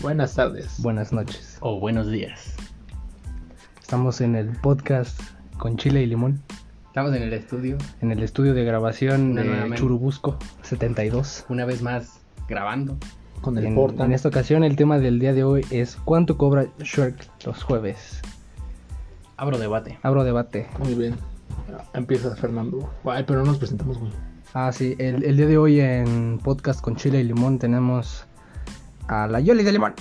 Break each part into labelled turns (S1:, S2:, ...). S1: Buenas tardes.
S2: Buenas noches.
S3: O buenos días.
S2: Estamos en el podcast con Chile y Limón,
S3: Estamos en el estudio,
S2: en el estudio de grabación
S3: Una
S2: de
S3: nuevamente.
S2: Churubusco 72.
S3: una vez más grabando.
S1: Con el
S2: En,
S1: Porta.
S2: en este esta ocasión el tema del día de hoy es ¿cuánto cobra Shrek los jueves?
S3: Abro debate.
S2: Abro debate.
S1: Muy bien. Ah, Empieza Fernando. Ay, pero no nos presentamos, güey.
S2: Ah, sí, el, el día de hoy en podcast con Chile y Limón tenemos a la Yoli de Limón.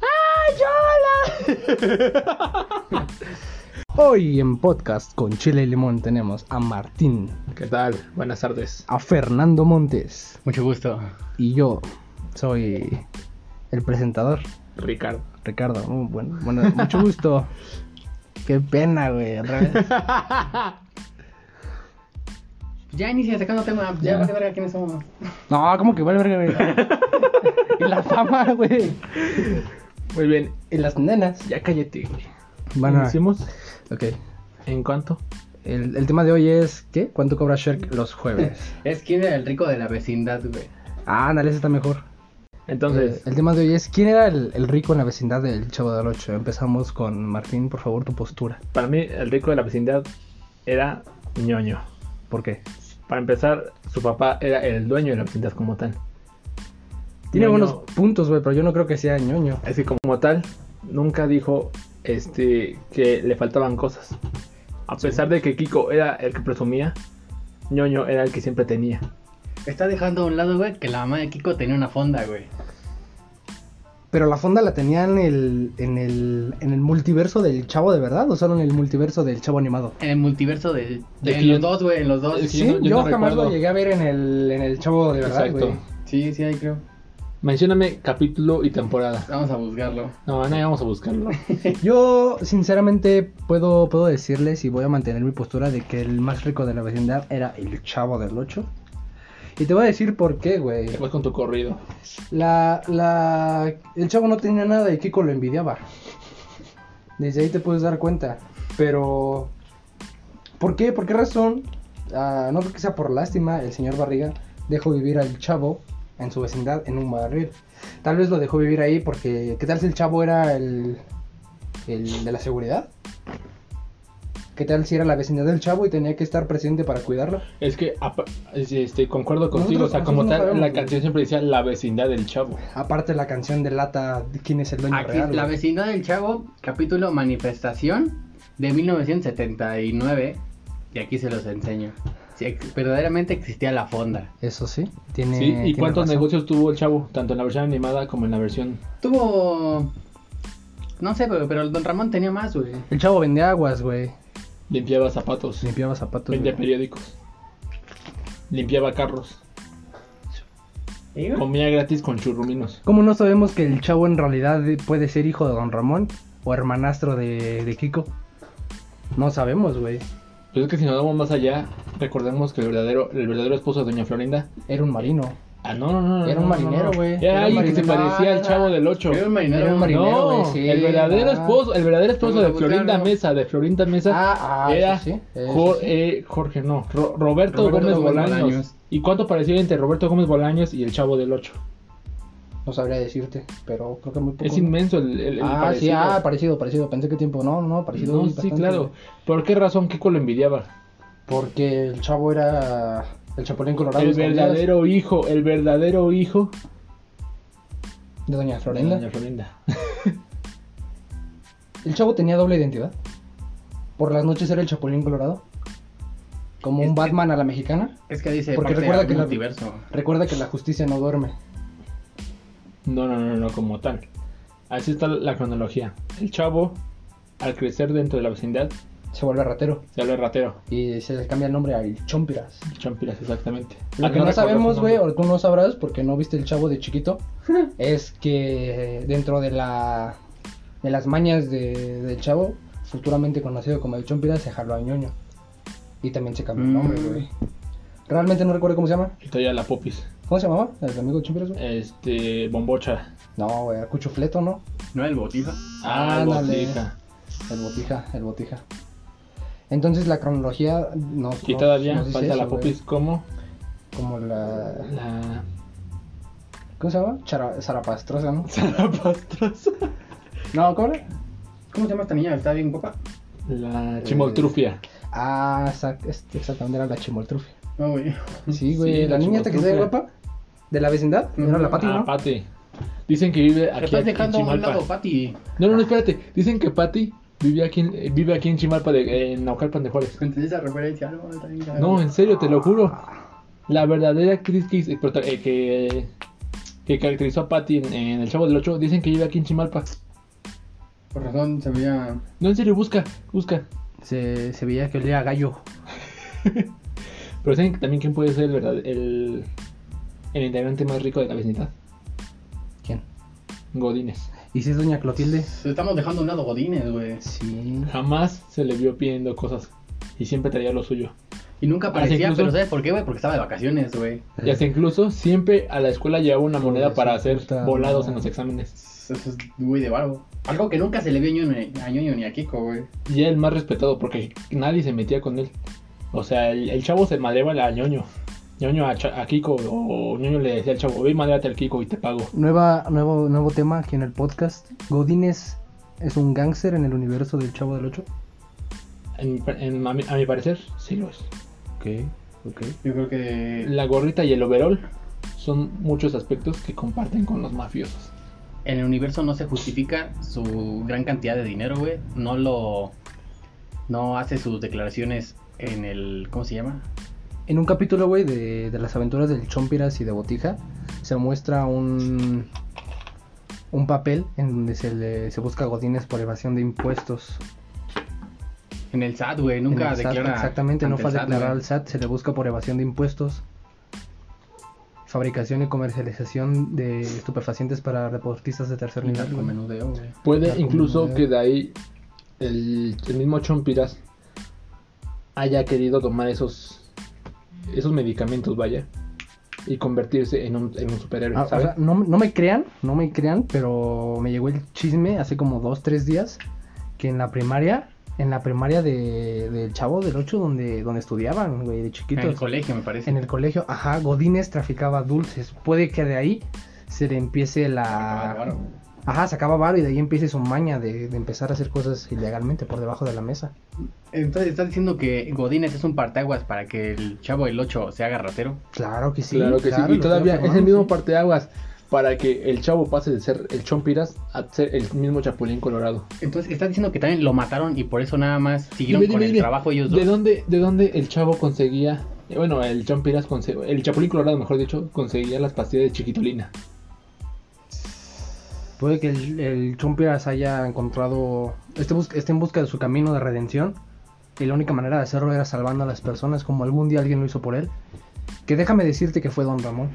S2: ¡Ah, Yola! hoy en podcast con Chile y Limón tenemos a Martín,
S1: ¿Qué tal? Buenas tardes.
S2: a Fernando Montes.
S3: Mucho gusto.
S2: Y yo soy el presentador,
S1: Ricardo.
S2: Ricardo. Uh, bueno, bueno, mucho gusto. Qué pena, güey, otra vez.
S3: Ya inicia sacando tema. Ya vas a ver quiénes somos.
S2: No, como que vale, verga, güey. Y la fama, güey.
S1: Muy bien.
S2: Y las nenas.
S1: Ya cállate, güey.
S2: Bueno,
S1: Iniciemos.
S2: ok.
S1: ¿En cuánto?
S2: El, el tema de hoy es, ¿qué? ¿Cuánto cobra Shrek los jueves?
S3: Es quién era el rico de la vecindad, güey.
S2: Ah, ándale, ese está mejor.
S1: Entonces,
S2: Eh, el tema de hoy es, ¿quién era el, el rico en la vecindad del Chavo del Ocho? Empezamos con Martín, por favor, tu postura.
S1: para mí, el rico de la vecindad era ñoño.
S2: ¿Por qué?
S1: Para empezar, su papá era el dueño de la vecindad como tal.
S2: Tiene
S1: Ñoño-
S2: algunos puntos, güey, pero yo no creo que sea ñoño.
S1: Así como tal, nunca dijo este que le faltaban cosas. A pesar de que Kiko era el que presumía, ñoño era el que siempre tenía.
S3: Está dejando a un lado, güey, que la mamá de Kiko tenía una fonda, güey.
S2: Pero la fonda la tenía en el, en el, en el multiverso del chavo de verdad o solo en el multiverso del chavo animado.
S3: En el multiverso de...
S1: Es que
S3: en
S1: yo-
S3: los dos, güey, en los
S1: es
S3: dos.
S1: que
S2: Sí,
S1: yo
S2: yo,
S1: no- yo no
S2: jamás
S1: recuerdo.
S2: lo llegué a ver en el, en el chavo de verdad,
S1: Exacto.
S2: güey.
S3: Sí, sí, ahí creo.
S1: Mencióname capítulo y temporada.
S3: Vamos a buscarlo.
S1: No, no, vamos a buscarlo.
S2: Yo sinceramente puedo, puedo decirles y voy a mantener mi postura de que el más rico de la vecindad era el chavo del 8. Y te voy a decir por qué, güey.
S1: Después con tu corrido.
S2: La, la, el chavo no tenía nada y Kiko lo envidiaba. Desde ahí te puedes dar cuenta. Pero, ¿por qué? ¿Por qué razón? Ah, no creo que sea por lástima, el señor Barriga dejó vivir al chavo en su vecindad en un barril. Tal vez lo dejó vivir ahí porque, ¿qué tal si el chavo era el, el de la seguridad? ¿Qué tal si era la vecindad del chavo y tenía que estar presente para cuidarlo?
S1: Es que apa- es- este, concuerdo contigo.
S2: Nosotros-
S1: o sea, como
S2: nosotros no
S1: tal,
S2: sabemos, Eh,
S1: la
S2: güey.
S1: canción siempre decía la vecindad del chavo.
S2: Aparte la canción de Lata, ¿quién es el dueño
S3: Aquí,
S2: real?
S3: La
S2: güey?
S3: vecindad del Chavo, capítulo Manifestación de 1979. Y aquí se los enseño. Si ex- verdaderamente existía la fonda.
S2: Eso sí, tiene.
S1: ¿Sí? ¿Y
S2: tiene
S1: cuántos
S2: razón.
S1: negocios tuvo el chavo? Tanto en la versión animada como en la versión.
S3: Tuvo. No sé, pero, pero el Don Ramón tenía más, güey.
S2: El chavo vende aguas, güey.
S1: Limpiaba zapatos,
S2: Limpiaba zapatos.
S1: vendía
S2: güey.
S1: periódicos, limpiaba carros,
S3: ¿Y?
S1: comía gratis con churruminos.
S2: ¿Cómo no sabemos que el chavo en realidad puede ser hijo de Don Ramón o hermanastro de, de Kiko? No sabemos, güey.
S1: Pero Pues es que si nos vamos más allá, recordemos que el verdadero, el verdadero esposo de Doña Florinda.
S2: Era un marino.
S1: Ah, no, no, no. no,
S2: Era un
S1: no,
S2: marinero,
S1: no.
S2: güey. Era
S1: Era
S2: un
S1: alguien que se
S2: marinero.
S1: parecía al chavo del 8.
S3: Era un marinero.
S2: Era un marinero.
S1: No,
S2: güey, sí,
S1: el verdadero
S2: ah.
S1: esposo, el verdadero esposo
S3: Vamos a
S1: de Florinda
S3: buscarlo.
S1: Mesa, de Florinda Mesa
S2: Ah, ah,
S1: era
S2: eso sí, eso
S1: Jo-
S2: sí.
S1: eh, Jorge, no, Ro- Roberto,
S3: Roberto
S1: Gómez
S3: Gómez
S1: Bolaños.
S3: Bolaños.
S1: ¿Y cuánto parecía entre Roberto Gómez Bolaños y el Chavo del 8?
S2: No sabría decirte, pero creo que muy poco.
S1: Es
S2: ¿no?
S1: inmenso el, el- el
S2: ah, sí,
S1: parecido.
S2: ah, parecido, parecido. Pensé que tiempo. No, no, no, parecido.
S1: No,
S2: es
S1: sí,
S2: bastante,
S1: claro.
S2: güey.
S1: ¿Por qué razón Kiko lo envidiaba?
S2: Porque el chavo era el chapulín colorado.
S1: El
S2: escondidas,
S1: verdadero hijo, el verdadero hijo
S2: De Doña
S1: de
S2: Florinda.
S1: Doña Florinda.
S2: El chavo tenía doble identidad. Por las noches era el Chapulín Colorado. Como
S3: Es
S2: un
S3: que-
S2: Batman a la mexicana.
S3: Es que dice.
S2: Porque
S3: parte
S2: recuerda
S3: del
S2: que la-
S3: multiverso.
S2: Recuerda que la justicia no duerme.
S1: No, no, no, no, como tal. Así está la cronología. El chavo, al crecer dentro de la vecindad,
S2: Se vuelve ratero.
S1: se habla ratero.
S2: Y se le cambia el nombre al Chompiras.
S1: Champiras, exactamente.
S2: Lo
S1: Ah,
S2: que no,
S1: recuerdo su
S2: sabemos, güey,
S1: nombre.
S2: o tú no sabrás porque no viste el chavo de chiquito, es que dentro de la de las mañas de- del chavo, futuramente conocido como el Chompiras, se jaló a ñoño. Y también se cambió el nombre,
S3: Mm.
S2: güey. Realmente no recuerdo cómo se llama.
S1: Y todavía la popis.
S2: ¿Cómo se llamaba? ¿El amigo Chompiras, güey?
S1: Este, bombocha.
S2: No, güey, era Cuchufleto, ¿no?
S3: ¿No el botiza?
S1: Ah,
S2: Ándale.
S1: botija.
S2: El botija, el botija. Entonces la cronología nos.
S1: Y
S2: nos-
S1: todavía
S2: nos dice
S1: falta la
S2: eso, güey.
S1: popis como
S2: Como la.
S1: la...
S2: ¿Cómo se llama? Chara- Zarapastrosa, ¿no?
S4: Zarapastrosa.
S2: No, ¿cómo era?
S4: ¿Cómo se llama esta niña? Está bien guapa.
S2: Eh,
S1: La chimoltrufia.
S2: Ah, exact- este, exactamente, era la chimoltrufia.
S4: No, güey.
S2: Sí, güey,
S1: Sí,
S2: la
S1: la
S2: niña esta que se ve
S1: chimoltrufia.
S2: guapa, de la vecindad, era la Pati,
S1: Ah,
S2: ¿no?
S1: Pati. Dicen que vive
S4: Te
S1: aquí,
S4: estás
S1: aquí en
S4: dejando a un
S1: Chimalpa.
S4: lado, Pati.
S1: No, no, no, espérate. Dicen que Pati vive aquí en, eh, vive aquí en Chimalpa, de, en Naucalpan de Juárez.
S4: ¿Entendés esa referencia? No, está bien cagado.
S1: No, en serio, te lo juro. La verdadera actriz que, hizo- prota- eh, que, que caracterizó a Patty en, en El Chavo del Ocho, dicen que vive aquí en Chimalpa.
S4: Por razón se veía.
S1: No, en serio, busca, busca.
S4: Se, se veía que olía a gallo.
S1: Pero saben que también quién puede ser el, verdad, el, el integrante más rico de la vecindad.
S2: ¿Quién?
S1: Godínez.
S2: ¿Y si es Doña Clotilde?
S4: Se estamos dejando a un lado Godines, güey.
S2: Sí.
S1: Jamás se le vio pidiendo cosas y siempre traía lo suyo.
S4: Y
S2: Ah,
S4: nunca aparecía,
S1: incluso-
S4: pero ¿sabes por qué, güey? Porque estaba de vacaciones, güey.
S1: Y hasta incluso siempre a la escuela llevaba una moneda
S2: de
S1: para
S2: su
S1: hacer
S2: Eh. puta
S1: volados en
S2: madre.
S1: los exámenes.
S4: Eso es güey de barbo. Algo que nunca se le vio a Ñoño- a Ñoño ni a Kiko, güey.
S1: Y era el más respetado porque nadie se metía con él. O sea, el, el chavo se madreaba a ñoño. ñoño a, Cha- a Kiko o, o ñoño le decía al chavo, ve y madreate al Kiko y te pago.
S2: Nueva, nuevo, nuevo tema aquí en el podcast. Godínez es un gángster en el universo del Chavo del 8.
S1: En mi pa- en- a, mi, a mi parecer, sí lo es.
S2: Ok, ok.
S4: Yo creo que.
S1: La gorrita y el overol son muchos aspectos que comparten con los mafiosos.
S4: en el universo no se justifica su gran cantidad de dinero, güey. No lo. No hace sus declaraciones en el. ¿Cómo se llama?
S2: En un capítulo, güey, de, de las aventuras del Chompiras y de Botija, se muestra un, un papel en donde se, le, se busca a Godínez por evasión de impuestos.
S4: En el SAT, güey.
S2: En
S4: Nunca
S2: el SAT,
S4: declara.
S2: Exactamente, no
S4: ante
S2: fue a
S4: el SAT,
S2: declarar
S4: güey.
S2: al SAT, se le busca por evasión de impuestos, fabricación y comercialización de estupefacientes para deportistas de tercer
S4: Ni
S2: nivel. güey.
S4: narcomenudeo, güey.
S1: Puede
S2: Claro,
S1: incluso
S2: como-
S1: que de ahí el, el mismo Chompiras haya querido tomar esos, esos medicamentos, vaya, y convertirse en un, en un superhéroe,
S2: Ah, o
S1: ¿sabes?
S2: sea, no, no me crean, no me crean, pero me llegó el chisme hace como dos, tres días que en la primaria, en la primaria de, del Chavo del 8 donde, donde estudiaban, güey, de
S4: En
S2: chiquitos.
S4: el colegio, me parece.
S2: En el colegio, ajá, Godínez traficaba dulces. Puede que de ahí se le empiece
S4: Ah,
S2: la...
S4: bárbaro.
S2: Ajá, sacaba varo y de ahí empiece su maña de, de empezar a hacer cosas ilegalmente por debajo de la mesa.
S4: Entonces, ¿estás diciendo que Godínez es un partaguas para que el chavo del 8 se haga ratero?
S2: Claro que sí.
S1: claro que sí. Y
S2: lo
S1: todavía
S2: estoy
S1: es el
S2: afirmando,
S1: mismo
S2: sí.
S1: parteaguas para que el chavo pase de ser el Chompiras a ser el mismo Chapulín Colorado.
S4: Entonces, ¿estás diciendo que también lo mataron y por eso nada más siguieron
S1: Dime, dime,
S4: con el
S1: dime,
S4: trabajo ellos
S1: ¿De
S4: dos?
S1: dónde, ¿De dónde el chavo conseguía, eh, bueno, el Chompiras, conse- el Chapulín Colorado, mejor dicho, conseguía las pastillas de chiquitolina?
S2: Puede que el, el Chompiras haya encontrado, esté, bus- esté en busca de su camino de redención y la única manera de hacerlo era salvando a las personas como algún día alguien lo hizo por él. Que déjame decirte que fue Don Ramón,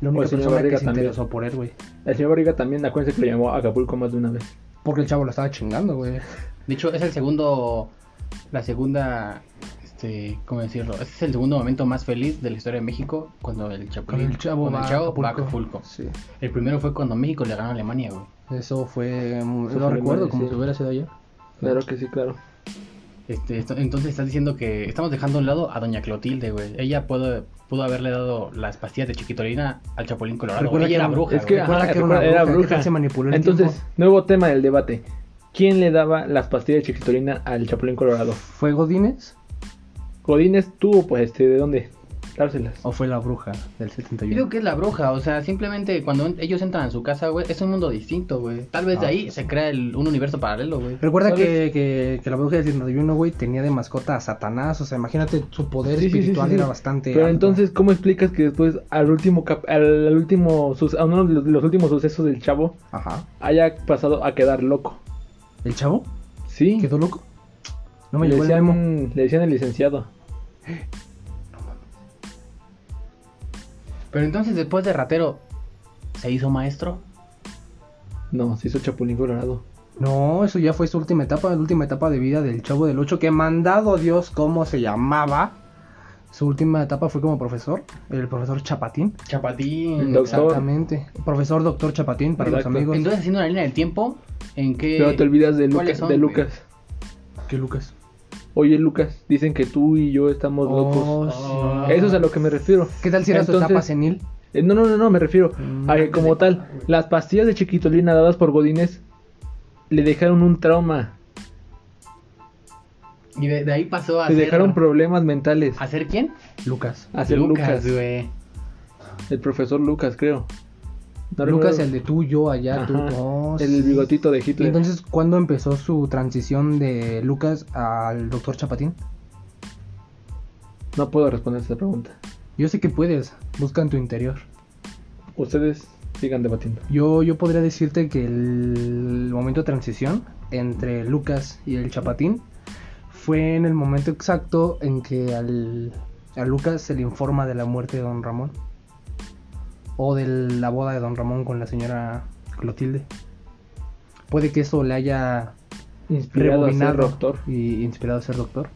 S2: la única
S1: el señor
S2: persona que
S1: Barriga Pues
S2: se
S1: también.
S2: interesó por él, güey.
S1: El señor Barriga también, acuérdense que lo llamó a Acapulco más de una vez.
S2: Porque el chavo lo estaba chingando, güey.
S4: De hecho, es el segundo. La segunda. Este, ¿Cómo decirlo? Este es el segundo momento más feliz de la historia de México cuando el
S2: Con
S4: Chapulín.
S2: el chavo
S4: cuando
S2: va
S4: el
S2: a
S4: chavo va a
S2: Acapulco.
S4: Acapulco.
S2: Sí.
S4: El primero fue cuando México le ganó a Alemania, güey.
S2: Eso fue, mm,
S1: Eso
S2: lo
S1: fue
S2: recuerdo
S1: muy
S2: como
S1: bien,
S2: si
S1: sí.
S2: hubiera sido ayer.
S1: Claro que sí, claro.
S4: Este, esto- entonces estás diciendo que estamos dejando a un lado a Doña Clotilde, güey. Ella pudo, pudo haberle dado las pastillas de chiquitolina al Chapulín Colorado.
S2: Recuerda
S4: Ella
S2: que
S4: era
S2: era-
S4: bruja,
S1: Es que,
S4: güey.
S2: Recuerda
S1: ajá,
S2: que era una
S1: recuerda- era
S2: bruja,
S1: bruja.
S2: que se manipuló el
S1: Entonces,
S2: tiempo.
S1: nuevo tema del debate. ¿Quién le daba las pastillas de chiquitolina al Chapulín Colorado?
S2: ¿Fue Godínez
S1: Godínez tuvo, pues, este, ¿de dónde? Dárselas.
S2: o fue la bruja del
S4: Yo digo
S2: 71?
S4: que es la bruja, o sea, simplemente cuando en- ellos entran a su casa, güey, es un mundo distinto, güey. Tal vez de
S2: Ah,
S4: ahí se crea el- un universo paralelo, güey.
S2: Recuerda
S1: ¿Sabes?
S2: que, que, que la bruja del 71, güey, tenía de mascota a Satanás. O sea, imagínate, su poder
S1: Sí, sí, sí,
S2: espiritual
S1: sí, sí.
S2: era bastante.
S1: Pero
S4: ah,
S2: alto.
S1: entonces, ¿cómo explicas que después, al último, cap- al, al último, sus- a uno de los- los últimos sucesos del chavo,
S2: Ajá.
S1: haya pasado a quedar loco?
S2: ¿El chavo?
S1: Sí.
S2: ¿Quedó loco? No me
S1: le,
S2: llegó el memo.
S1: decían, le decían el licenciado.
S4: Pero entonces después de Ratero, ¿se hizo maestro?
S1: No, se hizo Chapulín Colorado.
S2: No, eso ya fue su última etapa, la última etapa de vida del chavo del 8, que mandado Dios, ¿cómo se llamaba? Su última etapa fue como profesor, el profesor Chapatín.
S4: Chapatín.
S1: Doctor.
S2: Exactamente. Profesor doctor Chapatín para
S1: Exacto.
S2: los amigos.
S4: Entonces, haciendo la línea del tiempo, ¿en qué...?
S1: Pero te olvidas de Lucas.
S4: ¿cuáles son,
S1: de
S4: güey?
S1: Lucas.
S2: ¿Qué Lucas?
S1: Oye, Lucas, dicen que tú y yo estamos locos.
S2: Oh, sí.
S1: Eso es a lo que me refiero.
S2: ¿Qué tal si era su
S1: Entonces-
S2: etapa senil?
S1: Eh, no, no, no, no, me refiero
S2: Mm,
S1: a que como tal, las pastillas de chiquitolina dadas por Godínez le dejaron un trauma,
S3: Y de, de ahí pasó
S4: Ah,
S3: a
S1: le
S3: ser-
S1: dejaron problemas mentales.
S3: ¿A ser quién?
S2: Lucas.
S1: A ser Lucas,
S3: güey.
S1: el profesor Lucas, creo. No
S2: Lucas,
S1: recuerdo-
S2: el de tú, yo, allá, tú.
S1: Ajá,
S2: Oh, sí.
S1: el bigotito de
S2: ¿Y
S1: Hitler.
S2: entonces cuándo empezó su transición de Lucas al doctor Chapatín?
S1: No puedo responder esa pregunta.
S2: Yo sé que puedes, busca en tu interior.
S1: Ustedes sigan debatiendo.
S2: Yo, yo podría decirte que el momento de transición entre Lucas y el Chapatín fue en el momento exacto en que al, a Lucas se le informa de la muerte de Don Ramón. O de la boda de Don Ramón con la señora Clotilde. Puede que eso le haya
S1: Inspirado a ser
S2: rebobinado
S1: doctor.
S2: y inspirado a ser doctor.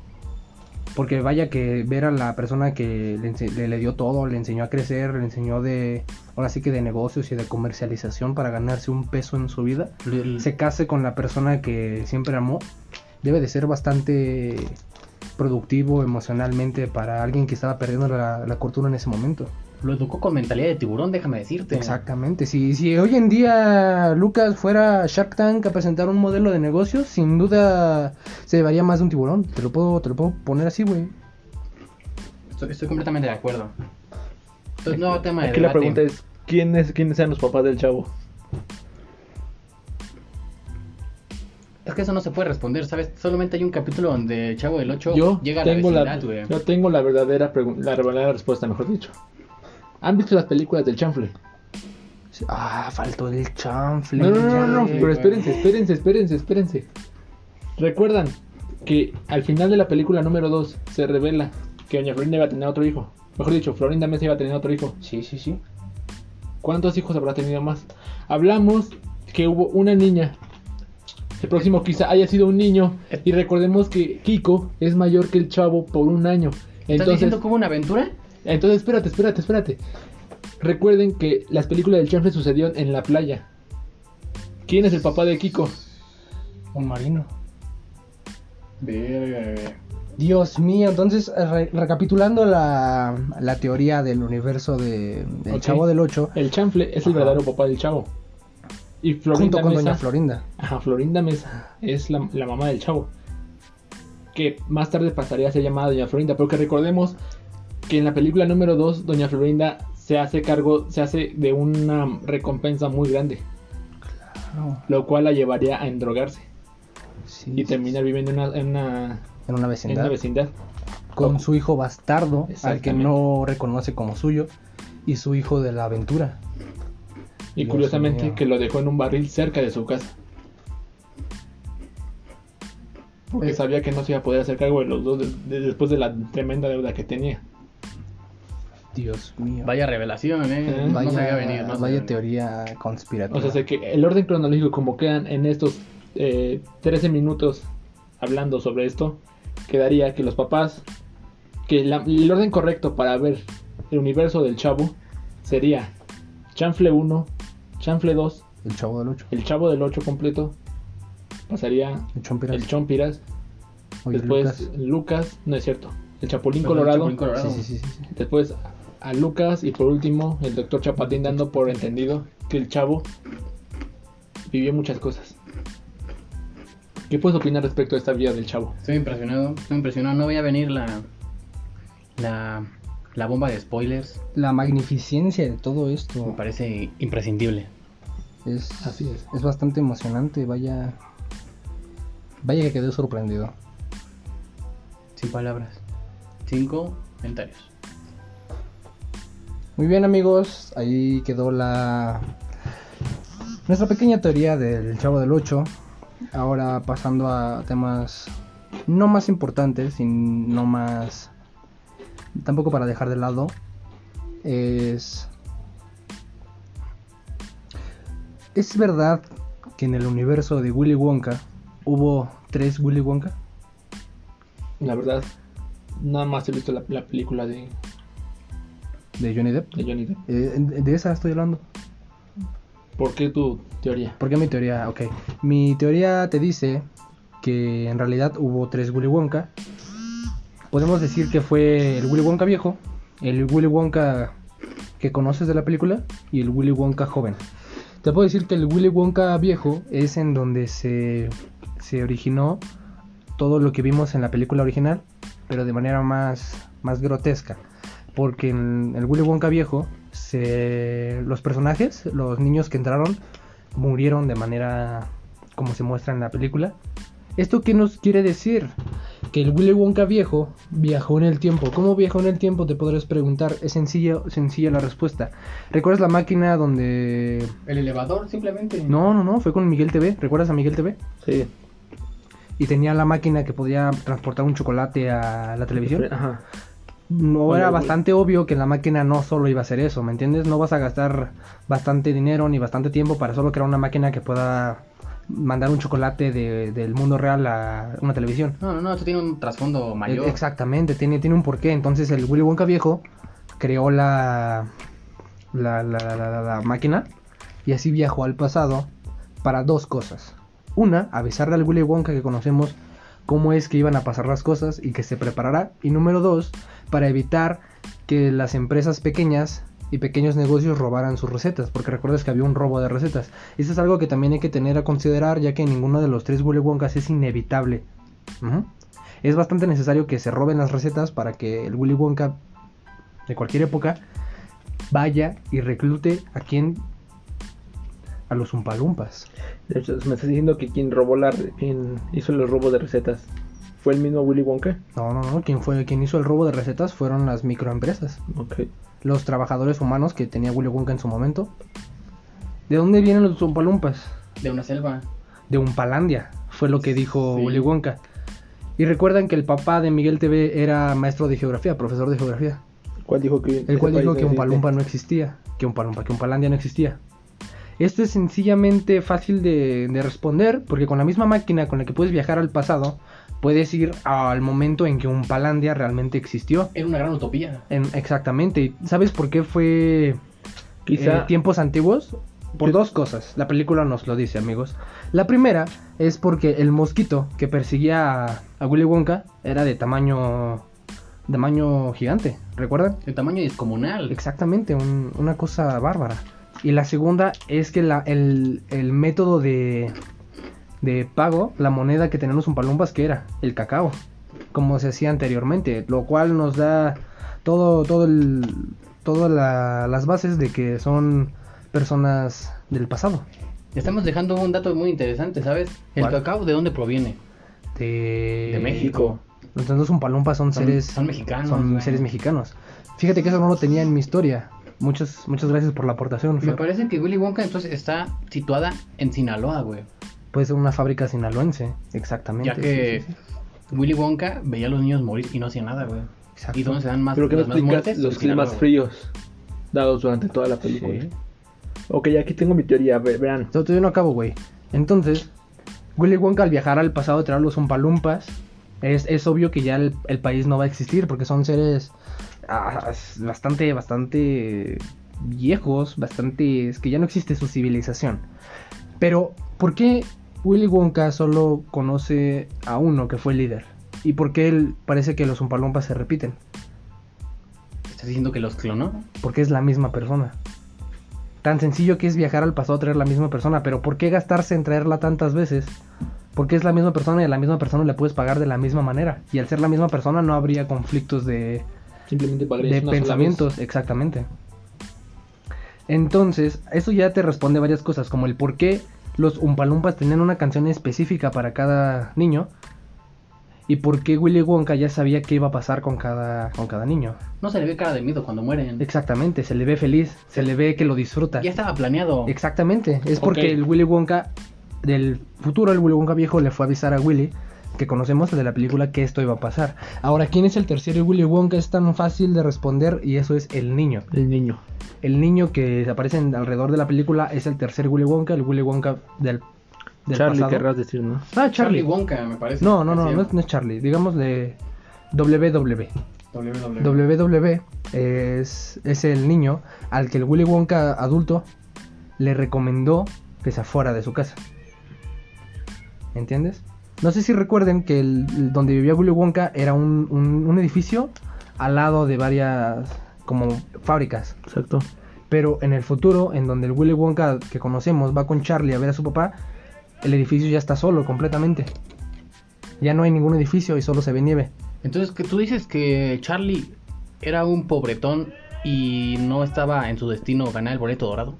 S2: Porque vaya que ver a la persona que le, ense- le- le dio todo, le enseñó a crecer, le enseñó de, ahora sí que de negocios y de comercialización para ganarse un peso en su vida, se case con la persona que siempre amó, debe de ser bastante productivo emocionalmente para alguien que estaba perdiendo la, la cultura en ese momento.
S3: Lo educó con mentalidad de tiburón, déjame
S1: Este,
S3: decirte.
S2: Exactamente, si, si hoy en día Lucas fuera a Shark Tank a presentar un modelo de negocio, sin duda se llevaría más de un tiburón. Te lo puedo, te lo puedo poner así, güey.
S3: Estoy, estoy completamente de acuerdo. Entonces, nuevo tema de
S1: Aquí la
S3: debate.
S1: pregunta es, ¿quién es- ¿quiénes sean los papás del chavo?
S3: Es que eso no se puede responder, ¿sabes? Solamente hay un capítulo donde el Chavo del 8
S1: Yo
S3: llega a la
S1: tengo la,
S3: vecindad, güey.
S1: yo tengo la verdadera pregun- la verdadera respuesta, mejor dicho. ¿Han visto las películas del chanfle?
S2: Ah, faltó el chanfle.
S1: No, no, no, no, no,
S2: chanfle.
S1: pero espérense, espérense, espérense, espérense. Recuerdan que al final de la película número 2 se revela que Doña Florinda iba a tener otro hijo. Mejor dicho, Florinda Mesa iba a tener otro hijo.
S3: Sí, sí, sí.
S1: ¿Cuántos hijos habrá tenido más? Hablamos que hubo una niña. El próximo quizá haya sido un niño. Y recordemos que Kiko es mayor que el chavo por un año.
S3: ¿Estás
S1: Entonces,
S3: diciendo que hubo una aventura?
S1: entonces espérate, espérate, espérate. Recuerden que las películas del chanfle sucedieron en la playa. ¿Quién es el papá de Kiko?
S2: Un marino.
S3: Verga, güey.
S2: Dios mío, entonces re- recapitulando la, la teoría del universo de, del
S1: Ok.
S2: Chavo del 8,
S1: El chanfle es el
S2: Ajá.
S1: verdadero papá del chavo. Y
S2: junto
S1: Florinda
S2: con
S1: Mesa,
S2: Doña Florinda.
S1: ajá, Florinda Mesa es la, la mamá del chavo. Que más tarde pasaría a ser llamada Doña Florinda. Porque recordemos que en la película número 2, Doña Florinda se hace cargo, se hace de una recompensa muy grande.
S2: No,
S1: Lo cual la llevaría a endrogarse.
S2: sí,
S1: Ah, Y terminar viviendo en una, en una-
S2: en una
S1: en
S2: vecindad.
S1: una vecindad.
S2: con su hijo bastardo, al que
S1: Exactamente.
S2: no reconoce como suyo, y su hijo de la aventura.
S1: Y
S2: Dios
S1: curiosamente
S2: mío.
S1: que lo dejó en un barril cerca de su casa. Porque
S2: Eh.
S1: sabía que no se iba a poder hacer cargo de los dos de- de- después de la tremenda deuda que tenía.
S2: Dios mío.
S3: Vaya revelación, ¿eh?
S1: Eh,
S3: no
S2: Vaya-
S3: se había venido. No se
S2: vaya
S3: había venido.
S2: teoría conspirativa.
S1: O sea, sé que el orden cronológico como quedan en estos eh, 13 minutos hablando sobre esto, quedaría que los papás, que la- el orden correcto para ver el universo del chavo sería Chanfle 1, Chanfle 2,
S2: El chavo del 8.
S1: el chavo del 8 completo, pasaría
S2: El chompiras.
S1: el Chompiras,
S2: Oye,
S1: después
S2: Lucas.
S1: Lucas. no es cierto, el Chapulín
S3: Perdón,
S1: Colorado,
S3: Chapulín Colorado.
S2: Sí, sí, sí, sí, sí.
S1: después a Lucas y por último el doctor Chapatín dando por entendido que el chavo vivió muchas cosas. ¿Qué puedes opinar respecto a esta vida del chavo?
S3: Estoy impresionado, estoy impresionado. No voy a venir la. La. La bomba de spoilers.
S2: La magnificencia de todo
S3: Me
S2: esto
S3: parece imprescindible.
S2: es,
S1: Así es.
S2: es bastante emocionante. Vaya. Vaya que quedé sorprendido.
S3: Sin palabras. Cinco comentarios.
S2: Muy bien amigos, ahí quedó la nuestra pequeña teoría del Chavo del 8. Ahora pasando a temas no más importantes y no más tampoco para dejar de lado es ¿Es verdad que en el universo de Willy Wonka hubo tres Willy Wonka?
S1: La verdad, nada más he visto la, la película de,
S2: De Johnny Depp.
S1: de Johnny Depp.
S2: Eh, de esa estoy hablando.
S1: ¿Por qué tu teoría?
S2: ¿Por qué mi teoría? Ok. Mi teoría te dice que en realidad hubo tres Willy Wonka. Podemos decir que fue el Willy Wonka viejo, el Willy Wonka que conoces de la película y el Willy Wonka joven. Te puedo decir que el Willy Wonka viejo es en donde se, se originó todo lo que vimos en la película original, pero de manera más, más grotesca. Porque en el Willy Wonka viejo, se, los personajes, los niños que entraron, murieron de manera como se muestra en la película. ¿Esto qué nos quiere decir? Que el Willy Wonka viejo viajó en el tiempo. ¿Cómo viajó en el tiempo? Te podrás preguntar. Es sencilla, sencilla la respuesta. ¿Recuerdas la máquina donde...
S3: El elevador simplemente.
S2: No, no, no, fue con Miguel TV. ¿Recuerdas a Miguel TV?
S1: Sí.
S2: Y tenía la máquina que podía transportar un chocolate a la televisión.
S1: Ajá.
S2: No
S1: Bueno,
S2: era
S1: güey.
S2: bastante obvio que la máquina no solo iba a hacer eso, ¿me entiendes? No vas a gastar bastante dinero ni bastante tiempo para solo crear una máquina que pueda mandar un chocolate de- del mundo real a una televisión.
S3: No, no, no, esto tiene un trasfondo mayor.
S2: E- Exactamente, tiene, tiene un porqué. Entonces el Willy Wonka viejo creó la la, la, la- la- la máquina y así viajó al pasado para dos cosas. Una, avisarle al Willy Wonka que conocemos cómo es que iban a pasar las cosas y que se preparará. Y número dos, para evitar que las empresas pequeñas y pequeños negocios robaran sus recetas, porque recuerdas que había un robo de recetas. Eso es algo que también hay que tener a considerar, ya que ninguno de los tres Willy Wonkas es inevitable. Ujú es bastante necesario que se roben las recetas para que el Willy Wonka de cualquier época vaya y reclute a quien a los umpalumpas.
S1: De hecho, me estás diciendo que quien robó la, re- quien hizo los robos de recetas fue el mismo Willy Wonka.
S2: No, no, no, quien fue quien hizo el robo de recetas fueron las microempresas,
S1: Ok.
S2: los trabajadores humanos que tenía Willy Wonka en su momento. ¿De dónde vienen los umpalumpas?
S3: De una selva.
S2: De Umpalandia, fue lo que dijo
S3: Sí.
S2: Willy Wonka. Y recuerdan que el papá de Miguel TV era maestro de geografía, profesor de geografía.
S1: ¿Cuál dijo que
S2: El cual dijo que un
S1: palumpa
S2: palumpa no existía, que un palumpa, que un palandia no existía. Esto es sencillamente fácil de, de responder, porque con la misma máquina con la que puedes viajar al pasado, puedes ir al momento en que un palandia realmente existió.
S3: Era una gran utopía.
S2: En- exactamente. ¿Sabes por qué fue
S1: Quizá
S2: eh, tiempos antiguos? Por
S1: Sí.
S2: dos cosas. La película nos lo dice, amigos. La primera es porque el mosquito que perseguía a, a Willy Wonka era de tamaño, tamaño gigante, ¿recuerdan?
S3: De tamaño descomunal.
S2: Exactamente, un- una cosa bárbara. Y la segunda es que la- el, el método de, de pago, la moneda que tenemos en Palumpas, que era el cacao, como se hacía anteriormente, lo cual nos da todo, todo el, todas la- las bases de que son personas del pasado,
S3: Estamos dejando un dato muy interesante, ¿sabes? El
S2: ¿Cuál?
S3: cacao, ¿de dónde proviene? Eh,
S2: de,
S3: De México.
S2: Entonces un palumpa son
S3: Son-
S2: seres
S3: son mexicanos,
S2: son
S3: güey.
S2: seres mexicanos. Fíjate que eso no lo tenía en mi historia. Muchas muchas gracias por la aportación.
S3: Me
S2: Fer.
S3: parece que Willy Wonka entonces está situada en Sinaloa, güey.
S2: Puede ser pues, una fábrica sinaloense, exactamente.
S3: Ya que
S2: sí, sí, sí.
S3: Willy Wonka veía a los niños morir y no hacía nada, güey.
S2: Exacto.
S3: ¿Y dónde se dan más,
S1: Pero que me
S3: las más
S1: explicas
S3: muertes?
S1: los
S3: En Sinaloa,
S1: climas
S3: güey.
S1: fríos dados durante toda la película.
S3: Sí.
S1: Ok, aquí tengo mi teoría, ve- vean.
S2: Yo todavía no acabo, güey. Entonces, Willy Wonka al viajar al pasado a traer los umpalumpas, es, es obvio que ya el, el país no va a existir porque son seres ah, es bastante, bastante viejos, bastante... Es que ya no existe su civilización. Pero, ¿por qué Willy Wonka solo conoce a uno que fue el líder? ¿Y por qué él parece que los umpalumpas se repiten?
S3: ¿Estás diciendo que los clonó?
S2: Porque es la misma persona. Tan sencillo que es viajar al pasado a traer la misma persona, pero ¿por qué gastarse en traerla tantas veces? Porque es la misma persona y a la misma persona le puedes pagar de la misma manera. Y al ser la misma persona no habría conflictos de,
S1: Simplemente para
S2: de pensamientos, exactamente. Entonces, eso ya te responde varias cosas, como el por qué los Umpalumpas tenían una canción específica para cada niño y por qué Willy Wonka ya sabía qué iba a pasar con cada, con cada niño.
S3: No se le ve cara de miedo cuando mueren.
S2: Exactamente, se le ve feliz, se le ve que lo disfruta.
S3: Ya estaba planeado.
S2: Exactamente, es porque
S3: Ok.
S2: el Willy Wonka del futuro, el Willy Wonka viejo, le fue a avisar a Willy, que conocemos el de la película, que esto iba a pasar. Ahora, ¿quién es el tercero Willy Wonka? Es tan fácil de responder y eso es el niño.
S1: El niño.
S2: El niño que aparece en- alrededor de la película es el tercer Willy Wonka, el Willy Wonka del, del
S1: Charlie
S2: pasado.
S1: querrás decir, ¿no?
S2: Ah, Charlie.
S3: Charlie Wonka, me parece.
S2: No, no, no,
S3: Así
S2: no, es- no es Charlie, digámosle WW.
S4: E.
S2: E. WW E es, es el niño al que el Willy Wonka adulto le recomendó que se afuera de su casa. ¿Me entiendes? No sé si recuerden que el, el donde vivía Willy Wonka era un, un- un edificio al lado de varias como fábricas.
S1: Exacto.
S2: Pero en el futuro, en donde el Willy Wonka que conocemos va con Charlie a ver a su papá, el edificio ya está solo completamente. Ya no hay ningún edificio y solo se ve nieve.
S4: Entonces, que tú dices que Charlie era un pobretón y no estaba en su destino ganar el boleto dorado.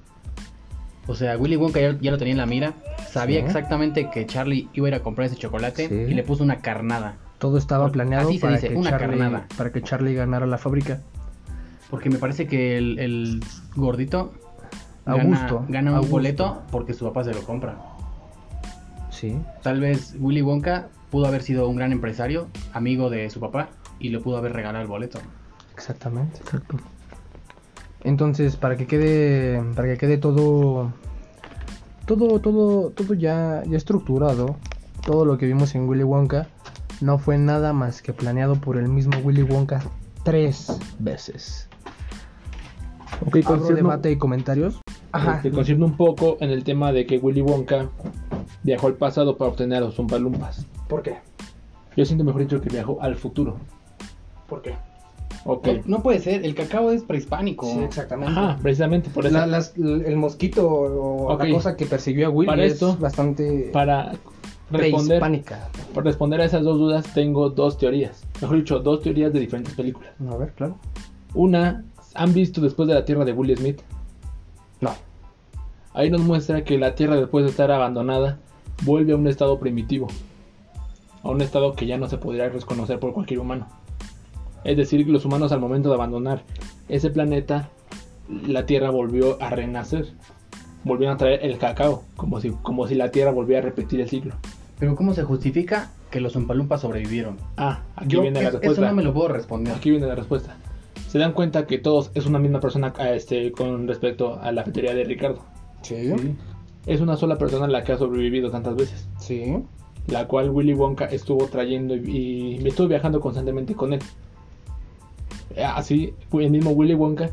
S4: O sea, Willy Wonka ya, ya lo tenía en la mira. Sabía
S2: Sí.
S4: exactamente que Charlie iba a ir a comprar ese chocolate
S2: Sí.
S4: y le puso una carnada.
S2: Todo estaba planeado
S4: Así se
S2: para,
S4: dice,
S2: que
S4: una
S2: Charlie,
S4: carnada.
S2: para que Charlie ganara la fábrica.
S4: Porque me parece que el, el gordito gana-
S2: Augusto,
S4: gana, un
S2: Augusto.
S4: boleto porque su papá se lo compra.
S2: Sí.
S4: Tal vez Willy Wonka pudo haber sido un gran empresario, amigo de su papá, y le pudo haber regalado el boleto.
S2: Exactamente.
S1: Exacto.
S2: Entonces, para que quede para que quede todo todo todo todo ya ya estructurado, todo lo que vimos en Willy Wonka no fue nada más que planeado por el mismo Willy Wonka tres veces.
S1: Ok,
S2: Abro
S1: concierne-
S2: debate y comentarios. Ajá.
S1: este, concierne un poco en el tema de que Willy Wonka viajó al pasado para obtener a los Zumpalumpas.
S2: ¿Por qué?
S1: Yo siento mejor dicho que viajó al futuro.
S2: ¿Por qué?
S1: Ok.
S4: No, no puede ser, el cacao es prehispánico.
S2: Sí, exactamente.
S1: Ajá, precisamente por eso.
S2: La- las- el mosquito o
S1: Ok.
S2: la cosa que persiguió a Willy
S1: Para
S2: es
S1: esto,
S2: bastante
S1: Para responder,
S2: prehispánica.
S1: para responder a esas dos dudas, tengo dos teorías. Mejor dicho, dos teorías de diferentes películas.
S2: A ver, claro.
S1: Una, ¿han visto Después de la Tierra de Will Smith?
S2: No.
S1: Ahí nos muestra que la Tierra después de estar abandonada vuelve a un estado primitivo, a un estado que ya no se podría reconocer por cualquier humano. Es decir, que los humanos al momento de abandonar ese planeta, la Tierra volvió a renacer, volvieron a traer el cacao, como si, como si la Tierra volviera a repetir el ciclo.
S4: Pero ¿cómo se justifica que los Umpalumpas sobrevivieron?
S1: Ah, aquí
S4: Yo
S1: viene la
S4: es-
S1: respuesta.
S4: Eso no me lo puedo responder.
S1: Aquí viene la respuesta. Se dan cuenta que todos es una misma persona ah, este, con respecto a la teoría de Ricardo.
S2: Sí.
S4: Sí.
S1: Es una sola persona la que ha sobrevivido tantas veces.
S2: Sí.
S1: la cual Willy Wonka estuvo trayendo y, y estuvo viajando constantemente con él. Eh, Así, el mismo Willy Wonka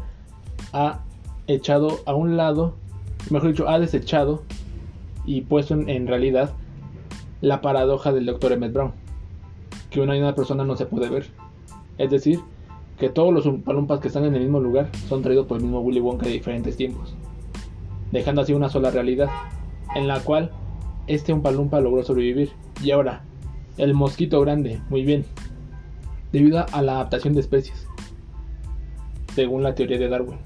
S1: ha echado a un lado, mejor dicho, ha desechado y puesto en, en realidad la paradoja del Dr. Emmett Brown, que una y una persona no se puede ver. Es decir, que todos los palumpas que están en el mismo lugar son traídos por el mismo Willy Wonka de diferentes tiempos, dejando así una sola realidad, en la cual este Umpalumpa logró sobrevivir. Y ahora, el mosquito grande, muy bien. Debido a la adaptación de especies. Según la teoría de Darwin.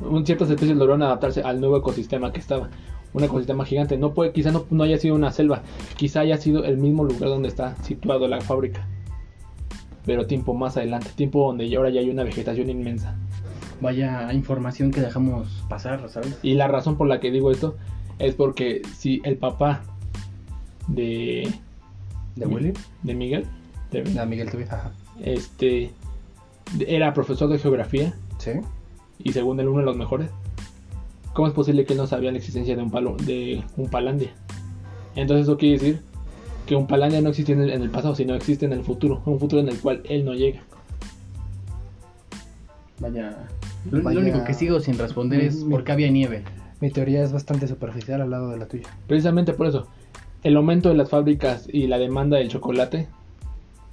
S1: Un- Ciertas especies lograron adaptarse al nuevo ecosistema que estaba. Un ecosistema gigante. No puede, quizá no, no haya sido una selva. Quizá haya sido el mismo lugar donde está situado la fábrica. Pero tiempo más adelante. Tiempo donde ya ahora ya hay una vegetación inmensa.
S4: Vaya información que dejamos pasar, ¿sabes?
S1: Y la razón por la que digo esto es porque si el papá de,
S2: ¿De Willy?
S1: de Miguel de-
S2: De Miguel Tubis. Ajá.
S1: este de- era profesor de geografía
S2: Sí.
S1: y según él uno de los mejores, ¿cómo es posible que él no sabía la existencia de un palo de un palandia? Entonces eso quiere decir que un palandia no existe en el, en el pasado, sino existe en el futuro, un futuro en el cual él no llega.
S4: Vaya. Lo, lo
S2: Vaya.
S4: único que sigo sin responder es
S2: Mm.
S4: por qué había nieve.
S2: Mi teoría es bastante superficial al lado de la tuya.
S1: Precisamente por eso, el aumento de las fábricas y la demanda del chocolate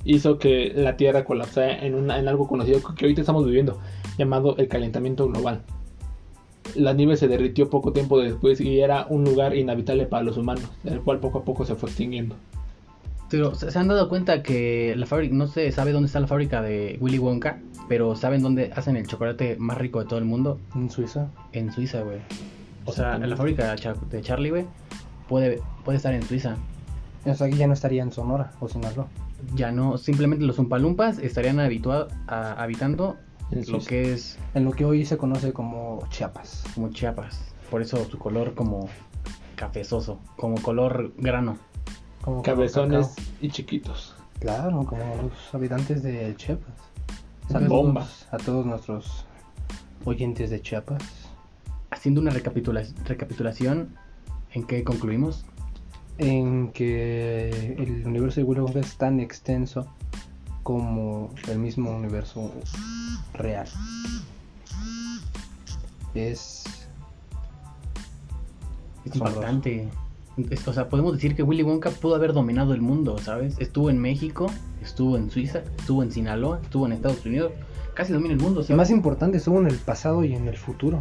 S1: hizo que la Tierra colapsara en, una- en algo conocido que ahorita estamos viviendo, llamado el calentamiento global. La nieve se derritió poco tiempo después y era un lugar inhabitable para los humanos, el cual poco a poco se fue extinguiendo.
S4: Pero ¿se se han dado cuenta que la fábrica, no se sabe dónde está la fábrica de Willy Wonka, pero saben dónde hacen el chocolate más rico de todo el mundo?
S2: En Suiza.
S4: En Suiza, güey. O sea, en la fábrica de Cha- de Charlie, güey, puede, puede estar en Suiza.
S2: O sea, que ya no estaría en Sonora o Sinaloa.
S4: Ya no, simplemente los Umpalumpas estarían habituados a, habitando
S1: En
S4: lo
S1: Suiza.
S4: que es
S2: En lo que hoy se conoce como Chiapas.
S4: como Chiapas. Por eso su color como cafezoso, como color grano.
S2: Como
S1: Cabezones
S2: cacao.
S1: y chiquitos.
S2: Claro, como los habitantes de Chiapas.
S1: Bomba.
S2: a todos nuestros oyentes de Chiapas.
S4: Haciendo una recapitula- recapitulación, ¿en qué concluimos?
S2: En que el universo de Willy Wonka es tan extenso como el mismo universo real. Es
S4: Es
S2: Asombroso.
S4: impactante. Es- o sea, podemos decir que Willy Wonka pudo haber dominado el mundo, ¿sabes? Estuvo en México, estuvo en Suiza, estuvo en Sinaloa, estuvo en Estados Unidos. Casi domina el mundo,
S2: Y
S4: ¿sabes?
S2: más importante, estuvo en el pasado y en el futuro.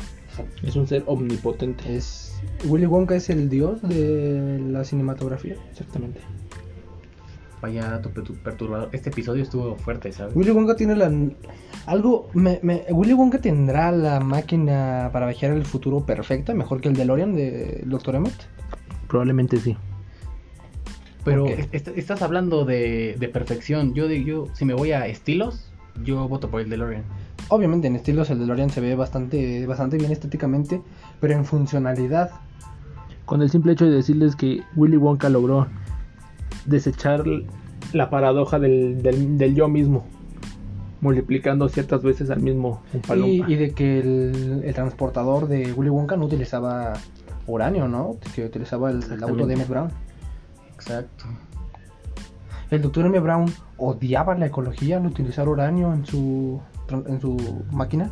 S1: Es un ser omnipotente.
S2: Es Willy Wonka es el dios de la cinematografía.
S1: Exactamente.
S4: Vaya dato pertu- perturbador. Este episodio estuvo fuerte, ¿sabes?
S2: Willy Wonka tiene la algo me, me- Willy Wonka tendrá la máquina para viajar al futuro perfecta, mejor que el DeLorean de Dr. Emmett.
S1: Probablemente sí.
S4: Pero
S2: Ok.
S4: est- est- estás hablando de, de perfección. Yo, de- yo, si me voy a estilos, yo voto por el DeLorean.
S2: Obviamente en estilos el DeLorean se ve bastante bastante bien estéticamente, pero en funcionalidad
S1: Con el simple hecho de decirles que Willy Wonka logró desechar la paradoja del, del- del yo mismo, multiplicando ciertas veces al mismo Oompa
S2: y,
S1: Loompa.
S2: y de que el, el transportador de Willy Wonka no utilizaba uranio, ¿no? Que utilizaba el, el auto
S1: Exactamente.
S2: de Emmett Brown.
S4: Exacto.
S2: El doctor M. Brown odiaba la ecología al utilizar uranio en su, en su máquina.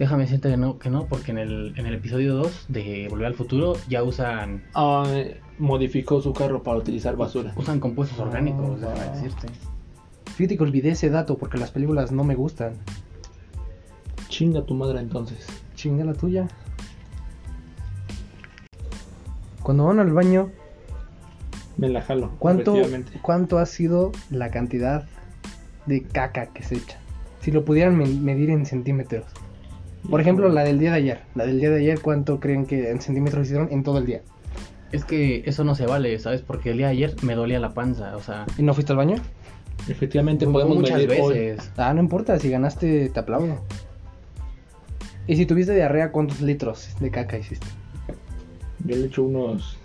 S4: Déjame decirte que no, que no porque en el, en el episodio 2 de Volver al Futuro ya usan,
S1: Ah, eh, modificó su carro para utilizar basura.
S4: usan compuestos orgánicos,
S2: Ah,
S4: déjame
S2: va.
S4: decirte.
S2: Fíjate que olvidé ese dato porque las películas no me gustan.
S1: Chinga tu madre entonces.
S2: Chinga la tuya. Cuando van al baño,
S1: Me la jalo.
S2: ¿cuánto,
S1: efectivamente.
S2: ¿cuánto ha sido la cantidad de caca que se echa? Si lo pudieran me- medir en centímetros. Por ejemplo, la del día de ayer. La del día de ayer, ¿cuánto creen que en centímetros hicieron en todo el día?
S4: Es que eso no se vale, ¿sabes? Porque el día de ayer me dolía la panza, o sea,
S2: ¿Y no fuiste al baño?
S1: Efectivamente
S4: fue
S1: podemos
S4: muchas
S1: medir hoy.
S4: veces.
S2: Ah, no importa, si ganaste te aplaudo. Y si tuviste diarrea, ¿cuántos litros de caca hiciste?
S1: Yo le echo unos...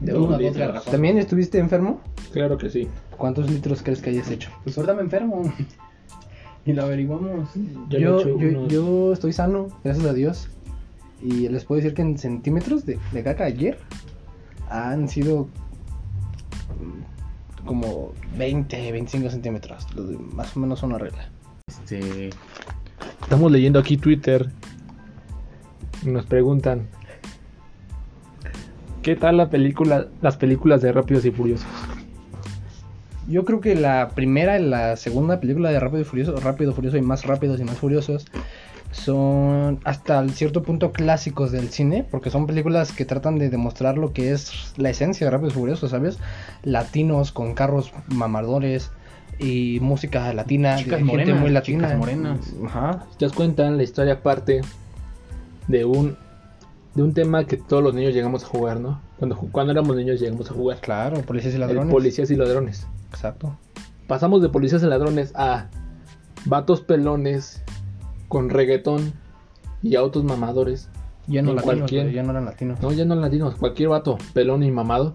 S4: De
S1: unos
S4: una a dos
S1: litros.
S4: garrafas.
S2: ¿También estuviste enfermo?
S1: Claro que sí.
S2: ¿Cuántos litros crees que hayas hecho?
S4: Pues ahorita me enfermo. y lo averiguamos.
S1: Yo, le
S2: Yo,
S1: echo
S2: yo-
S1: unos-
S2: yo estoy sano, gracias a Dios. Y les puedo decir que en centímetros de, de caca ayer han sido mm, como 20, 25 centímetros. lo de- Más o menos una regla.
S4: Este,
S1: Estamos leyendo aquí Twitter. Y nos preguntan. ¿Qué tal la película, las películas de Rápidos y Furiosos?
S2: Yo creo que la primera y la segunda película de Rápido y Furioso, Rápido, Furioso y más rápidos y más furiosos son hasta cierto punto clásicos del cine, porque son películas que tratan de demostrar lo que es la esencia de Rápidos y Furiosos, ¿sabes? Latinos con carros mamadores y música latina,
S4: Chicas
S2: de gente
S4: morenas,
S2: muy latina.
S4: chicas morenas.
S2: Ajá.
S1: Ellas cuentan la historia parte de un de un tema que todos los niños llegamos a jugar, ¿no? Cuando, ju- cuando éramos niños llegamos a jugar.
S2: Claro, policías y
S1: El
S2: ladrones.
S1: policías y ladrones.
S2: Exacto.
S1: Pasamos de policías y ladrones a vatos pelones con reggaetón y autos mamadores.
S2: Ya no
S1: En
S2: latinos,
S1: cualquier-
S2: pero ya no eran latinos.
S1: No, ya no latinos, cualquier vato pelón y mamado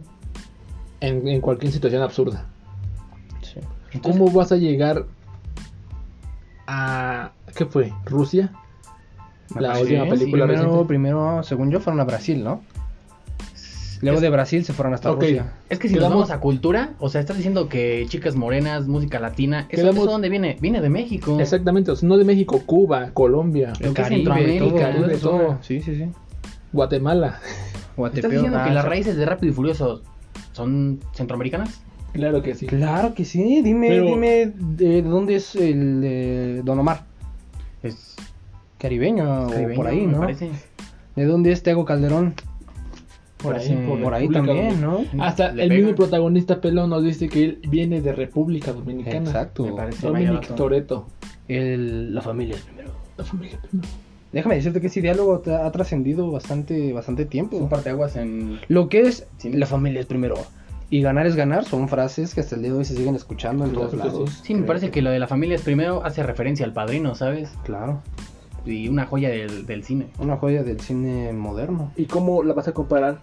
S1: en- en cualquier situación absurda.
S2: Sí.
S4: entonces,
S1: ¿Cómo vas a llegar a. ¿Qué fue? ¿Rusia?
S2: Me
S1: La
S2: parece
S1: última
S2: bien.
S1: película
S2: Sí, primero,
S1: reciente.
S2: primero, según yo, fueron a Brasil, ¿no? Luego
S4: es-
S2: de Brasil se fueron hasta
S1: Ok.
S2: Rusia.
S4: Es que si
S1: Quedamos-
S4: nos vamos a cultura, o sea, estás diciendo que chicas morenas, música latina, eso,
S1: Quedamos-
S4: eso dónde viene? Viene de México.
S1: Exactamente, o sea, no de México, Cuba, Colombia,
S4: Lo
S2: El
S4: que es
S2: Caribe,
S4: Centroamérica,
S2: todo,
S1: Caribe,
S2: todo.
S1: todo.
S2: Sí, sí, sí.
S1: Guatemala.
S4: ¿Estás
S2: Guatepeo,
S4: diciendo que
S2: ah,
S4: las
S2: sí.
S4: raíces de Rápido y Furioso son centroamericanas?
S1: Claro que sí.
S2: Claro que sí, dime,
S1: Pero-
S2: dime de dónde es el eh, Don Omar.
S4: Es
S2: Caribeño,
S4: caribeño,
S2: o por ahí,
S4: me
S2: ¿no?
S4: parece.
S2: ¿De dónde es Tego Calderón?
S1: Por ahí,
S4: Parece-
S1: por
S2: Por ahí
S1: República
S2: también,
S1: Dominicana.
S2: ¿no?
S1: Hasta
S4: Le
S1: el
S4: pegan.
S1: mismo protagonista pelón nos dice que él viene de República Dominicana.
S2: Exacto.
S4: Me parece.
S1: Dominic Toreto.
S2: Ah. El- la familia es primero.
S1: La familia pelón.
S2: Déjame decirte que ese diálogo tra- ha trascendido bastante, bastante tiempo.
S4: parteaguas en...
S2: Lo que es
S4: Sí.
S2: la familia es primero. Y ganar es ganar son frases que hasta el día de hoy se siguen escuchando en todos
S1: Claro que
S2: lados.
S4: Sí, me parece que lo de la familia es primero hace referencia al padrino, ¿sabes?
S2: Claro,
S4: Y una joya del, del cine.
S2: una joya del cine moderno.
S1: ¿Y cómo la vas a comparar?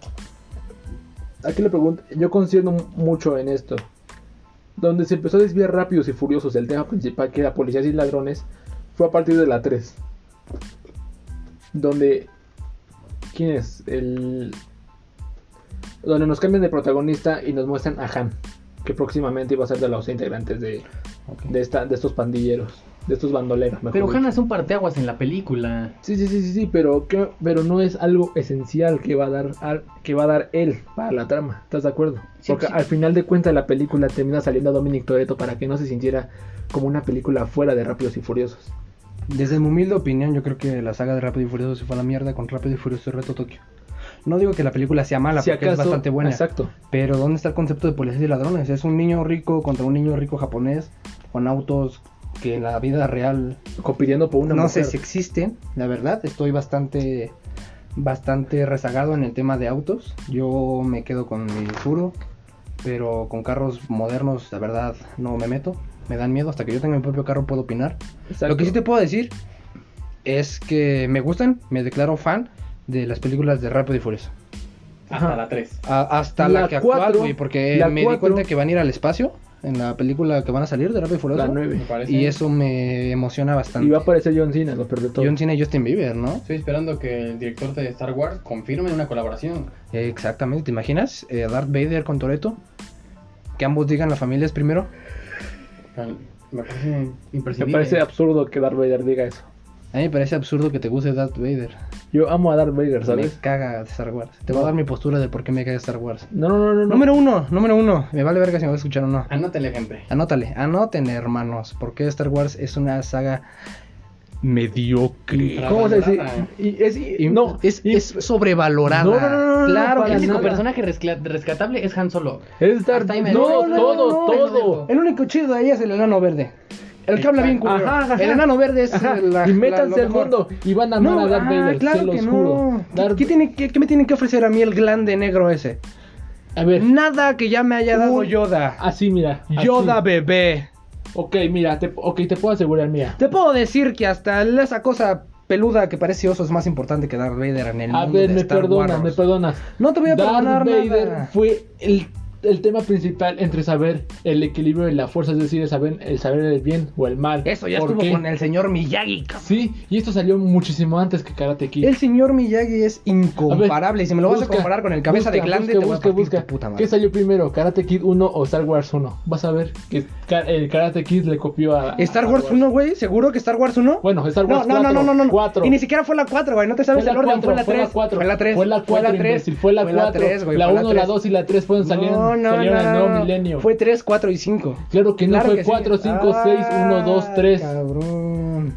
S1: Aquí le pregunto, yo concierno mucho en esto. Donde se empezó a desviar rápidos y furiosos del tema principal, que era policías y ladrones, fue a partir de la 3. Donde. ¿Quién es? El. Donde nos cambian de protagonista y nos muestran a Han, que próximamente iba a ser de los integrantes de,
S2: Ok.
S1: de, esta, de estos pandilleros. de estos bandoleros. mejor
S3: Pero
S1: dicho.
S3: Hannah es un parteaguas en la película.
S1: Sí, sí, sí, sí, sí, pero, que- pero no es algo esencial que va a dar al- que va a dar él para la trama, ¿estás de acuerdo?
S3: Sí,
S1: Porque
S3: sí.
S1: al final de cuentas la película termina saliendo a Dominic Toretto para que no se sintiera como una película fuera de Rápidos y Furiosos.
S2: Desde mi humilde opinión, yo creo que la saga de Rápido y Furioso se fue a la mierda con Rápido y Furioso Reto Tokio. No digo que Ah, la película sea mala,
S1: Si
S2: porque es
S1: acaso-
S2: bastante buena.
S1: Exacto.
S2: Pero ¿dónde está el concepto de policías y ladrones? Es un niño rico contra un niño rico japonés con autos que en la vida real
S1: Compitiendo por una
S2: no
S1: mujer.
S2: sé si existen, la verdad. Estoy bastante bastante rezagado en el tema de autos. Yo me quedo con mi Furo, pero con carros modernos, la verdad, no me meto. Me dan miedo hasta que yo tenga mi propio carro puedo opinar.
S1: Exacto.
S2: Lo que sí te puedo decir es que me gustan, me declaro fan de las películas de Rápido y Furioso.
S1: Ajá.
S3: Hasta la 3.
S2: A- hasta la,
S1: La
S2: que
S1: cuatro,
S2: actual, güey, porque
S1: la
S2: me
S1: cuatro.
S2: di cuenta que van a ir al espacio en la película que van a salir de Rápido y
S1: la
S2: Furioso.
S3: Me
S1: 9.
S3: parece.
S2: y eso me emociona bastante.
S1: Y va a aparecer John Cena, lo perdí todo.
S2: John Cena y Justin Bieber, ¿no?
S3: Estoy esperando que el director de Star Wars confirme una colaboración.
S2: Eh, exactamente, ¿te imaginas? Eh, Darth Vader con Toreto. Que ambos digan la familia es primero.
S3: Me parece
S1: Me
S3: imprescindible.
S1: parece absurdo que Darth Vader diga eso.
S2: A mí me parece absurdo que te guste Darth Vader.
S1: Yo amo a Darth Vader,
S2: Me
S1: ¿sabes?
S2: caga Star Wars. Te voy a dar mi postura de por qué me caga Star Wars.
S1: No, no, no, no. no.
S2: Número uno, número uno. Me vale verga si me va a escuchar o no.
S3: Anótale, gente.
S2: Anótale, anoten hermanos, porque Star Wars es una saga mediocre.
S1: ¿Cómo se dice?
S3: Rara, rara.
S1: Y, es, y-
S2: Ah. Y-
S1: no,
S2: es,
S1: y-
S2: es sobrevalorada.
S1: No, no, no, no, no,
S2: claro,
S1: para
S3: El
S2: que sí,
S3: único
S1: nada.
S3: personaje rescla- rescatable es Han Solo.
S1: es Darth
S3: Hasta ahí me-
S1: No,
S3: No, no,
S1: todo,
S2: no, no,
S1: todo.
S2: El único chido de ahí es el enano verde. El que habla bien culero.
S1: Ajá, ajá.
S2: El enano verde es
S1: Ajá,
S2: la-
S1: y
S2: la-
S1: métanse
S2: lo
S1: al
S2: mejor.
S1: mundo y van a amar
S2: No,
S1: a Darth
S2: ah,
S1: Vader,
S2: claro
S1: se los
S2: que no.
S1: juro.
S2: ¿Qué-
S1: Darth-
S2: ¿Qué, tiene, qué- qué me tienen que ofrecer a mí el glande negro ese?
S1: A ver,
S2: Nada que ya me haya dado
S1: Uy.
S2: Yoda.
S1: así mira. así.
S2: Yoda bebé.
S1: Ok, mira, te, ok, te puedo asegurar, mira.
S2: Te puedo decir que hasta esa cosa peluda que parece oso es más importante que Darth Vader en el
S1: A
S2: mundo
S1: ver,
S2: de
S1: me
S2: Star
S1: perdonas,
S2: Wars.
S1: me perdonas.
S2: No te voy a
S1: Darth
S2: perdonar
S1: Vader
S2: nada.
S1: fue el, el tema principal entre saber el equilibrio de la fuerza, es decir, el saber el, saber el bien o el mal.
S2: Eso ya
S1: ¿Por
S2: estuvo
S1: qué?
S2: con el señor Miyagi. cabrón.
S1: Sí, y esto salió muchísimo antes que Karate Kid.
S2: El señor Miyagi es incomparable.
S1: A ver,
S2: y si me lo vas
S1: busca,
S2: a comparar con el cabeza de
S1: busca, busca,
S2: glande, te voy a
S1: busca,
S2: partir
S1: busca.
S2: tu puta madre.
S1: ¿Qué salió primero, Karate Kid 1 o Star Wars 1? Vas a ver que Ka- el Karate Kid le copió a. a
S2: Star Wars 1, güey. ¿Seguro que Star Wars 1?
S1: Bueno, Star Wars
S2: no, no,
S1: 4.
S2: no, no, no, no.
S1: 4.
S2: Y ni siquiera fue la 4, güey. No te sabes el
S1: cuatro,
S2: orden. fue la 3.
S1: cuatro,
S2: Fue la 3.
S1: Fue la 4. Fue la 4.
S2: güey.
S1: La
S2: fue
S1: 1, la
S2: tres.
S1: 2 y la 3 fueron saliendo.
S2: No, no,
S1: salieron
S2: no,
S1: al
S2: no,
S1: nuevo
S2: no.
S1: milenio.
S2: Fue 3, 4 y 5.
S1: Claro que no fue 4, 5,
S2: Ah,
S1: 6, 1, 2, 3.
S2: Cabrón.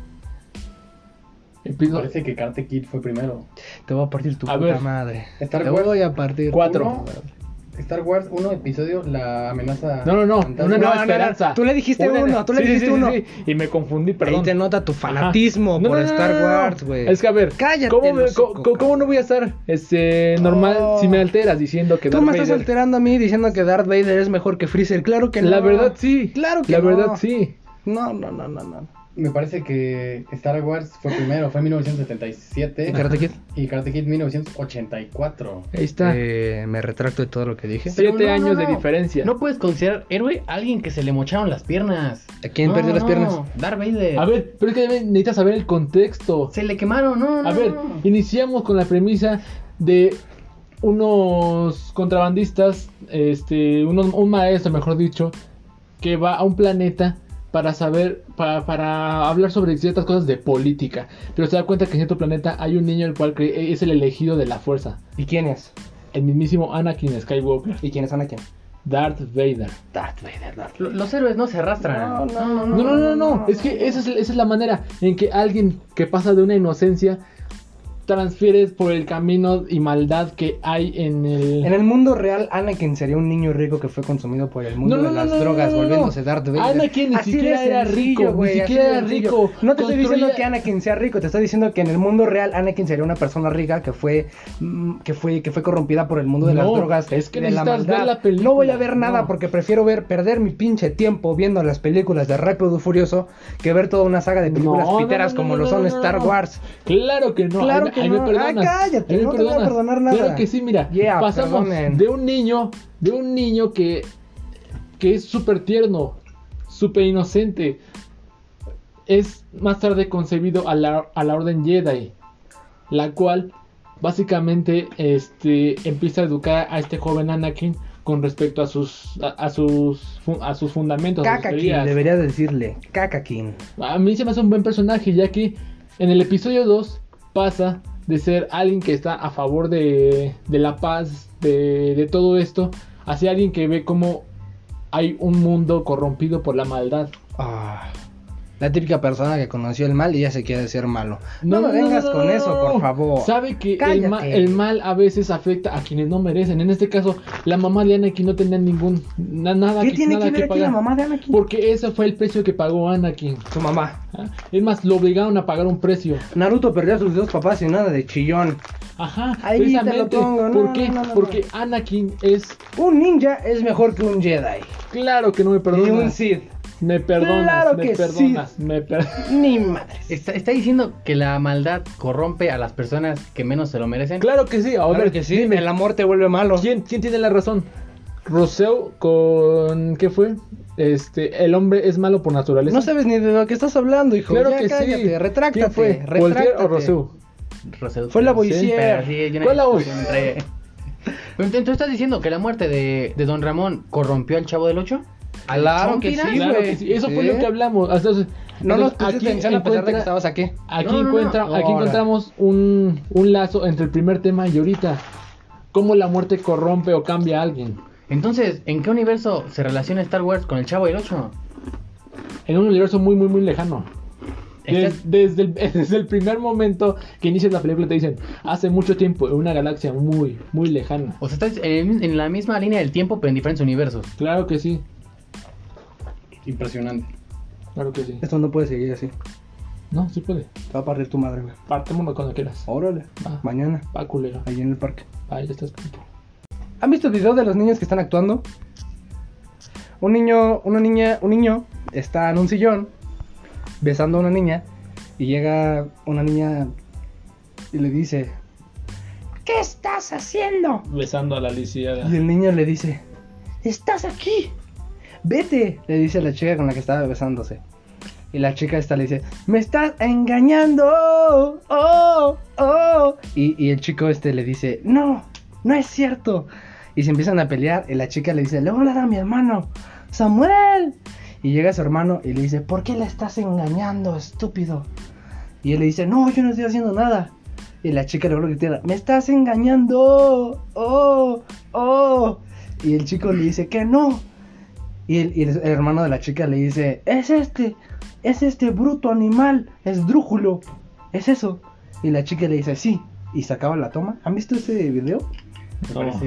S1: Empiezo.
S3: Parece que Karate Kid fue primero.
S2: Te voy a partir tu
S1: A
S2: puta
S1: ver.
S2: madre.
S3: Star
S2: te
S3: Wars.
S2: voy a partir.
S1: Cuatro.
S2: Uno.
S3: Star Wars 1, episodio La amenaza.
S1: No, no, no.
S3: fantasma.
S1: Una
S2: No,
S1: nueva
S2: no, no,
S1: esperanza.
S2: tú le dijiste
S1: Una-
S2: uno, tú le
S1: Sí, sí,
S2: dijiste
S1: sí, sí,
S2: uno.
S1: sí, Y me confundí, perdón.
S2: Ahí te nota tu
S1: Ajá.
S2: fanatismo
S1: No,
S2: por
S1: no, no,
S2: Star
S1: no, no, no.
S2: Wars, güey.
S1: Es que a ver,
S2: Cállate
S1: ¿cómo, me-
S2: el hocico,
S1: co- co- cómo
S2: cabrón.
S1: no voy a estar este, normal
S2: Oh.
S1: si me alteras diciendo que
S2: Tú
S1: Darth
S2: me estás
S1: Vader-
S2: alterando a mí diciendo que Darth Vader es mejor que Freezer. Claro que no.
S1: La verdad sí.
S2: Claro que
S1: La
S2: no.
S1: verdad sí.
S2: No, no, no, no, no.
S3: Me parece que Star Wars fue primero, fue en 1977.
S2: ¿Y Karate Kid?
S3: Y Karate Kid 1984.
S1: Ahí está.
S2: Eh, me retracto de todo lo que dije.
S1: Siete
S3: Pero no,
S1: años
S3: no,
S1: de
S3: no.
S1: diferencia.
S3: No puedes considerar héroe a alguien que se le mocharon las piernas.
S2: ¿A quién perdió las piernas?
S3: Darth Vader.
S1: A ver, pero es que también necesitas saber el contexto.
S3: Se le quemaron, no, no.
S1: A ver,
S3: no.
S1: iniciamos con la premisa de unos contrabandistas, este, unos- un maestro, mejor dicho, que va a un planeta para saber, para, para hablar sobre ciertas cosas de política. Pero se da cuenta que en cierto planeta hay un niño el cual cre- es el elegido de la fuerza.
S2: ¿Y quién es?
S1: El mismísimo Anakin Skywalker,
S2: ¿Y quién es Anakin?
S1: Darth Vader.
S2: Darth Vader, Darth
S3: Lo- Los héroes no se arrastran.
S2: No, no,
S1: No, no, no, no. Es que esa es, esa es la manera en que alguien que pasa de una inocencia transfieres por el camino y maldad que hay en el.
S2: En el mundo real, Anakin sería un niño rico que fue consumido por el mundo de las drogas,
S1: no, no.
S2: volviéndose Darth Vader.
S1: Anakin ni
S2: Así de
S1: siquiera era
S2: sencillo,
S1: rico,
S2: güey,
S1: ni
S2: así
S1: siquiera
S2: de
S1: era
S2: sencillo.
S1: rico.
S2: No te estoy diciendo
S1: Construía-
S2: que Anakin sea rico, te estoy diciendo que en el mundo real Anakin sería una persona rica que fue mm, que fue que fue corrompida por el mundo de las
S1: No,
S2: drogas,
S1: es que
S2: de la
S1: necesitas ver
S2: maldad.
S1: la película,
S2: No voy a ver nada
S1: no.
S2: porque prefiero ver perder mi pinche tiempo viendo las películas de Rápido y Furioso que ver toda una saga de películas
S1: No, no,
S2: piteras
S1: no, no,
S2: como lo
S1: no,
S2: son
S1: no, no.
S2: Star Wars.
S1: Claro que no.
S2: Claro
S1: ahí me-
S2: que
S1: ahí
S2: no.
S1: Me perdonas,
S2: Ah, cállate,
S1: ahí me
S2: no te voy a
S1: perdonas.
S2: perdonar nada.
S1: Claro que sí, mira.
S2: Yeah,
S1: pasamos
S2: perdonen.
S1: de un niño, de un niño que, que es súper tierno, súper inocente. Es más tarde concebido a la, a la Orden Jedi, la cual básicamente este, empieza a educar a este joven Anakin con respecto a sus a, a sus fu- a sus fundamentos. a sus
S2: Kakakin,
S1: teorías.
S2: deberías decirle. Kakakin.
S1: A mí se me hace un buen personaje, ya que en el episodio 2 pasa de ser alguien que está a favor de, de la paz, de, de todo esto, hacia alguien que ve cómo hay un mundo corrompido por la maldad.
S2: Ah, la típica persona que conoció el mal y ya se quiere ser malo. No,
S1: No,
S2: me vengas
S1: no, no,
S2: con
S1: no,
S2: eso,
S1: no.
S2: por favor.
S1: Sabe que
S2: Cállate.
S1: el, ma- el mal a veces afecta a quienes no merecen. En este caso, la mamá de Anakin no tenía ningún na- nada
S2: ¿Qué tiene
S1: nada
S2: que ver aquí la
S1: pagar.
S2: mamá de Anakin?
S1: Porque ese fue el precio que pagó Anakin.
S2: Su mamá.
S1: ¿ah? Es más, lo obligaron a pagar un precio.
S2: Naruto perdió a sus dos papás y nada de chillón.
S1: Ajá,
S2: Ahí te lo
S1: precisamente.
S2: pongo, no,
S1: ¿Por
S2: no,
S1: qué?
S2: no, no,
S1: Porque Anakin es
S2: Un ninja es mejor que un Jedi.
S1: claro que no me
S2: Ni un
S1: perdonas.
S2: Sith.
S1: Me perdonas,
S2: Claro
S1: me
S2: que sí.
S1: perdonas, me perdonas.
S2: Ni madres.
S3: Está, está diciendo que la maldad corrompe a las personas que menos se lo merecen.
S1: Claro que sí, ahora
S2: Claro que sí, el amor te vuelve malo.
S1: ¿Quién, quién tiene la razón? Roseo con ¿qué fue? Este, el hombre es malo por naturaleza.
S2: No sabes ni de lo que estás hablando, hijo.
S1: Claro
S2: Ya
S1: que
S2: cállate,
S1: sí.
S2: retráctate,
S1: ¿Quién fue? ¿Voltaire
S2: retráctate.
S1: o Roseu?
S3: Roseu-
S2: Fue la
S3: Sí,
S2: Boisier.
S3: pero sí, hay una
S1: Fue la
S3: discusión
S1: Boisier.
S3: entre- Pero entonces tú estás diciendo que la muerte de, de Don Ramón corrompió al chavo del 8?
S2: Claro que sí,
S1: Claro
S2: güey.
S1: que sí, eso fue
S2: Sí.
S1: lo que hablamos. Entonces,
S2: No nos
S1: entonces,
S2: pusiste atención a pesar de
S1: encuentra- Ah,
S2: que estabas aquí.
S1: Aquí,
S3: No, no, no.
S1: encuentra, aquí
S2: Ahora.
S1: encontramos un, un lazo entre el primer tema y ahorita. Cómo la muerte corrompe o cambia a alguien.
S3: Entonces, ¿en qué universo se relaciona Star Wars con el chavo del 8?
S1: En un universo muy, muy, muy lejano. Des-
S3: Estás-
S1: desde, el, desde el primer momento que inicias la película te dicen, hace mucho tiempo, en una galaxia muy, muy lejana.
S3: O sea, estás en, en la misma línea del tiempo, pero en diferentes universos.
S1: Claro que sí,
S3: Impresionante.
S1: claro que sí.
S2: Esto no puede seguir así.
S1: No, sí puede.
S2: Te va a partir tu madre, güey.
S1: Partémonos cuando quieras.
S2: Órale.
S1: Va.
S2: Mañana,
S1: Va, culero.
S2: allí en el parque.
S1: Ahí estás. puto.
S2: ¿Han visto el video de los niños que están actuando? Un niño, una niña, un niño está en un sillón besando a una niña y llega una niña y le dice, ¿qué estás haciendo?
S1: Besando a la lisiada.
S2: Y el niño le dice, estás aquí, vete, le dice la chica con la que estaba besándose. Y la chica esta le dice, me estás engañando, oh, oh. Y, y el chico este le dice, no, no es cierto. Y se empiezan a pelear y la chica le dice, luego la da mi hermano, Samuel. Y llega su hermano y le dice, ¿por qué la estás engañando, estúpido? Y él le dice, no, yo no estoy haciendo nada. Y la chica luego le grita, me estás engañando, oh, oh. Y el chico le dice que no. Y el, y el hermano de la chica le dice, es este, es este bruto animal, es drújulo, es eso. Y la chica le dice, sí. Y se acaba la toma. ¿Han visto ese video?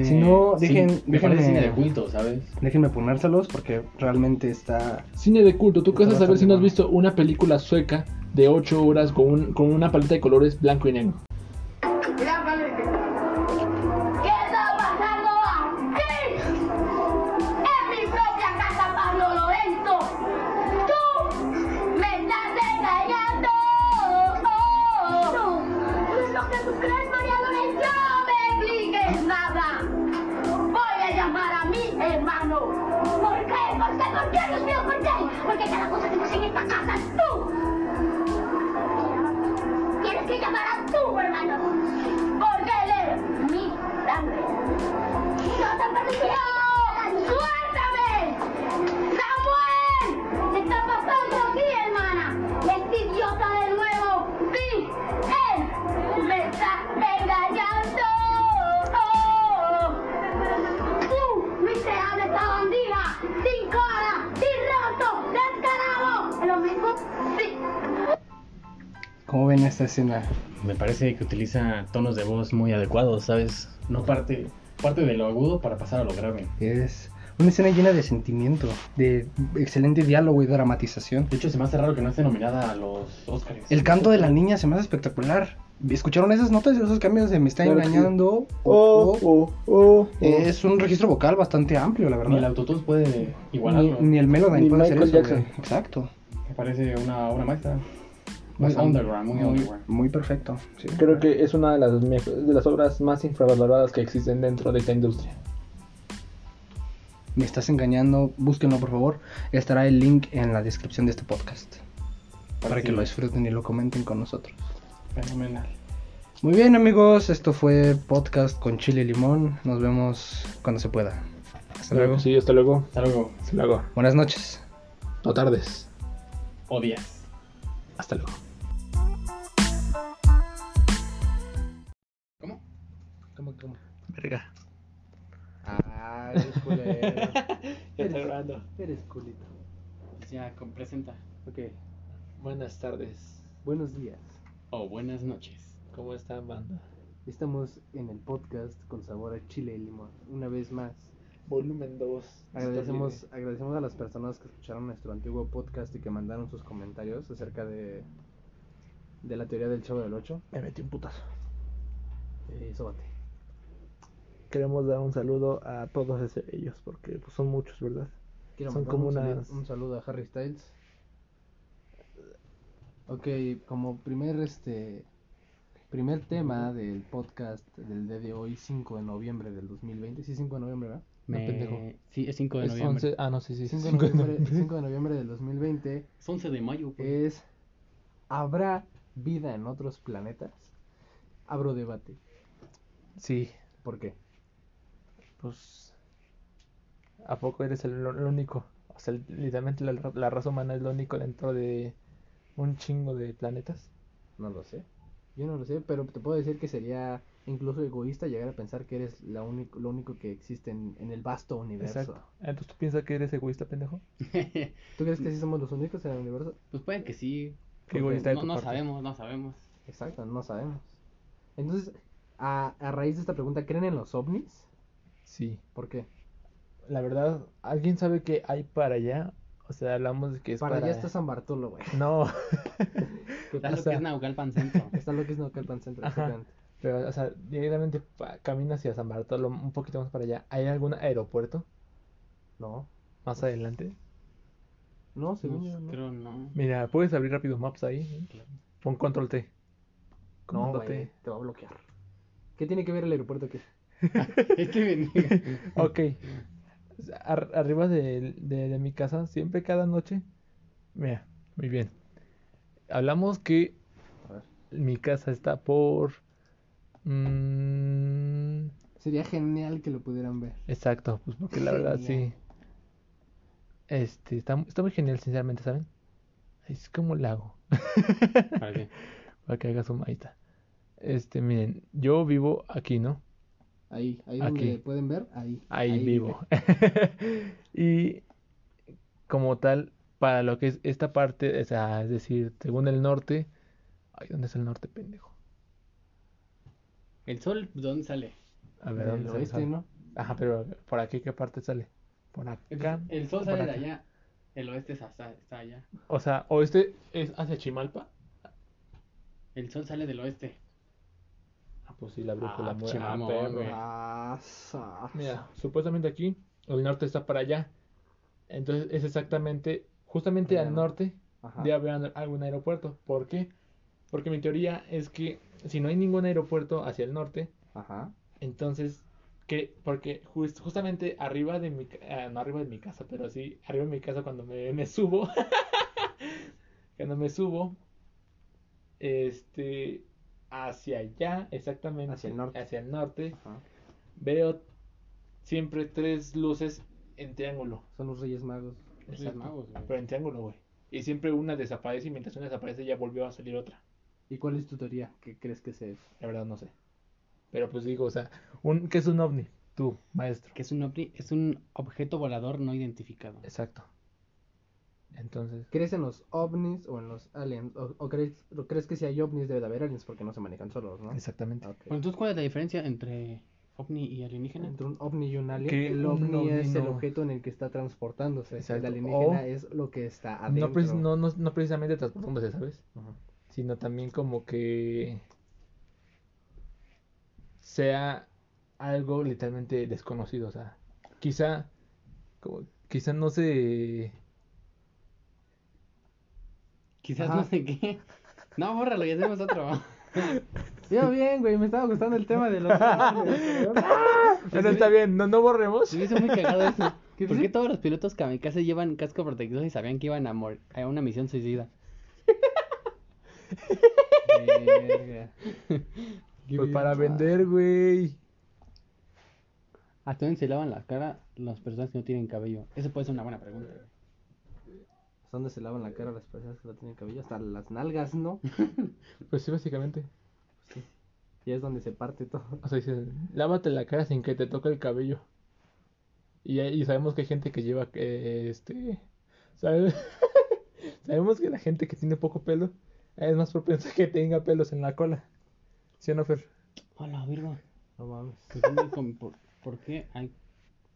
S2: si no, dejen-
S3: me parece
S2: déjenme-
S3: cine de culto, ¿sabes?
S2: Déjenme ponérselos porque realmente está...
S1: Cine de culto. ¿Tú qué vas
S2: Está
S1: a saber si no has
S2: bastante
S1: visto una película sueca de 8 horas con, un- con una paleta de colores blanco y negro?
S5: ¿Qué está pasando aquí? En mi propia casa, Pablo Lorenzo. Tú me estás engañando. No, no es lo que tú crees, María Lorenzo. No me expliques nada. Voy a llamar a mi hermano. ¿Por qué? ¿Por qué? ¿Por qué? Dios mío, ¿por qué? Porque cada cosa que pasa en esta casa es tú. Tienes que llamar a tu hermano. Porque él es mi sangre. ¡No te perdió! ¡Suéltame! ¡Samuel! ¿Qué está pasando aquí, hermana? ¡Este idiota de nuevo! ¡Sí! ¡Él me está engañando! ¡Tú! ¡Me te habla esta bandida! ¡Sin cara! ¡Sin rostro! ¡Descarado! ¿Es lo mismo? ¡Sí!
S2: ¿Cómo ven esta escena?
S3: Me parece que utiliza tonos de voz muy adecuados, ¿sabes? No parte, parte de lo agudo para pasar a lo grave.
S2: Es una escena llena de sentimiento, de excelente diálogo y dramatización.
S3: De hecho, se me hace raro que no esté nominada a los Oscars.
S2: El canto de la niña se me hace espectacular. ¿Escucharon esas notas y esos cambios de me está
S1: Claro que sí.
S2: engañando? Oh, oh.
S1: oh.
S2: Es un registro vocal bastante amplio, la
S3: Ni el
S2: verdad.
S3: autotune puede
S2: Ni,
S3: igualarlo.
S2: ni el Melodyne
S1: Ni
S2: puede hacer
S1: Michael
S2: eso.
S1: Jackson.
S2: güey. Exacto.
S3: Me parece una obra maestra.
S2: Muy
S3: Más underground, muy underground.
S2: Muy perfecto. sí.
S1: Creo que es una de las, mejo- de las obras más infravaloradas que existen dentro de esta industria.
S2: Me estás engañando, búsquenlo por favor. Estará el link en la descripción de este podcast. Para que lo disfruten y lo comenten con nosotros.
S3: Fenomenal.
S2: Muy bien amigos, esto fue podcast con chile y limón. Nos vemos cuando se pueda. Hasta luego.
S1: Sí, hasta luego.
S4: Hasta luego.
S1: Hasta luego.
S2: Buenas noches.
S1: No tardes.
S4: O días.
S1: Hasta luego.
S2: ¿Cómo, cómo?
S3: Verga.
S2: Ah, eres culero.
S1: Ya está grabando.
S2: eres culito.
S4: Ya, con presenta.
S2: Ok.
S1: Buenas tardes.
S2: Buenos días.
S3: Oh,
S4: O buenas noches.
S1: ¿Cómo están, banda?
S2: Estamos en el podcast con sabor a chile y limón. Una vez más.
S1: Volumen 2.
S2: Agradecemos, agradecemos a las personas que escucharon nuestro antiguo podcast y que mandaron sus comentarios acerca de, de la teoría del Chavo del 8.
S1: Me metí un putazo.
S2: Eh, sóbate.
S1: Queremos dar un saludo a todos ese- ellos porque pues, son muchos, ¿verdad?
S2: Quiero
S1: Son
S2: mandar
S1: como
S2: un, sali-
S1: unas-
S2: un saludo a Harry Styles. Ok, como primer este primer tema del podcast del día de hoy, 5 de noviembre del 2020. Sí, 5 de noviembre, ¿verdad?
S4: Me...
S1: pendejo.
S4: Sí, es 5 de
S1: Es
S4: noviembre.
S1: 11 Ah, no, sí, sí.
S2: 5 de
S1: cinco de
S2: noviembre,
S1: noviembre.
S2: 5 de noviembre del 2020
S4: Es 11 de mayo.
S3: pues.
S4: güey.
S2: es ¿Habrá vida en otros planetas? Abro debate.
S1: Sí,
S2: ¿Por qué?
S1: pues. ¿A poco eres el, lo- lo único? O sea, literalmente la, la raza humana es lo único dentro de un chingo de planetas.
S2: No lo sé. Yo no lo sé, pero te puedo decir que sería incluso egoísta llegar a pensar que eres la único, lo único que existe en, en el vasto universo.
S1: Exacto. Entonces, ¿tú piensas que eres egoísta, pendejo?
S2: ¿Tú crees que sí somos los únicos en el universo?
S4: pues puede que sí.
S1: Qué egoísta de
S4: No,
S1: tu
S4: no
S1: parte.
S4: sabemos, no sabemos.
S2: Exacto, no sabemos. Entonces, a, a raíz de esta pregunta, ¿creen en los ovnis?
S1: Sí.
S2: ¿Por qué?
S1: La verdad, ¿alguien sabe que hay para allá? O sea, hablamos de que es
S2: para,
S1: para...
S2: allá está San Bartolo, güey.
S1: No,
S2: ¿Qué
S4: Está lo
S1: pasa?
S4: que es Naucalpan Centro.
S2: Está lo que es Naucalpan Centro,
S1: Ajá.
S2: exactamente.
S1: pero, o sea, directamente pa- camina hacia San Bartolo, un poquito más para allá. ¿Hay algún aeropuerto
S2: No,
S4: Pues,
S1: más adelante?
S2: no, según yo,
S4: No,
S2: no.
S4: creo no.
S1: Mira, puedes abrir rápido maps ahí. ¿eh?
S4: Claro.
S1: Pon control T.
S2: No,
S1: Comando
S2: güey,
S1: T.
S2: te va a bloquear. ¿Qué tiene que ver el aeropuerto aquí?
S4: Este bendiga.
S1: Ok. Ar- arriba de, de- de mi casa, siempre cada noche. Mira, muy bien. Hablamos que
S2: A ver.
S1: mi casa está por... mm,
S2: Sería genial que lo pudieran ver.
S1: Exacto, pues porque la verdad sí.
S2: Genial.
S1: Este, está, mu- está muy genial, sinceramente, ¿saben? Es como lago.
S4: ¿Para qué?
S1: Para que hagas un ahí está. Este, miren, yo vivo aquí, ¿no?
S2: Ahí, ahí
S1: Aquí.
S2: donde pueden ver, ahí.
S1: Ahí vivo. y como tal, para lo que es esta parte, o sea, es decir, según el norte. Ay, ¿dónde es el norte, pendejo?
S4: ¿El sol de dónde sale?
S1: A ver,
S2: Del
S1: ¿dónde sale?
S2: oeste, Eh, ¿no?
S1: Ajá, pero ¿por aquí qué parte sale? Por acá.
S4: El sol
S1: por
S4: sale de
S1: acá.
S4: allá. El oeste es hasta, está allá.
S1: O sea, oeste es hacia Chimalpa.
S4: El sol sale del oeste.
S1: Ah, pues sí, la brújula
S4: Ah,
S1: mu-
S4: che,
S1: ah,
S4: mamón,
S1: perro.
S4: güey.
S2: Ah, sa-
S1: Mira, supuestamente aquí, el norte está para allá. Entonces es exactamente, justamente
S2: Allá,
S1: al
S2: ¿no?
S1: norte
S2: Ajá.
S1: debe haber algún aeropuerto. ¿Por qué? Porque mi teoría es que si no hay ningún aeropuerto hacia el norte,
S2: Ajá.
S1: entonces, que Porque jus- justamente arriba de mi, ca- ah, no arriba de mi casa, pero sí, arriba de mi casa cuando me, me subo, cuando me subo, este, hacia allá, exactamente,
S2: Hacia el norte.
S1: hacia el norte,
S2: Ajá.
S1: veo siempre tres luces en triángulo.
S2: Son los Reyes Magos.
S4: Los
S1: Exacto.
S4: magos, güey.
S1: Pero en triángulo, güey. Y siempre una desaparece y mientras una desaparece ya volvió a salir otra.
S2: ¿Y cuál es tu teoría? ¿Qué crees que se
S1: La verdad no sé. Pero pues digo, o sea, un, ¿qué es un ovni? Tú, maestro.
S4: Que es un, ovni- es un objeto volador no identificado.
S1: Exacto. Entonces,
S2: crees en los ovnis o en los aliens? ¿O, o crees, o crees que si hay ovnis debe de haber aliens porque no se manejan solos, no?
S1: exactamente.
S2: Ok.
S4: Bueno, entonces, ¿cuál es la diferencia entre ovni y alienígena?
S2: Entre un ovni y un alien,
S1: Que
S2: el
S1: un
S2: ovni
S1: ovni
S2: es el
S1: no-
S2: objeto en el que está transportándose.
S1: Exacto.
S2: El alienígena
S1: O-
S2: es lo que está adentro.
S1: No, precis- no, no, no precisamente transportándose, ¿sabes?
S2: Ajá.
S1: Sino también como que sea algo literalmente desconocido. O sea, quizá, como, quizá no se...
S4: Quizás
S2: Ajá.
S4: no sé qué. No, bórralo, ya tenemos otro.
S2: Yo bien, güey, me estaba gustando el tema de los ovnis. güey.
S1: Pero está bien, no, no borremos.
S4: Se me hizo muy cagado eso.
S2: ¿Qué
S4: ¿Por
S2: dice?
S4: qué todos los pilotos kamikaze llevan casco protector y sabían que iban a morir a una misión suicida?
S2: Verga.
S1: ah. Pues para vender, güey.
S4: ¿Hasta dónde se lavan la cara las personas que no tienen cabello? Esa puede ser una buena pregunta. güey.
S2: ¿Hasta dónde se lavan la cara las personas que no tienen cabello? Hasta las nalgas, ¿no?
S1: Pues sí, básicamente.
S2: Y es donde se parte todo.
S1: O sea, dicen, lávate la cara sin que te toque el cabello. Y, hay- y sabemos que hay gente que lleva, eh, este... sabe- sabemos que la gente que tiene poco pelo es más propensa a que tenga pelos en la cola. ¿Sí o no, Fer?
S4: Hola, Virgo.
S2: No mames.
S4: Pues, ¿Por, por qué hay.?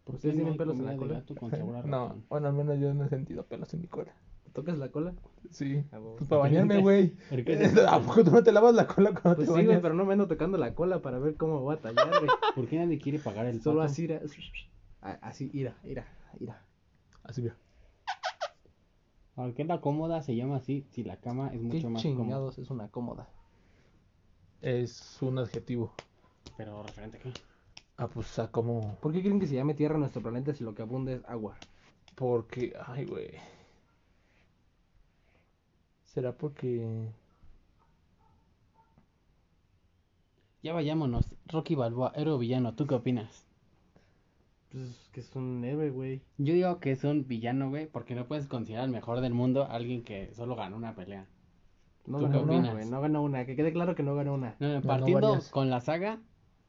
S4: ¿Por qué
S2: ¿Ustedes
S4: no
S2: tienen
S4: hay
S2: pelos en
S4: comida
S2: la
S4: de
S2: cola?
S4: gato con sabor a
S1: No,
S4: ratón?
S1: bueno, al menos yo no he sentido pelos en mi cola.
S2: ¿Tocas la cola?
S1: Sí,
S2: Ah, huevo.
S1: pues para bañarme, güey.
S4: ¿Por qué?
S2: Ah,
S1: ¿A poco tú no te lavas la cola cuando te
S2: Pues sí, güey,
S1: bañas?
S2: pero no me ando tocando la cola para ver cómo voy a tallar, güey.
S4: ¿Por qué nadie quiere pagar el
S2: Solo
S4: pato?
S2: así, ira- a- así, ira, ira, ira.
S1: Así veo.
S4: Aunque la cómoda se llama así si la cama es mucho más cómoda?
S2: es una cómoda?
S1: Es un adjetivo.
S4: Pero referente a qué?
S1: Ah, pues a como...
S2: ¿Por qué creen que se llame Tierra nuestro planeta si lo que abunda es agua?
S1: Porque... Ay, güey. ¿Será porque...
S4: Ya vayámonos. Rocky Balboa, héroe o villano, ¿tú qué opinas?
S2: Pues que es un héroe, güey.
S4: Yo digo que es un villano, güey, porque no puedes considerar el mejor del mundo a alguien que solo ganó una pelea.
S2: No
S4: ¿Tú
S2: ganó
S4: qué
S2: una,
S4: opinas?
S2: güey. No ganó una. Que quede claro que no ganó una.
S4: No, no,
S1: Ganó
S4: partiendo
S1: varias.
S4: con la saga,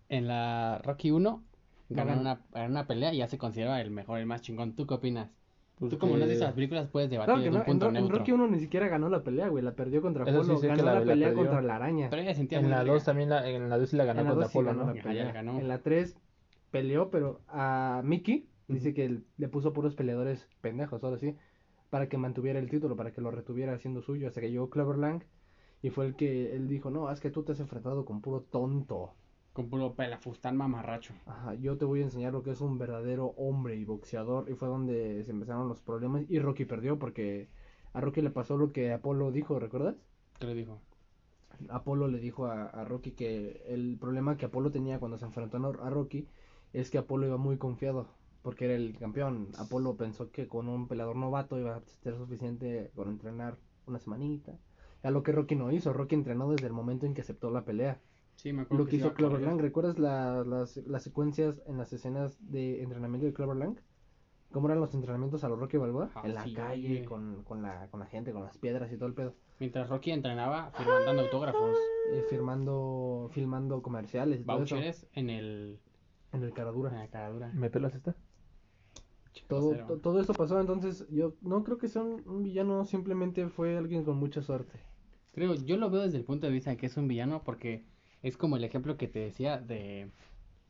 S4: en la Rocky 1,
S2: ganó.
S4: ganaron una, ganaron una pelea y ya se considera el mejor, el más chingón. ¿Tú qué opinas? Tú como
S1: Porque-
S4: no has visto las películas puedes debatir
S2: Pues Claro que
S4: desde
S2: no.
S4: un
S2: En,
S4: punto
S2: Ro- en
S4: neutro.
S2: Rocky 1 ni siquiera ganó la pelea, güey. La perdió contra
S1: Eso sí
S2: Apolo.
S1: sé que
S2: ganó
S1: la-
S2: la,
S1: la
S2: pelea
S1: perdió.
S2: contra la araña.
S4: Pero ella sentía
S1: En
S4: muy
S1: la
S4: verga.
S1: 2 también, la, en la 2 sí la ganó
S2: en la
S1: contra
S2: 2 sí
S1: Apolo,
S2: ganó
S1: ¿no?
S2: la
S4: Ah, ya
S2: pelea.
S4: ganó.
S2: En la 3 peleó, pero a Mickey dice que él- le puso puros peleadores pendejos, ahora sí, para que mantuviera el título, para que lo retuviera haciendo suyo, hasta que llegó Clever Lang y fue el que él dijo, no, es que tú te has enfrentado con puro tonto.
S4: Con puro pelafustán mamarracho.
S2: Ajá, yo te voy a enseñar lo que es un verdadero hombre y boxeador. Y fue donde se empezaron los problemas. Y Rocky perdió porque a Rocky le pasó lo que Apolo dijo, ¿recuerdas?
S4: ¿Qué le dijo?
S2: Apolo le dijo a, a Rocky que el problema que Apolo tenía cuando se enfrentó a a Rocky es que Apolo iba muy confiado porque era el campeón. Apolo pensó que con un peleador novato iba a ser suficiente con entrenar una semanita. A lo que Rocky no hizo, Rocky entrenó desde el momento en que aceptó la pelea.
S4: Sí, me acuerdo
S2: Lo que
S4: se iba
S2: hizo
S4: a
S2: Clover
S4: correr.
S2: Lang, ¿recuerdas la- las, las secuencias en las escenas de entrenamiento de Clover Lang? ¿Cómo eran los entrenamientos a lo Rocky Balboa?
S4: Ah,
S2: en la
S4: sí,
S2: calle,
S4: güey.
S2: con, con la, con la gente, con las piedras y todo el pedo.
S4: Mientras Rocky entrenaba, firmando autógrafos,
S2: eh, firmando, filmando comerciales y todo eso.
S4: vouchers Ah, en el...
S2: en el
S4: en
S2: Caradura.
S4: la caradura.
S1: ¿Me pelas esta?
S2: Todo,
S4: Cero.
S2: to- todo eso pasó, entonces yo no creo que sea un, un villano, simplemente fue alguien con mucha suerte.
S4: Creo, yo lo veo desde el punto de vista de que es un villano porque es como el ejemplo que te decía de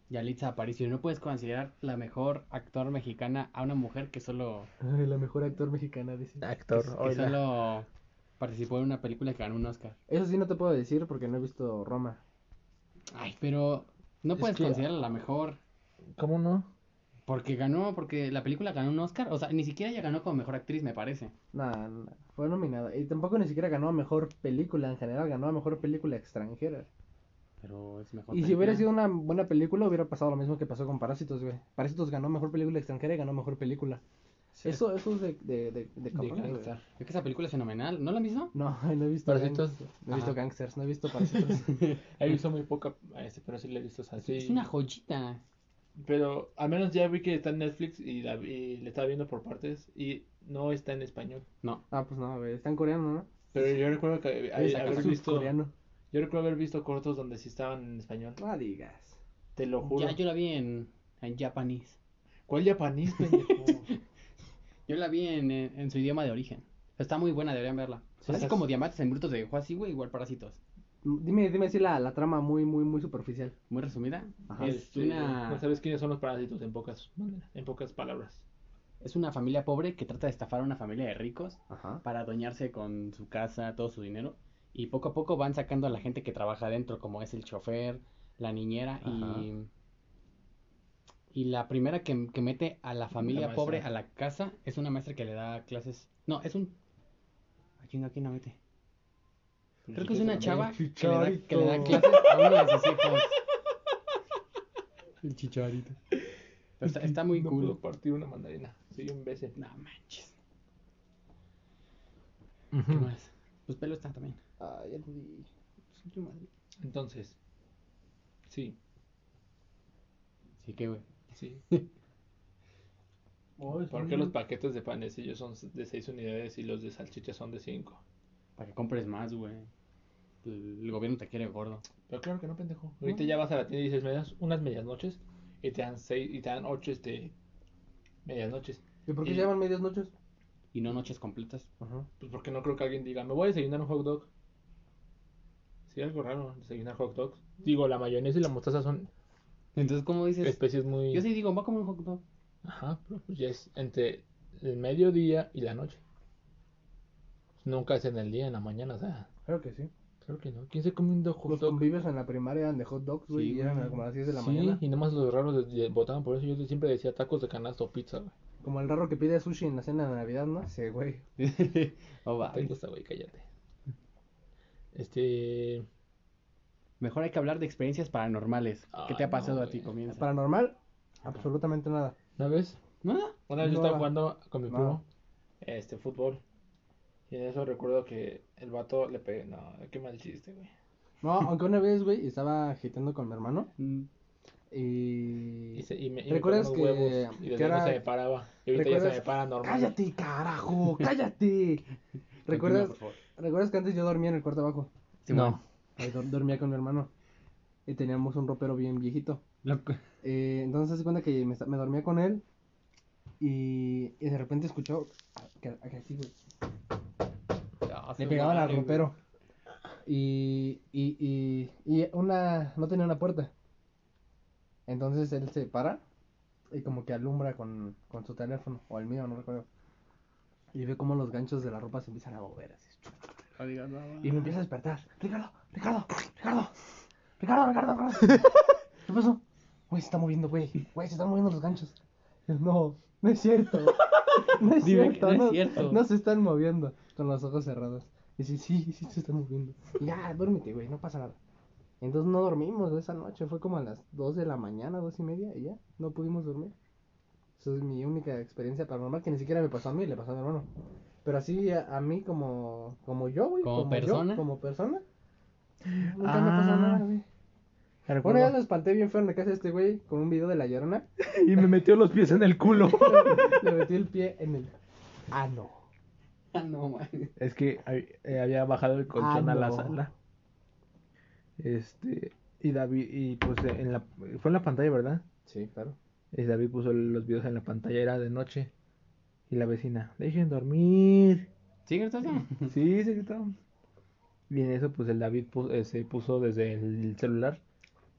S4: Yalitza Aparicio. No puedes considerar la mejor actor mexicana a una mujer que solo,
S2: Ay, la mejor actor mexicana, dice.
S1: Actor,
S4: que
S1: hola.
S4: solo participó en una película que ganó un Oscar.
S2: Eso sí no te puedo decir porque no he visto Roma.
S4: Ay, pero no
S1: Es
S4: puedes
S1: que-
S4: considerarla la mejor
S1: ¿Cómo no?
S4: porque ganó, porque la película ganó un Oscar. O sea, ni siquiera ella ganó como mejor actriz, me parece.
S2: Nada, fue nominada. Y tampoco ni siquiera ganó a mejor película en general, ganó a mejor película extranjera.
S4: Pero es mejor.
S2: Y si hubiera
S4: película.
S2: sido una buena película, hubiera pasado lo mismo que pasó con Parásitos, güey. Parásitos ganó mejor película extranjera y ganó mejor película. Eso, eso es de, de, de, de cabrones, güey.
S4: Gangstar. Es que esa película es fenomenal. ¿No la mismo?
S2: No, no he visto
S1: Parásitos.
S2: gangs- No he visto
S4: Ajá.
S2: gangsters, no he visto parásitos.
S1: He visto muy poca, este, pero sí la he visto. o sea, sí.
S4: Es una joyita.
S1: Pero al menos ya vi que está en Netflix y la, vi- la estaba viendo por partes y no está en español.
S4: No.
S2: ah, pues no, güey, está en coreano, ¿no?
S1: Pero yo recuerdo que
S2: Debe
S1: haber
S2: sacar
S1: haber
S2: su
S1: visto,
S2: coreano.
S1: yo recuerdo haber visto cortos donde sí estaban en español.
S2: No digas.
S1: Te lo juro.
S4: Ya yo la vi en, en japonés.
S1: ¿Cuál japonés, pendejo?
S4: Yo la vi en, en- en su idioma de origen. Está muy buena, deberían verla. O
S2: Sí,
S4: sea, así
S2: es-
S4: como diamantes en brutos de dejó así, güey, igual parásitos.
S2: Mm, Dime, dime si la, la trama muy, muy, muy superficial.
S4: Muy resumida.
S2: Ajá.
S4: es,
S1: Este,
S4: una,
S1: No sabes quiénes son los parásitos en pocas maneras, en pocas palabras.
S4: es una familia pobre que trata de estafar a una familia de ricos
S2: Ajá.
S4: para adueñarse con su casa, todo su dinero. Y poco a poco van sacando a la gente que trabaja adentro, como es el chofer, la niñera y... Y la primera que, que mete a la familia
S1: maestra.
S4: pobre a la casa es una maestra que le da clases. No, es un... Ay, Ah, chinga, ¿quién la mete?
S1: Pues
S4: Creo que es una chava que le, da, que le da clases a uno de sus hijos. El chicharito. Pero está, está muy
S1: no
S4: cool.
S1: puedo partir una mandarina. Soy un imbécil.
S4: No manches. ¿Qué más? Pues pelo está también.
S2: Ah, ya te di.
S1: Entonces, sí.
S4: Sí, que güey.
S1: Sí.
S4: Pues
S1: ¿Por qué los paquetes de panecillos son de 6 unidades y los de salchicha son de 5?
S4: Para que compres más, güey. El el gobierno te quiere gordo.
S1: Pero claro que no, pendejo. Ahorita ya vas a la tienda y dices, me das unas medianoches y te dan seis, y te dan 8 este, medianoches.
S2: ¿Y por qué
S1: Y-
S2: se llaman medias noches?
S4: Y no noches completas.
S2: Ajá.
S1: Pues porque no creo que alguien diga, me voy a desayunar un hot dog. Sí, algo raro, desayunar hot dogs. Digo, la mayonesa y la mostaza son
S4: Entonces, ¿cómo dices?
S1: especies muy...
S4: Yo sí digo, va como un hot dog.
S1: Ajá, pero pues ya es entre el mediodía y la noche. Nunca es en el día, en la mañana, o sea,
S2: Claro que sí.
S1: creo que no. ¿Quién se come un do-
S2: Los
S1: hot dog?
S2: convivios en la primaria eran de hot dogs, güey,
S4: Sí,
S2: y eran
S4: güey.
S2: como a las 10 de la
S1: Sí,
S2: mañana.
S1: y nomás los raros de- de- votaban por eso. Yo siempre decía tacos de canasta o pizza, güey.
S2: Como el raro que pide sushi en la cena de Navidad, ¿no? Sí, güey.
S4: Oh, va.
S1: Te gusta, güey, cállate. Este.
S4: Mejor hay que hablar de experiencias paranormales. ¿Qué te
S1: Ay,
S4: ha pasado
S1: no,
S4: a ti?
S1: güey.
S4: Comienza.
S2: Paranormal, absolutamente nada.
S1: ¿Una vez?
S4: ¿Nada?
S1: Una vez yo estaba
S2: No.
S1: jugando con mi
S2: No.
S1: primo, este, fútbol. Y en eso recuerdo que el vato le pegué. No, qué mal chiste, güey.
S2: No, aunque una vez, güey, estaba agitando con mi hermano
S4: Mm.
S2: y...
S1: Y, se, y me, y me
S2: ¿Recuerdas
S1: pegó en los
S2: que-
S1: huevos, y desde
S2: que
S1: ahí no
S2: era-
S1: se me paraba. Y ahorita ya se
S2: ¿Recuerdas?
S1: me para normal.
S2: ¡Cállate, carajo! ¡Cállate! ¿Recuerdas,
S4: Continúa, por favor.
S2: ¿Recuerdas que antes yo dormía en el cuarto abajo?
S4: Sí, bueno.
S2: Ahí dor- dormía con mi hermano. Y teníamos un ropero bien viejito.
S4: Lo que-
S2: Eh, entonces se cuenta que me, esta- me dormía con él y, y de repente escuchó a- que, a- que así, güey, le pegaban al ropero. Y, y, y, y una, no tenía una puerta. Entonces él se para y como que alumbra con, con su teléfono, o el mío, no recuerdo. Y ve como los ganchos de la ropa se empiezan a mover así.
S4: No digas nada.
S2: Y me empieza a despertar. Ricardo, Ricardo, Ricardo, Ricardo, Ricardo, Ricardo. ¿Qué pasó? Güey, se está moviendo, güey. Güey, se están moviendo los ganchos. Yo, No, no es cierto. No es
S4: Dime que
S2: cierto.
S4: no es
S2: no,
S4: cierto.
S2: no se están moviendo con los ojos cerrados. Y sí, sí, sí se están moviendo. Y ya, duérmete, güey, no pasa nada. Entonces no dormimos esa noche. Fue como a las 2 de la mañana, dos y media, y ya, no pudimos dormir. Esa es mi única experiencia paranormal que ni siquiera me pasó a mí, le pasó a mi hermano. Pero así a, a mí como, como yo, güey.
S4: ¿Como
S2: yo,
S4: persona?
S2: como persona. Nunca me pasó
S6: Ah.
S2: nada, güey. Una vez lo espanté bien feo en la casa de este güey con un video de la llorona.
S6: Y me metió los pies en el culo.
S2: Le metí el pie en el ano.
S4: Ah, no, man.
S6: Es que hab- eh, había bajado el colchón
S2: Ah,
S6: a la
S2: no.
S6: sala. Este, y David, y pues eh, en la, fue en la pantalla, ¿verdad?
S2: Sí, claro.
S6: Y David puso los videos en la pantalla, era de noche. Y la vecina, dejen dormir.
S4: ¿Sigue entonces?
S6: Sí, se gritaba. Y en eso, pues el David pu- eh, se puso desde el celular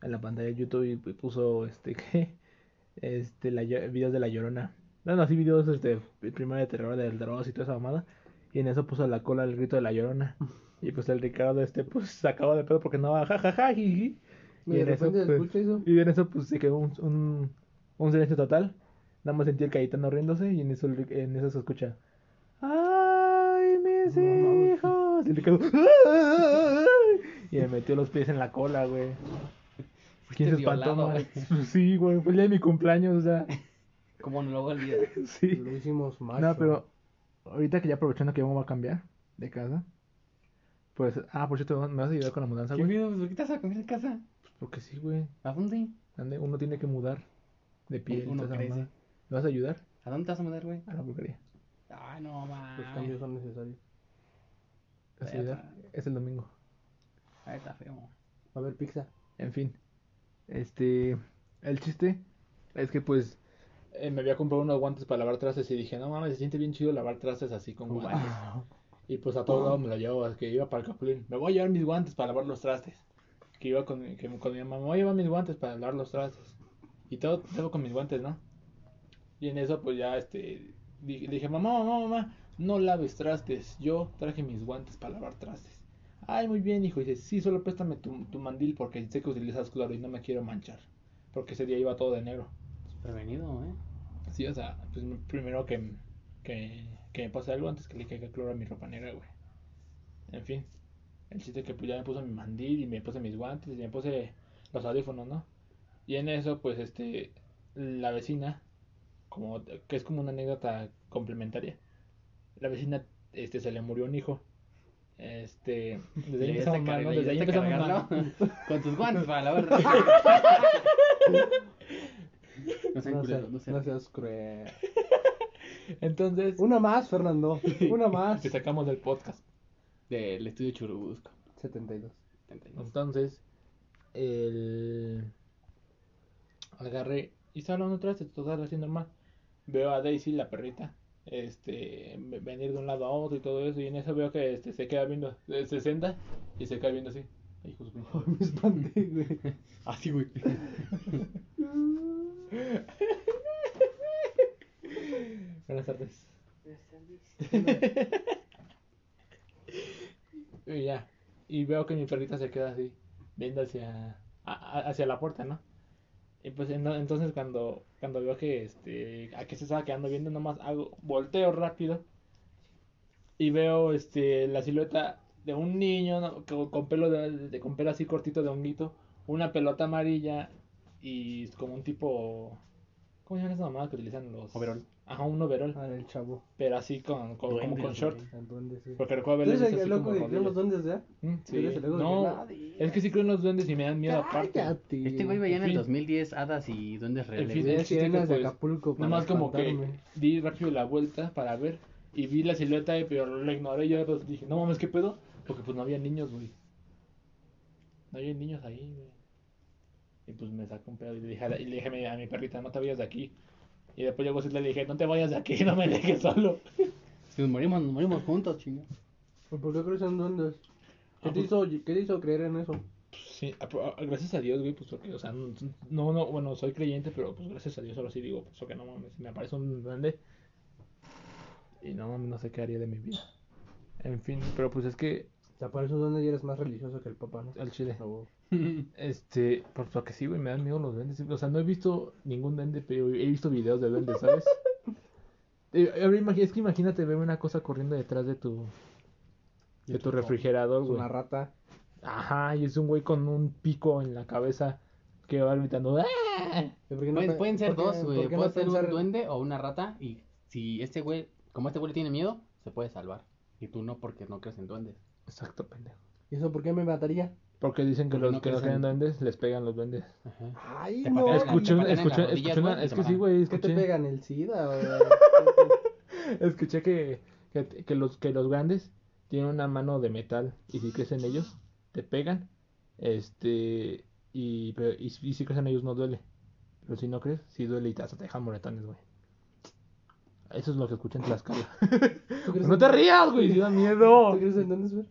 S6: en la pantalla de YouTube y pu- puso este, ¿qué? Este, la, llo- videos de la llorona. No, no, sí, videos este, primero de terror del Dross y toda esa mamada. Y en eso puso la cola el grito de la llorona. Y pues el Ricardo, este, pues se acabó de pedo porque no va, jajaja, jiji.
S2: Y de
S6: en eso,
S2: repente
S6: pues,
S2: escucho eso.
S6: y en eso, pues se quedó un, un, un silencio total. Nada más sentí el Cayetano riéndose y en eso, el- en eso se escucha. ¡Ay, mis
S2: No, mames.
S6: hijos! Y le quedó, "Ay". Y me metió los pies en la cola, güey. ¿Quién
S4: Fuiste
S6: se espantó
S4: violado,
S6: más? Sí, güey, fue el día de mi cumpleaños, o sea.
S4: ¿Cómo no lo voy a olvidar?
S6: Sí.
S2: Lo hicimos mal.
S6: No, pero ahorita que ya aprovechando que vamos a cambiar de casa. Pues, ah, por cierto, ¿me vas a ayudar con la mudanza,
S4: ¿Qué
S6: güey?
S4: miedo? Pues, ¿Por qué te vas a cambiar de casa?
S6: Porque sí, güey.
S4: ¿A dónde?
S6: Ande, Uno tiene que mudar de piel.
S4: Uno
S6: toda esa
S4: crece.
S6: mamada. ¿Me vas a ayudar?
S4: ¿A dónde te vas a mudar, güey?
S6: A la Bulgaria.
S4: Ay, Ah, no,
S2: Los
S4: man.
S2: cambios son necesarios.
S6: La
S4: Vaya
S6: ciudad es el domingo.
S4: Ahí está feo.
S2: A ver, pizza.
S6: En fin. Este. El chiste es que, pues.
S1: Eh, me había comprado unos guantes para lavar trastes y dije, no mames, se siente bien chido lavar trastes así con guantes.
S6: Ah,
S1: Y pues a todos lados me lo llevaba, que iba para el Capulín. Me voy a llevar mis guantes para lavar los trastes. Que iba con, mi- que con mi mamá, me voy a llevar mis guantes para lavar los trastes. Y todo, todo con mis guantes, ¿no? Y en eso pues ya este, di- le dije, mamá, mamá, mamá, no laves trastes. Yo traje mis guantes para lavar trastes. Ay, muy bien, hijo. Y dice, sí, solo préstame tu, tu mandil porque sé que utilizas cloro y no me quiero manchar. Porque ese día iba todo de negro.
S4: Prevenido, ¿eh?
S1: Sí, o sea, pues m- primero que, m- que, que me pase algo antes que le caiga cloro a mi ropa negra, güey. En fin, el chiste que pues ya me puse mi mandil y me puse mis guantes y me puse los audífonos, ¿no? Y en eso, pues este, la vecina, como que es como una anécdota complementaria, la vecina este, se le murió un hijo. Este, desde ahí
S4: Le
S1: empezamos
S4: está
S1: mal, ¿no?
S4: cargando,
S1: Desde ahí
S4: ya está
S1: empezamos mal.
S4: cargando. Con tus guantes para la verdad. No sean
S2: No
S4: culeros,
S2: seas,
S4: no sean-
S2: no seas cruel.
S1: Entonces,
S2: Una más, Fernando. Una más.
S1: te sacamos del podcast.
S4: Del estudio Churubusco.
S2: 72.
S1: Entonces, el... agarré y estaba hablando atrás, total, así normal. Veo a Daisy, la perrita, este, ve- venir de un lado a otro y todo eso. Y en eso veo que este, se queda viendo, eh, se senta y se queda viendo así. Ay, hijo de su pinche madre.
S2: Me espanté, güey.
S4: Así, güey.
S1: Buenas tardes. y ya. Y veo que mi perrita se queda así, viendo hacia, a- a- hacia la puerta, ¿no? Y pues en- entonces cuando, cuando veo que este, a qué se estaba quedando viendo, nomás hago, volteo rápido y veo este, la silueta de un niño ¿no? con, con pelo de, de- con pelo así cortito de honguito, una pelota amarilla y como un tipo... ¿Cómo se llaman esas mamadas que utilizan los...?
S4: Overol.
S1: Ajá, un overol.
S2: Ah, el chavo.
S1: Pero así con, con- como
S4: Duendes,
S1: con short.
S4: güey.
S2: El duende, sí.
S1: Porque recuerdo
S2: ¿Tú
S1: verles
S2: eres
S1: así
S2: el loco
S1: como
S2: de creer los
S1: rodillas.
S2: duendes, ¿verdad?
S1: Mm,
S2: Tú eres
S1: sí.
S2: el loco de
S1: No,
S2: creer-
S1: es que sí creo en los duendes y me dan miedo aparte.
S2: Cállate.
S3: Este güey veía en el
S1: En fin.
S3: 2010 hadas y duendes reales.
S1: fin,
S3: güey.
S1: es-
S2: Veía sirenas de
S1: pues,
S2: Acapulco.
S1: Nada
S2: para
S1: más como que
S2: espantarme.
S1: di rápido la vuelta para ver y vi la silueta, eh, pero la ignoré y yo pues, dije, no mames, ¿qué pedo? Porque pues no había niños, güey. No había niños ahí, güey. Y pues me sacó un pedo y le dije, a la- y le dije a mi, a mi perrita, no te vayas de aquí. Y después llegó y le dije, no te vayas de aquí, no me dejes solo.
S3: Si nos morimos, nos morimos juntos, chinga.
S2: ¿Pero ¿Por qué crees en duendes? ¿Qué
S1: Ah,
S2: te
S1: pues-
S2: hizo, qué te hizo creer en eso?
S1: Sí, a- a- gracias a Dios, güey, pues porque, o sea, no, no, no, bueno, soy creyente, pero pues gracias a Dios ahora sí digo, pues que no mames, si me aparece un duende y no mames, no sé qué haría de mi vida. En fin, pero pues es que
S2: Te aparece un duende y eres más religioso que el papá, ¿no?
S1: al chile,
S2: No, güey.
S1: este, por lo que sí, güey, me dan miedo los duendes, o sea, no he visto ningún duende, pero he visto videos de duendes, ¿sabes? Eh, ahora imagi- es que imagínate ver una cosa corriendo detrás de tu, de tu refrigerador,
S2: Es
S1: güey.
S2: una rata.
S1: Ajá, y es un güey con un pico en la cabeza que va gritando. ¡Ah!
S2: ¿Y por qué no
S3: Pueden,
S2: pe-
S3: pueden ser
S2: por qué-
S3: dos, güey.
S2: por qué
S3: Puede
S2: no
S3: ser
S2: pensar-
S3: un duende o una rata. Y si este güey, como este güey le tiene miedo, se puede salvar. Y tú no, porque no crees en duendes.
S1: Exacto, pendejo.
S2: ¿Y eso por qué me mataría?
S1: Porque dicen que
S3: Porque
S1: los
S3: no
S1: que no
S3: crecen.
S1: creen duendes les pegan los duendes.
S4: Ajá.
S2: Ay,
S3: Te
S2: no.
S3: patean la-
S1: Escuché,
S3: te
S1: un-
S3: patean en
S1: escuché,
S3: las rodillas,
S1: escuché una-
S3: güey, y
S1: es
S3: te
S1: que sí,
S3: matan.
S1: güey,
S2: ¿Qué te
S1: escuché,
S2: pegan el SIDA? güey?
S1: escuché que, que, que los, que los grandes tienen una mano de metal y si crecen ellos, te pegan. Este, y, pero- y, si- y si crecen ellos no duele. Pero si no crees, sí duele y te, hasta te dejan moretones, güey. Eso es lo que escuché en Tlaxcala.
S2: ¿Tú crees
S1: no
S2: en-
S1: te rías, güey, si da miedo.
S2: ¿Tú crees en duendes, güey?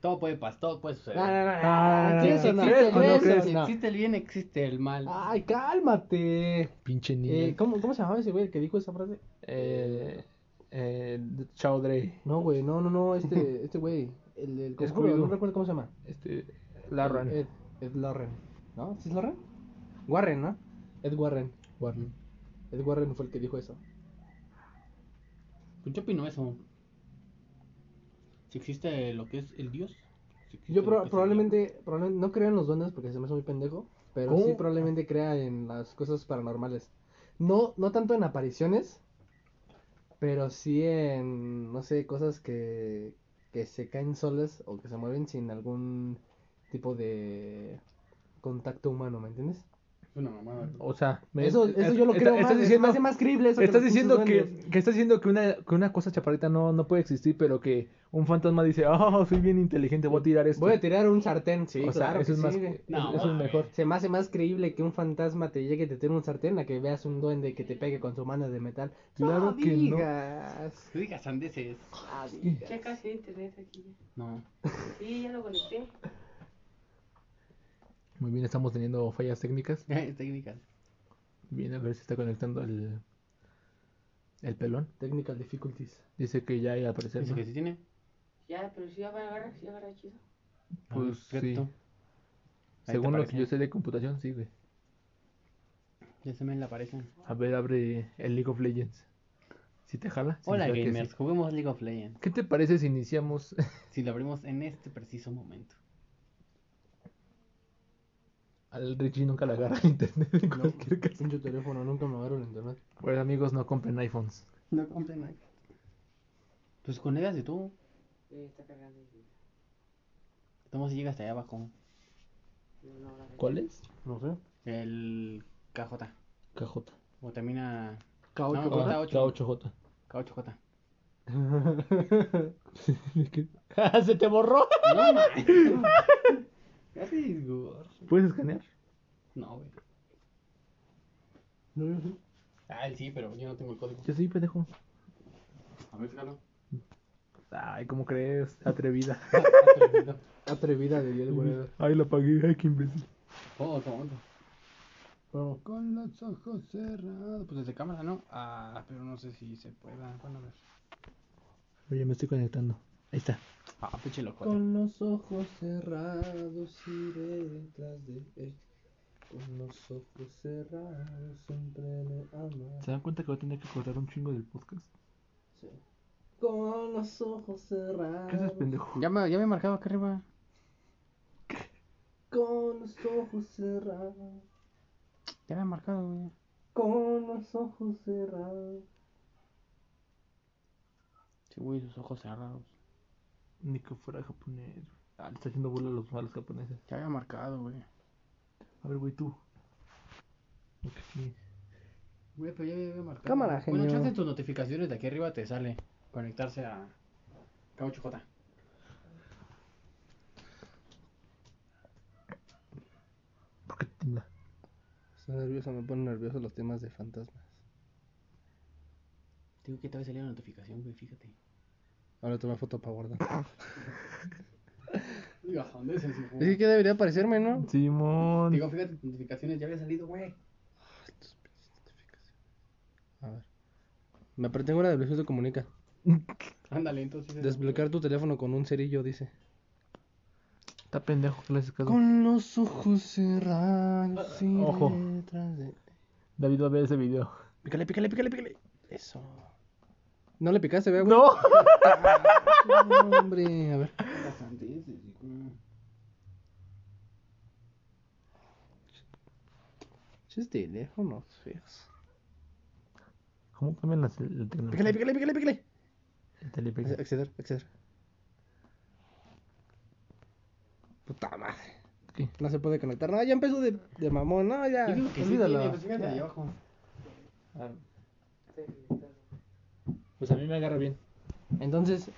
S3: Todo puede pasar, todo puede suceder.
S1: Ah,
S2: ¿crees
S3: Si
S2: o no?
S3: existe el
S2: ¿Crees o no
S3: bien,
S2: crees?
S3: si
S2: No.
S3: existe el bien, existe el mal.
S2: Ay, cálmate.
S1: Pinche niño.
S2: Eh, ¿cómo, ¿Cómo se llamaba ese güey el que dijo esa frase?
S1: Eh, eh, Chaudre,
S2: No, güey, no, no, no, este, este güey, el del conjuro,
S1: Scooby-Doo.
S2: no recuerdo cómo se llama.
S1: este, Larran.
S2: Ed, Ed Larren, ¿no? ¿Sí es Larren? Warren, ¿no? Ed Warren. Warren. Ed Warren fue el que dijo eso.
S3: Pues Yo opino eso. Si existe lo que es el Dios. si existe
S2: Yo
S3: lo
S1: pues
S2: pro-
S3: que es el
S2: probablemente, probablemente no creo en los duendes porque se me hace muy pendejo, pero
S1: ¿Cómo?
S2: sí probablemente crea en las cosas paranormales. No, no tanto en apariciones, pero sí en, no sé, cosas que, que se caen solas o que se mueven sin algún tipo de contacto humano, ¿me entiendes?
S3: bien. Es una mamada.
S1: O sea, me-
S2: Eso,
S1: es-
S2: eso yo lo
S1: está-
S2: creo más,
S1: Estás
S2: es-
S1: diciendo,
S2: me hace más creíble eso. que
S1: estás
S2: los pinches
S1: diciendo que,
S2: duendes.
S1: que estás diciendo que una, que una cosa chaparrita no, no puede existir, pero que un fantasma dice, oh, soy bien inteligente, voy a tirar esto.
S2: Voy a tirar un sartén, sí,
S1: o sea,
S2: claro
S1: eso
S2: que
S1: es más,
S2: sí, güey.
S3: No,
S1: eso es
S3: mames.
S1: mejor.
S2: Se me hace más creíble que un fantasma te llegue y te tire un sartén a que veas un duende que te pegue con su mano de metal.
S1: Claro
S2: no
S1: que no.
S2: digas.
S3: Tú digas sandeces.
S2: Ah, digas.
S7: Ya casi internet aquí ya.
S3: No.
S7: Sí, ya lo conecté.
S1: Muy bien, estamos teniendo fallas técnicas.
S3: Técnicas.
S1: Bien, a ver si está conectando el, el pelón.
S2: Technical difficulties.
S1: Dice que ya hay aparecer.
S3: Dice
S1: ¿no?
S3: que sí tiene.
S7: Ya, pero si ya va a agarrar, si agarra chido.
S3: A ver,
S1: Pues,
S3: fíjate
S1: sí.
S3: tú. Ahí
S1: Según
S3: te
S1: lo que
S3: aparece.
S1: yo sé de computación, sí, güey.
S3: Ya se me la aparecen.
S1: A ver, abre el League of Legends. Si te jala.
S3: Hola
S1: significa que
S3: gamers,
S1: sí.
S3: juguemos League of Legends.
S1: ¿Qué te parece si iniciamos?
S3: Si lo abrimos en este preciso momento.
S1: Al Richie nunca le agarra el internet en
S2: No,
S1: cualquier caso.
S2: pinche teléfono, nunca me agarro el internet.
S1: Pues amigos, no compren iPhones.
S3: No compren nada. Pues con ellas de tú.
S7: Eh, está cargando. el-
S3: Estamos si llega hasta allá abajo.
S7: No, no, no.
S1: ¿Cuál es?
S2: No sé.
S3: El KJ.
S1: KJ.
S4: O termina.
S2: K8,
S4: No,
S1: Ah,
S2: ¿verdad?
S4: K8.
S1: K8J.
S4: K8J.
S1: ¡Ah, Se te borró.
S4: No, ma.
S1: ¿Puedes escanear?
S4: No, güey.
S2: No, yo sí.
S4: Ah, él sí, pero yo no tengo el código.
S1: Yo sí, pendejo.
S4: A ver, sácalo.
S1: Ay, ¿cómo crees? Atrevida.
S2: Atrevida de Yel Guerrero.
S1: Ay, la pagué. Ay, qué imbécil.
S4: Oh, otro momento.
S2: Pero,
S4: Con los ojos cerrados. Pues desde cámara, ¿no? Ah, pero no sé si se pueda. Bueno, a ver.
S1: Oye, me estoy conectando. Ahí está.
S4: Ah, pinche loco.
S2: Con los ojos cerrados iré detrás de él. Con los ojos cerrados siempre me amas.
S1: ¿Se dan cuenta que voy a tener que cortar un chingo del podcast?
S2: Con los ojos cerrados.
S1: ¿Qué haces, pendejo?
S4: Ya me, ya me he marcado acá arriba.
S2: Con los ojos cerrados.
S4: Ya me he marcado, güey.
S2: Con los ojos cerrados.
S4: Sí, güey, sus ojos cerrados.
S1: Ni que fuera japonés. güey. Ah, le está haciendo bola a los malos japoneses.
S4: Ya había marcado, güey.
S1: A ver, güey, tú. Lo que sí.
S4: Güey, pero ya había había marcado.
S2: Cámara,
S4: Bueno,
S2: genio.
S4: chance tus notificaciones de aquí arriba te sale. Conectarse a K8J.
S1: ¿Por qué te tiembla?
S2: Estoy nervioso, me ponen nervioso los temas de fantasmas.
S4: Digo que te había salido la notificación, güey, fíjate.
S2: Ahora tomé foto para guardar.
S4: Digo, ¿a dónde se sí,
S2: Es que ya debería aparecerme, ¿no?
S1: Simón.
S4: Digo, fíjate, tus notificaciones ya había salido, güey.
S2: Estos pinches notificaciones. A ver. Me apreté ahora de Bluetooth se comunica.
S4: Ándale, entonces. es-
S2: Desbloquear tu teléfono con un cerillo, dice.
S1: Está pendejo que le haces caso.
S2: Con los ojos cerrados iré
S1: Ojo.
S2: detrás de-
S1: David va a ver ese video.
S2: Pícale, pícale, pícale, pícale. Eso. No le picaste, vea, güey.
S1: ¡No!
S2: No, hombre, a ver.
S4: Bastante, sí, sí, güey.
S2: Esos teléfonos feos.
S1: ¿Cómo cambian las, la tecnología?
S2: Pícale, pícale, pícale, pícale.
S1: El telepix.
S2: Ac- Acceder, acceder. Puta madre.
S1: ¿Qué?
S2: No se puede conectar. No, ya empezó de, de mamón. No, ya.
S4: Yo digo que sí,
S2: Ah, Olvídalo.
S4: tiene, pues fíjate ahí abajo.
S1: Pues a mí me agarra bien.
S2: Entonces,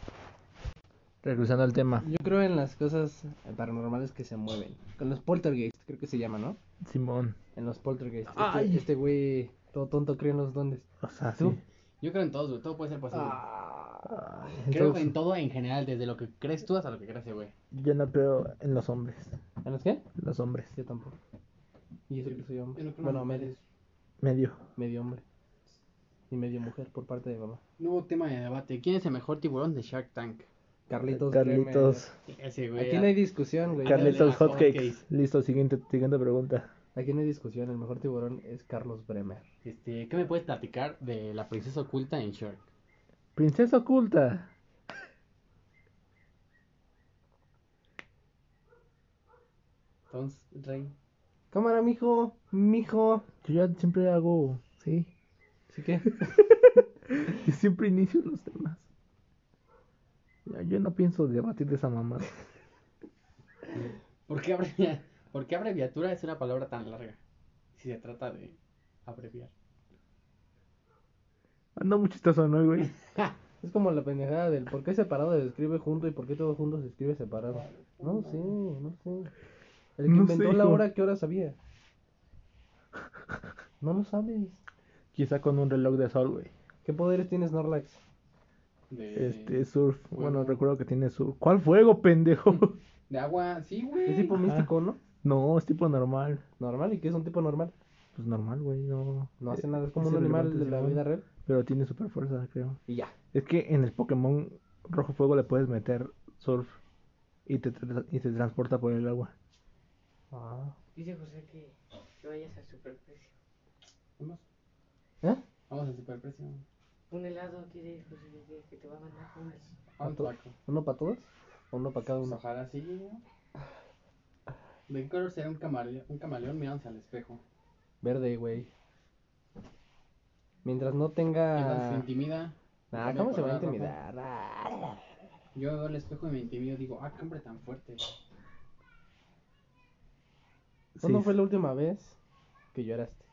S1: Regresando al tema.
S2: yo creo en las cosas eh, paranormales que se mueven. Con los poltergeist, creo que se llama, ¿no?
S1: Simón.
S2: En los poltergeist. Este-
S1: Ay.
S2: Este güey, todo tonto, cree en los dones.
S1: O sea,
S2: ¿Tú?
S1: sí.
S4: Yo creo en todo, güey. Todo puede ser posible.
S2: Ah.
S1: Ay,
S4: creo
S1: entonces,
S4: en todo en general, desde lo que crees tú hasta lo que crees, güey.
S1: Yo no creo en los hombres.
S2: ¿En los qué?
S1: Los hombres.
S2: Yo tampoco. Y eso que soy hombre.
S4: yo no creo en
S2: bueno,
S4: los
S2: medio,
S1: Medio.
S2: medio hombre. Y medio mujer por parte de mamá.
S4: Nuevo tema de debate. ¿Quién es el mejor tiburón de Shark Tank?
S2: Carlitos.
S1: Carlitos.
S4: Ese,
S2: Bremer.
S4: güey. ah,
S2: Aquí no hay discusión, güey.
S1: Carlitos
S4: Carlitos
S1: Hotcakes.
S4: Hotcakes.
S1: Listo, siguiente, siguiente pregunta.
S2: Aquí no hay discusión. El mejor tiburón es Carlos Bremer.
S4: Este, ¿qué me puedes platicar de la princesa oculta en Shark?
S1: Princesa oculta.
S4: Entonces, Rey.
S2: Cámara, mijo. Mijo.
S1: Yo ya siempre hago, sí.
S2: ¿Sí qué?
S1: Yo siempre inicio los temas. Ya, Yo no pienso debatir de esa mamada.
S4: ¿Por qué, abrevia- por qué abreviatura es una palabra tan larga? Si se trata de abreviar.
S1: Ando muy chistoso, ¿no, güey?
S2: Es como la pendejada del por qué separado se escribe junto y por qué todo junto se escribe separado. No sé, no sé. El que
S1: No sé,
S2: inventó la
S1: hijo.
S2: hora, ¿qué hora sabía? No lo sabes.
S1: Quizá con un reloj de sol, güey.
S2: ¿Qué poderes tiene Snorlax?
S4: De,
S1: Este, surf.
S4: fuego.
S1: Bueno, recuerdo que tiene surf. ¿Cuál fuego, pendejo?
S4: de agua, sí, güey.
S2: Es tipo
S1: Ajá.
S2: místico, ¿no?
S1: no, es tipo normal.
S2: Normal, ¿y qué es un tipo normal?
S1: Pues normal, güey, no.
S2: No hace
S1: eh,
S2: nada, es como un
S1: irrelevante,
S2: animal de la
S1: Simón.
S2: vida real.
S1: Pero tiene super fuerza, creo.
S2: Y ya.
S1: Es que en el Pokémon Rojo Fuego le puedes meter surf y te, tra- y te transporta por el agua.
S2: Ah.
S7: Dice José que, que vayas al superprecio.
S4: Vamos,
S2: ¿Eh?
S4: vamos al superprecio.
S7: Un helado quiere José que, que te va a mandar con él.
S4: Vamos,
S2: ¿Cuánto?
S4: Paco.
S2: ¿Uno para todos? ¿O uno para cada
S4: Pues
S2: uno?
S4: ojalá sí. ¿no? ¿De qué color será un camaleón, un camaleón mirándose al espejo?
S2: Verde, güey. Mientras no
S4: Mientras se
S2: tenga...
S4: intimida.
S2: Nah,
S4: cambia
S2: ¿cómo
S4: de
S2: se va a
S4: color rojo.
S2: intimidar? Ah.
S4: Yo veo el espejo y me intimido. Digo, ah, qué hombre tan fuerte.
S2: ¿Cuándo
S1: Sí,
S2: fue la última vez que lloraste?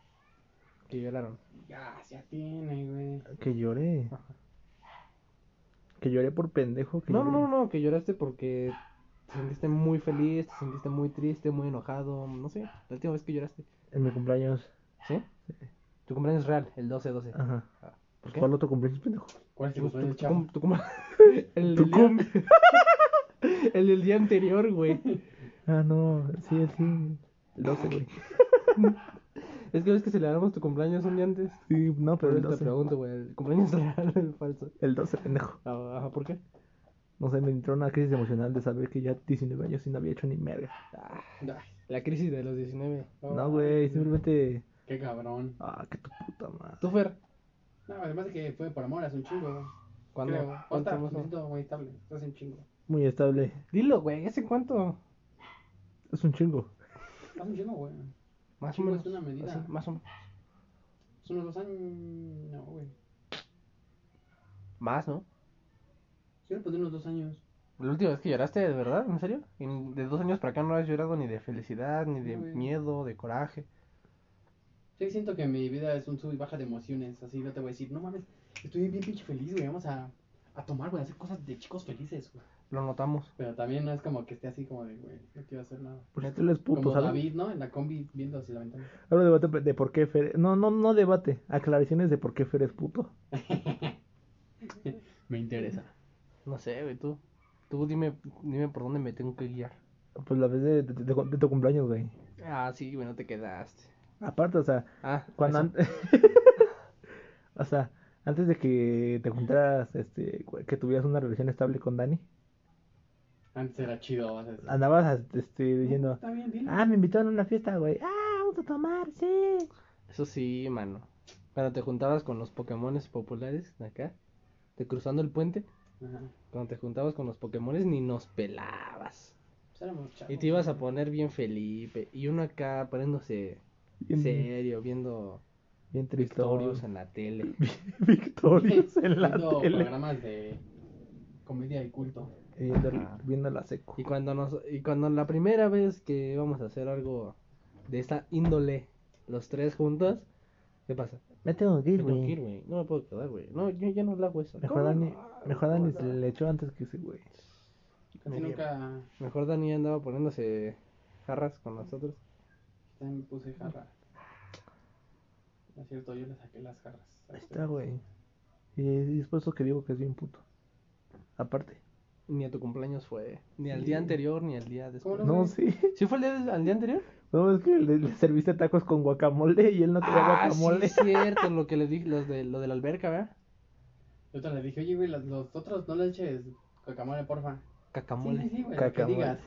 S2: Que lloraron.
S4: Ya, ya tiene, güey.
S1: Que lloré. Que lloré por pendejo. Que
S2: No, no,
S1: lloré.
S2: no, no, que lloraste porque te sentiste muy feliz, te sentiste muy triste, muy enojado, no sé, la última vez que lloraste.
S1: En mi cumpleaños.
S2: ¿Sí? Tu cumpleaños real, el 12-12.
S1: Ajá.
S2: ¿Por
S1: Pues,
S2: qué?
S1: ¿Cuál otro cumpleaños, pendejo?
S4: ¿Cuál es
S2: Tu,
S4: tu
S2: tu-
S4: sueño,
S2: tu
S4: chavo?
S2: cum- tu cum- el,
S1: pues, Tu
S2: del día... el del día anterior, güey.
S1: Ah, no. Sí, el sí. El 12, güey.
S2: Es que ves que celebramos tu cumpleaños un día antes.
S1: Sí, no,
S2: Por
S1: pero el
S2: eso
S1: 12.
S2: te pregunto, güey, el cumpleaños real o el falso.
S1: El 12, pendejo.
S2: Ah, Ajá, ¿por qué?
S1: No sé, me entró una crisis emocional de saber que ya 19 años y no había hecho ni merga.
S2: La crisis de los 19.
S1: No, güey, simplemente.
S4: Qué cabrón.
S1: Ah, que tu puta madre.
S2: ¿Tú, Fer?
S4: No, además de que fue por amor, es un chingo, güey.
S2: ¿Cuándo?
S4: Creo. O
S2: ¿Cuánto
S4: está,
S2: más o menos?
S4: poquito, güey, estable. Estás en chingo.
S1: Muy estable.
S2: Dilo, güey, ¿hace cuánto?
S1: Es un chingo.
S4: Estás en chingo, güey.
S2: Más o
S4: Chingo
S2: menos.
S4: es una medida.
S2: Así, más o menos.
S4: Son unos dos años. No, güey.
S2: Más, ¿no?
S4: Quiero poner unos dos años.
S2: La última vez que lloraste, ¿de verdad? ¿En serio? En- De dos años para acá no has llorado ni de felicidad, ni de
S4: No, güey.
S2: miedo, de coraje.
S4: Sí, siento que mi vida es un sub y baja de emociones. Así no te voy a decir, no mames, estoy bien pinche feliz, güey. Vamos a, a tomar, güey, a hacer cosas de chicos felices, güey.
S2: Lo notamos.
S4: Pero también no es como que esté así como de, güey, no quiero hacer nada.
S1: Por si tú eres puto,
S4: como
S1: ¿sabes?
S4: David, ¿no? En la combi viendo hacia la ventana.
S1: Ahora debate de por qué Fer. No, no, no debate. Aclaraciones de por qué Fer es puto.
S4: Me interesa.
S2: No sé, güey, tú. Tú dime, dime por dónde me tengo que guiar.
S1: Pues la vez de, de- de- de tu cumpleaños, güey.
S2: Ah, sí, güey, no te quedaste.
S1: Aparte, o sea,
S2: Ah,
S1: cuando
S2: eso.
S1: antes. o sea, antes de que te juntaras, este, cu- que tuvieras una relación estable con Dani,
S4: Antes era chido, vas a decir.
S1: andabas, este, diciendo,
S4: Está bien, dile.
S1: ah, me invitaron a una fiesta, güey. Ah, vamos a tomar, sí.
S2: Eso sí, mano. Cuando te juntabas con los Pokémones populares de acá, de cruzando el puente,
S4: Ajá.
S2: cuando te juntabas con los Pokémones ni nos pelabas.
S4: Pues éramos chavos.
S2: Y te ibas a poner bien Felipe. Y uno acá poniéndose
S1: Bien-
S2: serio, viendo
S1: Bien triste.
S2: Victorious en la tele.
S1: Victorious en la
S4: Viendo
S1: tele.
S4: programas de comedia y culto.
S1: Viendo, viendo la seco.
S2: Y cuando nos, y cuando la primera vez que íbamos a hacer algo de esta índole, los tres juntos, ¿qué pasa?
S1: Me tengo que
S2: Me
S1: ir,
S2: tengo que ir,
S1: güey.
S2: güey. No me puedo quedar, güey. No, yo ya no le hago eso.
S1: Mejor
S2: ¿Cómo
S1: Dani,
S2: no?
S1: mejor Dani se
S2: ¿Cómo no?
S1: le echó antes que ese güey.
S4: Casi nunca
S2: Mejor Dani andaba poniéndose jarras con nosotros.
S4: también me puse jarra. No es cierto, yo le saqué las jarras.
S1: Ah. Ahí está, güey. Y, y es por eso que digo que es bien puto. Aparte.
S2: Ni a tu cumpleaños fue. Ni al día anterior, ni al día después.
S4: ¿Cómo
S1: No,
S4: güey.
S1: sí.
S2: ¿Sí fue el día de- al día anterior?
S1: No, es que le, le serviste tacos con guacamole y él no quería
S2: Ah, sí,
S1: guacamole.
S2: es cierto, lo que les dije, los de, lo de la alberca, ¿verdad?
S4: Yo te le dije, oye, güey, las- los otros no le eches guacamole, porfa.
S2: Cacamole.
S4: Sí, sí, sí, güey, lo que
S1: Guacamole.
S4: digas.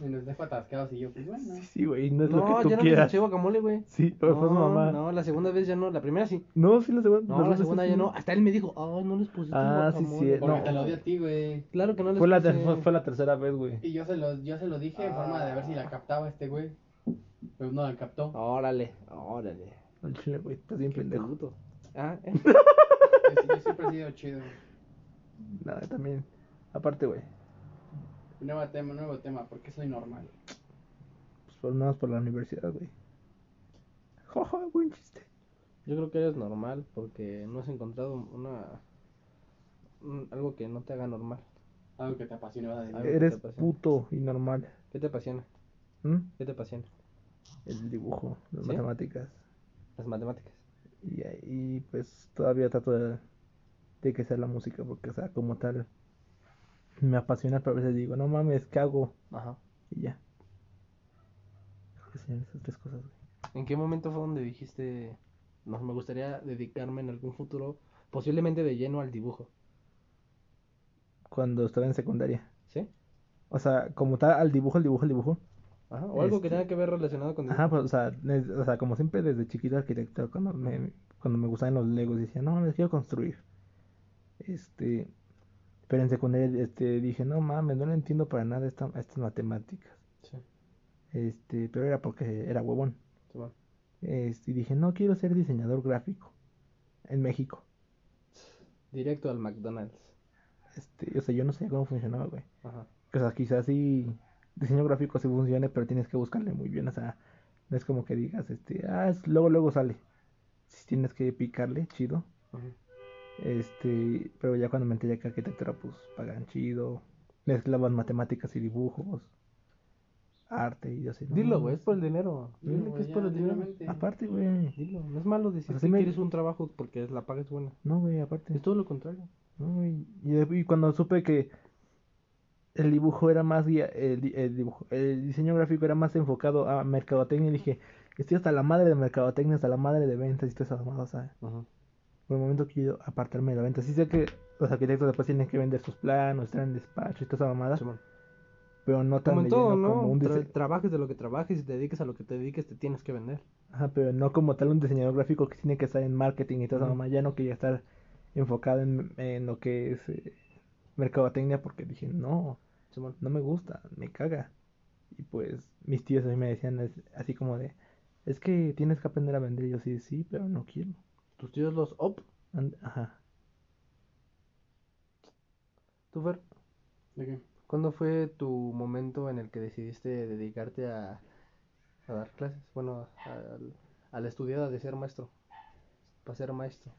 S4: Y nos dejó atascados y yo, pues bueno.
S1: Sí, sí, güey, no es lo
S2: No,
S1: que tú
S2: ya no les
S1: quieras.
S2: eché guacamole, güey.
S1: Sí, pero fue su mamá. No,
S2: no, la segunda vez ya no, la primera sí.
S1: sí, la segunda.
S2: No, la
S1: veces
S2: segunda
S1: sí.
S2: ya no. Hasta él me dijo, ay, no les pusiste
S1: Ah, sí,
S2: guacamole.
S1: sí,
S4: Porque
S1: no.
S4: te lo di a ti, güey.
S2: Claro que no les
S1: Fue la,
S2: puse.
S1: ter- fue, fue la tercera vez, güey.
S4: Y yo se lo, yo se lo dije en forma de ver
S2: Ah.
S4: si la captaba este güey. Pero no la captó.
S2: Órale, órale.
S1: Al chile, güey, estás bien pendejo.
S2: Puto. Ah, eh.
S4: Yo, sí- yo siempre he sido chido.
S1: Nada, también. Aparte, güey.
S4: Nuevo tema, nuevo tema. ¿Por qué soy normal?
S1: Pues por, nada más por la universidad, güey. Jaja, buen chiste.
S2: Yo creo que eres normal porque no has encontrado una un- algo que no te haga normal.
S4: Algo que te apasiona. ¿verdad?
S2: A ver, ¿qué
S1: Eres
S2: te pasa?
S1: puto y normal.
S2: ¿Qué te apasiona?
S1: ¿Mm?
S2: ¿Qué te apasiona?
S1: El dibujo, las
S2: ¿Sí?
S1: matemáticas.
S2: Las matemáticas.
S1: Y, ahí, pues todavía trato de, de que sea la música, porque, o sea, como tal, me apasiona, pero a veces digo, no mames, ¿qué hago?
S2: Ajá.
S1: Y ya. Creo que serían esas tres cosas, güey.
S2: ¿En qué momento fue donde dijiste, no, me gustaría dedicarme en algún futuro, posiblemente de lleno al dibujo?
S1: Cuando estaba en secundaria.
S2: ¿Sí?
S1: O sea, como tal, al dibujo, al dibujo, al dibujo.
S2: Ajá. O algo que
S1: Este-
S2: tenga que ver relacionado con
S1: Ajá, pues, o sea, des- o sea, como siempre, desde chiquito arquitecto, cuando me, cuando me gustaban los legos, decía, no mames, quiero construir. Este. Pero en secundaria, este, dije, no mames, no le entiendo para nada esta- estas matemáticas.
S2: Sí.
S1: Este, pero era porque era huevón.
S2: Simón.
S1: Este, y dije, no quiero ser diseñador gráfico en México.
S2: Directo al McDonald's.
S1: Este, o sea, yo no sabía cómo funcionaba, güey.
S2: Ajá.
S1: O sea, quizás sí, diseño gráfico sí funcione, pero tienes que buscarle muy bien. O sea, no es como que digas, este, ah, es- luego, luego sale. si tienes que picarle, chido. Este, pero ya cuando me enteré que arquitectura, pues pagan chido. Mezclaban matemáticas y dibujos, arte y yo así. no
S2: Dilo,
S1: mames.
S2: güey, es por el dinero.
S8: Dilo,
S2: Dile que
S8: güey,
S2: es por
S8: ya,
S2: el dinero.
S8: realmente.
S1: Aparte, güey.
S2: Dilo, no es malo decir
S1: O sea, sí
S2: que
S1: me-
S2: quieres un trabajo porque la paga es buena.
S1: No, güey, aparte.
S2: Es todo lo contrario.
S1: No, güey. Y, y cuando supe que el dibujo era más guía- el, di- el dibujo, el diseño gráfico era más enfocado a mercadotecnia, dije, estoy hasta la madre de mercadotecnia, hasta la madre de ventas y todas esas mamadas, ¿sabes? Por el momento quiero apartarme de la venta. Sí sé que los arquitectos después tienen que vender sus planos, traen despacho y todas esas mamadas,
S2: Simón.
S1: pero no tan
S2: Como en
S1: de
S2: todo,
S1: lleno
S2: ¿no?
S1: como un
S2: Tra-
S1: dise-
S2: trabajes de lo que trabajes y te dediques a lo que te dediques, te tienes que vender.
S1: Ajá, pero no como tal un diseñador gráfico que tiene que estar en marketing y toda esa mamá, ya no quería estar enfocado en, en lo que es eh, mercadotecnia porque dije, no,
S2: Simón.
S1: no me gusta, me caga. Y pues mis tíos a mí me decían es- así como de, es que tienes que aprender a vender. Y yo sí, sí, pero no quiero.
S2: Tus tíos los op,
S1: And- Ajá.
S2: tú ver.
S4: ¿De qué?
S2: ¿Cuándo fue tu momento en el que decidiste dedicarte a, a dar clases? Bueno, al- a, la estudiada de ser maestro. Para ser maestro.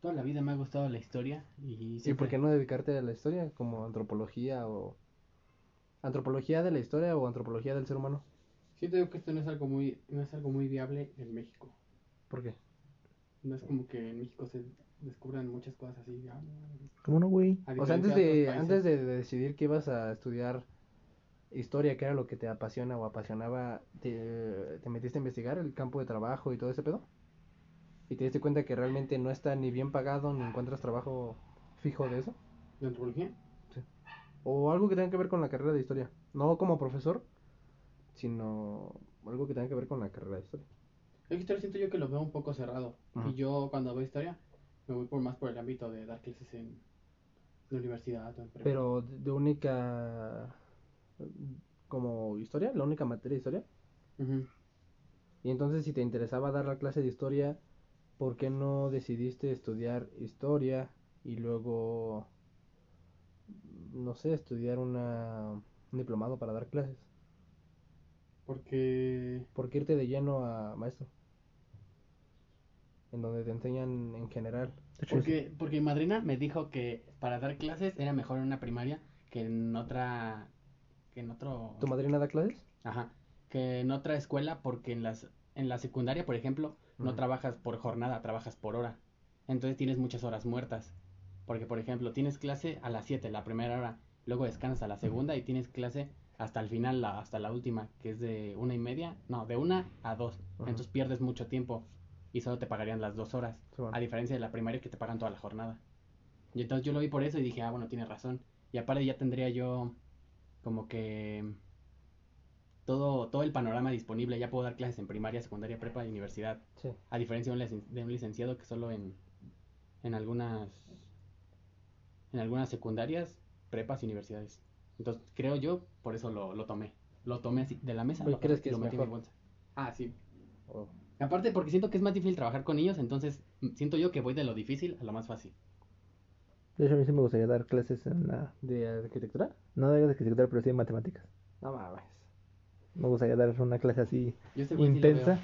S9: Toda la vida me ha gustado la historia y
S2: ¿Y por
S9: siempre-
S2: qué no dedicarte a la historia como antropología o... Antropología de la historia o antropología del ser humano?
S4: Sí te digo que esto no es algo muy, no es algo muy viable en México.
S2: ¿Por qué?
S4: No es como que en México se descubran muchas cosas así. ah,
S1: ¿Cómo no, güey?
S4: a
S2: O sea, antes
S4: diferencia de
S2: de,
S4: otros
S2: antes
S4: países.
S2: de decidir que ibas a estudiar historia, que era lo que te apasiona o apasionaba, ¿te, te metiste a investigar el campo de trabajo y todo ese pedo? ¿Y te diste cuenta que realmente no está ni bien pagado ni encuentras trabajo fijo de eso?
S4: ¿De antropología?
S2: ¿O algo que tenga que ver con la carrera de historia? No como profesor, sino algo que tenga que ver con la carrera de historia.
S4: Es que historia siento yo que lo veo un poco cerrado.
S2: Ajá.
S4: Y yo cuando veo historia me voy por más por el ámbito de dar clases en la universidad o en prepa.
S2: Pero de de única... como historia, la única materia de historia.
S4: Ujú.
S2: Y entonces, si te interesaba dar la clase de historia, ¿por qué no decidiste estudiar historia y luego, no sé, estudiar una, un diplomado para dar clases?
S4: Porque
S2: ¿Por qué irte de lleno a maestro? En donde te enseñan en general.
S1: De hecho, es-
S4: Porque, porque mi madrina me dijo que para dar clases era mejor en una primaria que en otra, que en otro,
S2: ¿Tu madrina da clases?
S4: ajá, que en otra escuela porque en las, en la secundaria, por ejemplo, no
S2: Ujú.
S4: trabajas por jornada, trabajas por hora. Entonces tienes muchas horas muertas. Porque, por ejemplo, tienes clase a las 7, la primera hora, luego descansas a la segunda y tienes clase hasta el final, la- hasta la última, que es de una y media, no, de una a dos.
S2: Ujú.
S4: Entonces pierdes mucho tiempo y solo te pagarían las dos horas.
S2: Sí, bueno.
S4: A diferencia de la primaria que te pagan toda la jornada. Y entonces yo lo vi por eso y dije, ah, bueno, tiene razón. Y aparte ya tendría yo como que todo, todo el panorama disponible. Ya puedo dar clases en primaria, secundaria, prepa y universidad.
S2: Sí.
S4: A diferencia de un, licen- de un licenciado que solo en, en algunas en algunas secundarias, prepas y universidades. Entonces creo yo, por eso lo, lo tomé. Lo tomé así de la mesa
S2: Pues,
S4: lo
S2: ¿crees
S4: agarré y
S2: que
S4: lo
S2: es
S4: metí en mi
S2: mejor? Oh.
S4: bolsa. Ah, sí.
S2: O-
S4: Aparte porque siento que es más difícil trabajar con ellos, entonces mm, siento yo que voy de lo difícil a lo más fácil.
S1: de hecho, a mí sí me gustaría dar clases en la...
S2: ¿De arquitectura?
S1: No de arquitectura, pero sí de matemáticas.
S2: No mames.
S1: Me gustaría dar una clase así
S4: Yo este güey sí lo veo.
S1: intensa.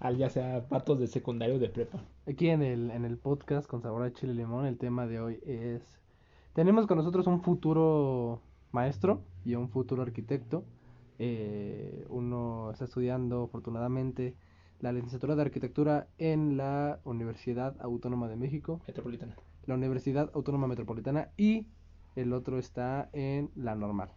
S10: Al ya sea patos de secundario o de prepa.
S2: Aquí en el, en el podcast con sabor a chile y limón, el tema de hoy es... Tenemos con nosotros un futuro maestro y un futuro arquitecto. Eh, uno está estudiando, afortunadamente, la licenciatura de arquitectura en la Universidad Autónoma de México,
S10: Metropolitana.
S2: la Universidad Autónoma Metropolitana y el otro está en la normal.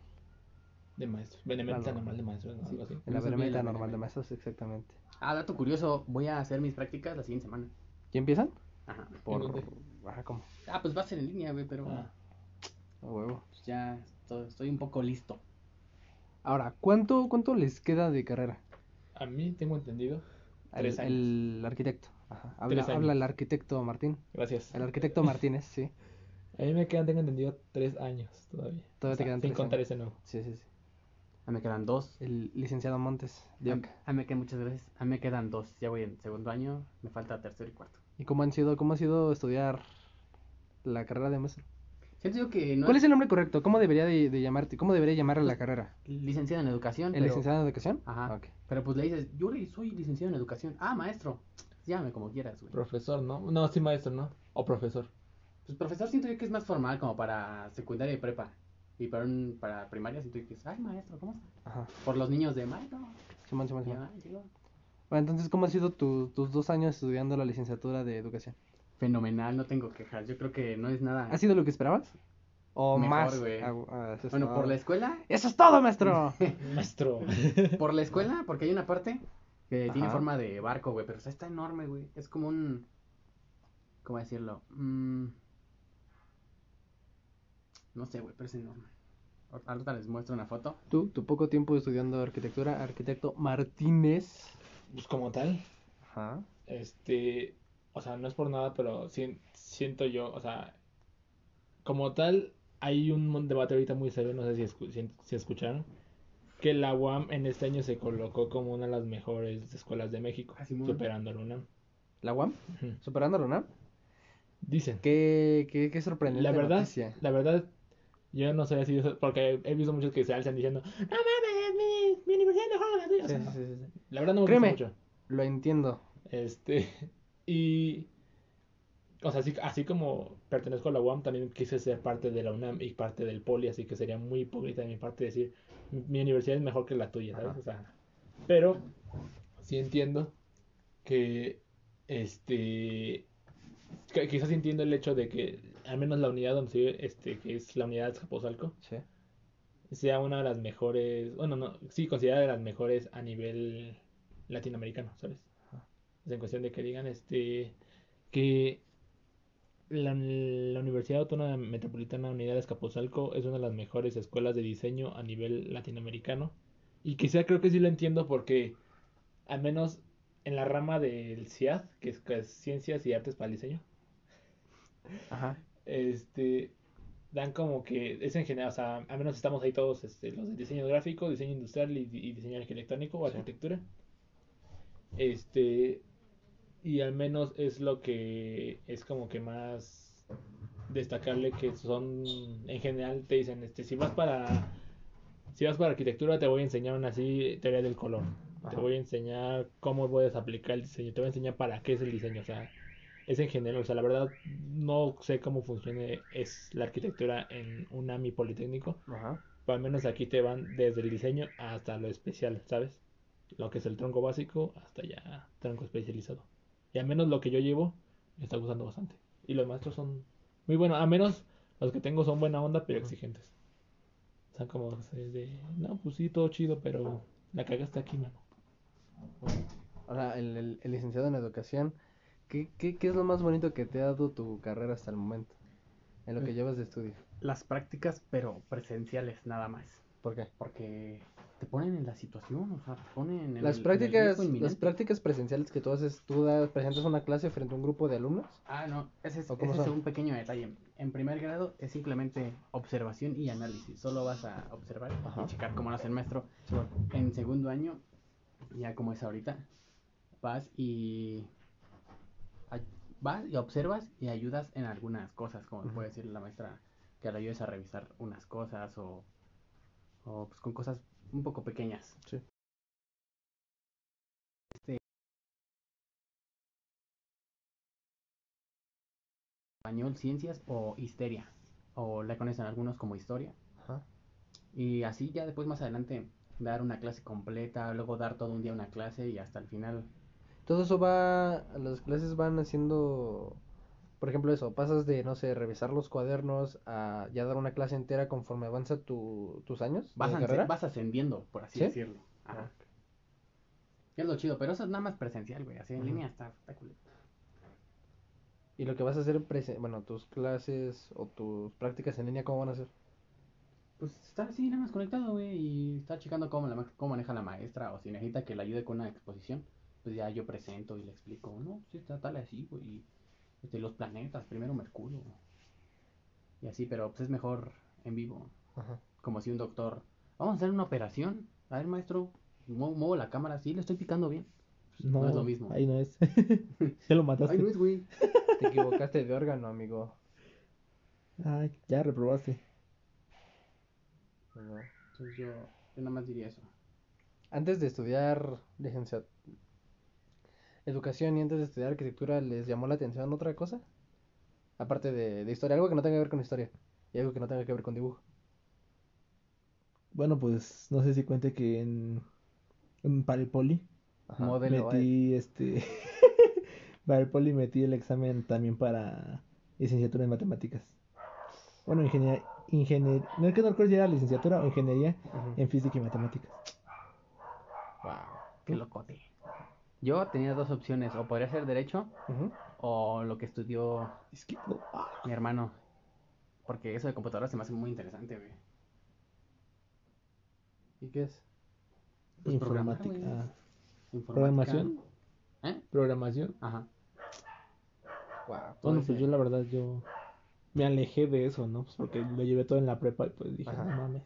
S10: De maestros. Benemérita
S2: Claro.
S10: normal de maestros. ¿no? Algo así.
S2: En la
S4: No sabía
S2: Benemérita
S4: Pues la
S2: Normal de
S4: Benemérita.
S2: Maestros, exactamente.
S4: Ah, dato curioso, voy a hacer mis prácticas la siguiente semana.
S2: ¿Ya empiezan?
S4: Ajá.
S2: Por...
S10: dónde?
S2: Ah, ¿cómo?
S4: Ah, pues va a ser en línea, güey, pero
S10: Ah.
S2: A huevo.
S4: pues, ya estoy, estoy un poco listo.
S2: Ahora, ¿cuánto, ¿cuánto les queda de carrera?
S10: A mí tengo entendido.
S2: El,
S10: Tres años.
S2: el arquitecto. Ajá. Habla,
S10: Tres años.
S2: habla el arquitecto Martín.
S10: Gracias.
S2: El arquitecto Martínez, sí.
S10: A mí me quedan, tengo entendido, tres años todavía.
S2: Todavía te quedan
S10: sin
S2: tres
S10: contar
S2: años.
S10: ese nuevo.
S2: Sí, sí, sí.
S4: Ah, me quedan dos.
S2: El licenciado Montes. de
S4: Ah,
S2: Oca.
S4: ah, me quedan muchas gracias. Ah, me quedan dos. Ya voy en segundo año, me falta tercero y cuarto.
S2: ¿Y cómo han sido, cómo ha sido estudiar la carrera de maestro?
S4: Siento yo que no
S2: ¿Cuál es el nombre correcto? ¿Cómo debería de, de llamarte? ¿Cómo debería llamar a la carrera?
S4: licenciado en educación.
S2: ¿El
S4: pero-
S2: licenciado en educación?
S4: Ajá.
S2: Ok.
S4: Pero pues le dices, yo soy licenciado en educación. Ah, maestro. Llámame como quieras, güey.
S1: Profesor, ¿no? No, sí, maestro, ¿no? O profesor.
S4: Pues profesor siento yo que es más formal como para secundaria y prepa. Y para, un- para primaria siento yo que es, ay maestro, ¿cómo está?
S2: Ajá.
S4: Por los niños de maestro.
S2: Simón, Simón, Simón.
S4: ya llegó".
S2: Bueno, entonces, ¿cómo han sido tu- tus dos años estudiando la licenciatura de educación?
S4: Fenomenal, no tengo quejas. Yo creo que no es nada.
S2: ¿Ha sido lo que esperabas? ¿O
S4: Mejor,
S2: más?
S4: güey.
S2: Ah, gu- ah, eso es
S4: bueno,
S2: todo.
S4: por la escuela,
S2: ¡Eso es todo, maestro!
S1: Maestro.
S4: por la escuela, porque hay una parte que tiene
S2: Ajá.
S4: forma de barco, güey, pero o sea, está enorme, güey. Es como un ¿cómo decirlo? Mm, No sé, güey, pero es enorme. Ahor- Ahorita les muestro una foto.
S2: Tú, tu poco tiempo estudiando arquitectura, arquitecto Martínez.
S1: Pues como tal,
S2: Ajá.
S1: este, o sea, no es por nada, pero sien- siento yo, o sea, como tal, hay un mon- debate ahorita muy serio, no sé si, escu- si, si escucharon, que la UAM en este año se colocó como una de las mejores escuelas de México,
S4: Ah, Simón.
S1: superando a la UNAM.
S2: ¿La UAM?
S1: Ujú.
S2: ¿Superando a la UNAM?
S1: Dicen.
S2: Qué, qué, qué sorprendente
S1: La verdad,
S2: noticia.
S1: la verdad, yo no sabía si eso, porque he visto muchos que se alzan diciendo, no mames, mi, mi universidad es mejor que la tuya", o
S2: Sí,
S1: sea,
S2: sí, sí, sí.
S1: la verdad no me gusta
S2: Créeme.
S1: mucho.
S2: Lo entiendo.
S1: Este, y, o sea, así, así como pertenezco a la UAM, también quise ser parte de la UNAM y parte del Poli, así que sería muy hipócrita de mi parte decir, "Mi- mi universidad es mejor que la tuya, ¿sabes? O sea, pero sí entiendo que, este, que- quizás entiendo el hecho de que, al menos la unidad donde estoy, este, que es la unidad de Escaposalco,
S2: Sí.
S1: sea una de las mejores, bueno, no, sí, considerada de las mejores a nivel latinoamericano, ¿sabes? O sea, en cuestión de que digan este que la, la Universidad Autónoma Metropolitana Unidad de Escaposalco es una de las mejores escuelas de diseño a nivel latinoamericano. Y quizá creo que sí lo entiendo porque, al menos en la rama del CIAD, que es, que es Ciencias y Artes para el Diseño,
S2: Ajá.
S1: este dan como que es en general, o sea, al menos estamos ahí todos este, los de diseño gráfico, diseño industrial y, y diseño arquitectónico o arquitectura. Este y al menos es lo que es como que más destacable que son en general te dicen, este si vas para si vas para arquitectura te voy a enseñar una así teoría del color. Te
S2: Ajá.
S1: voy a enseñar cómo puedes aplicar el diseño, te voy a enseñar para qué es el diseño, o sea, es en general, o sea, la verdad no sé cómo funcione es la arquitectura en un AMI Politécnico,
S2: Ajá.
S1: pero al menos aquí te van desde el diseño hasta lo especial, ¿sabes? Lo que es el tronco básico hasta ya tronco especializado. Y al menos lo que yo llevo me está gustando bastante. Y los maestros son muy buenos, al menos los que tengo son buena onda, pero exigentes. O sea, como es de, no, pues sí, todo chido, pero la cagaste aquí, mano.
S2: Ahora, el, el- el licenciado en educación, ¿qué, qué, qué es lo más bonito que te ha dado tu carrera hasta el momento? En lo que llevas de estudio.
S4: Las prácticas, pero presenciales nada más.
S2: ¿Por qué?
S4: Porque te ponen en la situación, o sea, te ponen
S2: Las
S4: en el- en el
S2: prácticas,
S4: riesgo
S2: las
S4: inminente.
S2: prácticas presenciales que tú haces, tú das, presentas una clase frente a un grupo de alumnos.
S4: Ah, no, ese es,
S2: ¿O cómo
S4: ese es
S2: son?
S4: un pequeño detalle. En primer grado es simplemente observación y análisis. Solo vas a observar
S2: Ajá.
S4: y checar cómo lo hace el maestro. En segundo año, ya como es ahorita, vas y ay- vas y observas y ayudas en algunas cosas, como te puede decir la maestra, que le ayudes a revisar unas cosas o, o, pues, con cosas un poco pequeñas.
S2: Sí.
S4: Este español, ciencias o histeria, o la conocen algunos como historia.
S2: Ajá.
S4: Y así ya después más adelante dar una clase completa, luego dar todo un día una clase y hasta el final.
S2: Todo eso va, las clases van haciendo, por ejemplo, eso, pasas de, no sé, revisar los cuadernos a ya dar una clase entera conforme avanza tu, tus años
S4: Vas,
S2: de
S4: ance-
S2: carrera.
S4: vas ascendiendo, por así
S2: ¿Sí?
S4: decirlo. Ajá. Es lo chido, pero eso es nada más presencial, güey. Así en línea está, está cool.
S2: Y lo que vas a hacer, presen- bueno, tus clases o tus prácticas en línea, ¿cómo van a ser?
S4: Pues está así, nada más conectado, güey. Y está checando cómo, la ma- cómo maneja la maestra o si necesita que le ayude con una exposición. Pues ya yo presento y le explico, no, sí está tal así, güey. y, este, los planetas, primero Mercurio. Y así, pero pues es mejor en vivo.
S2: Ajá.
S4: como si un doctor, vamos a hacer una operación. A ver, maestro, mu- muevo la cámara, sí, le estoy picando bien. Pues, No, es lo mismo.
S11: Ahí no es. ya lo mataste.
S4: Ay, no es, güey.
S2: Te equivocaste de órgano, amigo.
S11: Ay, ya reprobaste.
S2: No.
S4: Entonces yo, yo nada más diría eso.
S2: Antes de estudiar licenciatura, educación y antes de estudiar arquitectura les llamó la atención otra cosa? Aparte de, de historia, algo que no tenga que ver con historia y algo que no tenga que ver con dibujo.
S12: Bueno, pues no sé si cuente que en, en- para el poli
S2: Ajá.
S12: metí este para el poli metí el examen también para licenciatura en matemáticas. Bueno, ingeniería ingenier... no es que no recuerdo si era licenciatura o ingeniería en física y matemáticas.
S4: Wow, qué locote. Yo tenía dos opciones, o podría ser derecho
S2: Ujú.
S4: o lo que estudió
S12: Es que no, ah,
S4: mi hermano. Porque eso de computadora se me hace muy interesante, güey.
S2: ¿Y qué es?
S4: Pues programar,
S12: informática.
S4: güey. Informática.
S1: ¿Programación?
S4: ¿Eh?
S1: ¿Programación?
S4: Ajá.
S2: Guau, todo
S1: Bueno,
S2: ese-
S1: pues yo la verdad, yo me alejé de eso, ¿no? Pues porque lo llevé todo en la prepa y pues dije,
S2: Ajá.
S1: no mames,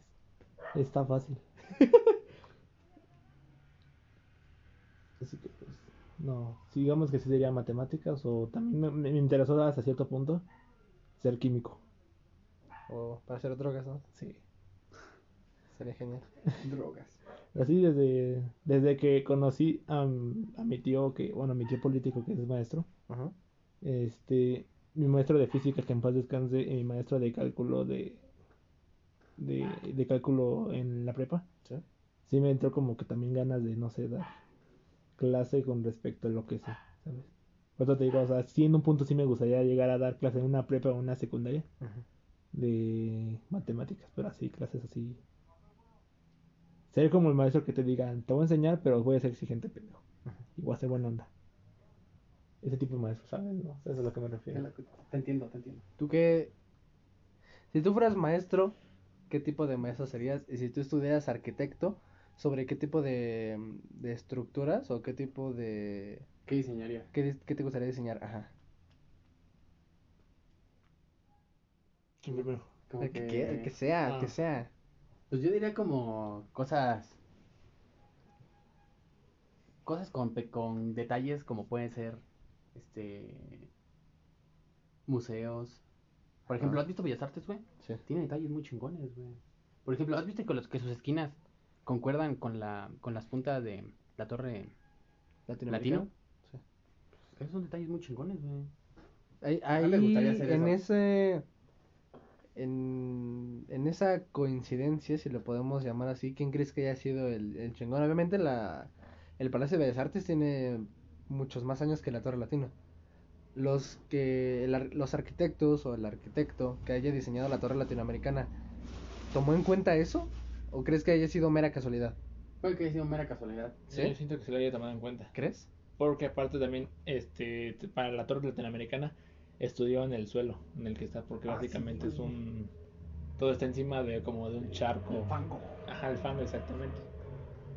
S1: está fácil. Así que pues, no, sí, digamos que sí sería matemáticas o también me, me- me interesó hasta cierto punto ser químico.
S2: O para hacer drogas, ¿no?
S1: Sí.
S2: Sería genial.
S13: Drogas.
S1: Pero sí, desde, desde que conocí a, m- a mi tío, que, bueno, a mi tío político que es maestro,
S2: Ajá.
S1: este, mi maestro de física, que en paz descanse, y mi maestro de cálculo de, de, de cálculo en la prepa,
S2: Sí.
S1: sí me entró como que también ganas de, no sé, dar clase con respecto a lo que sé, ¿sabes? Por eso te digo, o sea, sí en un punto sí me gustaría llegar a dar clase en una prepa o una secundaria
S2: Ujú.
S1: de matemáticas, pero así, clases así. Ser como el maestro que te digan, te voy a enseñar, pero voy a ser exigente, pendejo. Y voy a ser buena onda. Ese tipo de maestro, ¿sabes? No, eso es a lo que me refiero.
S4: Te entiendo, te entiendo.
S2: ¿Tú qué? Si tú fueras maestro, ¿qué tipo de maestro serías? Y si tú estudiaras arquitecto, ¿sobre qué tipo de, de estructuras o qué tipo de...
S14: ¿Qué diseñaría?
S2: ¿Qué, dis- qué te gustaría diseñar? Ajá.
S14: Como
S2: El que,
S14: que-
S2: quiera, el que sea, el que
S14: Ah.
S2: sea.
S4: Pues yo diría como cosas. Cosas con, pe- con detalles como pueden ser. Este. Museos. Por ejemplo, ¿has visto Bellas Artes, güey?
S2: Sí.
S4: Tiene detalles muy chingones, güey. Por ejemplo, ¿has visto que, los, que sus esquinas concuerdan con, la, con las puntas de la torre latino?
S2: Sí.
S4: Esos son detalles muy chingones, güey.
S2: Ahí,
S14: mí me gustaría
S2: ahí,
S14: hacer
S2: en
S14: eso.
S2: ese... En, en esa coincidencia, si lo podemos llamar así, ¿quién crees que haya sido el, el chingón? Obviamente la, el Palacio de Bellas Artes tiene muchos más años que la Torre Latina. Los que el ar- los arquitectos o el arquitecto que haya diseñado la Torre Latinoamericana, ¿tomó en cuenta eso? ¿O crees que haya sido mera casualidad?
S14: Puede que haya sido mera casualidad.
S2: Sí, yo
S1: siento que se lo haya tomado en cuenta.
S2: ¿Crees?
S1: Porque aparte también, este, t- para la torre latinoamericana, estudió en el suelo en el que está, porque básicamente es un... Todo está encima de como de un charco. fango. Ajá, el fango, exactamente.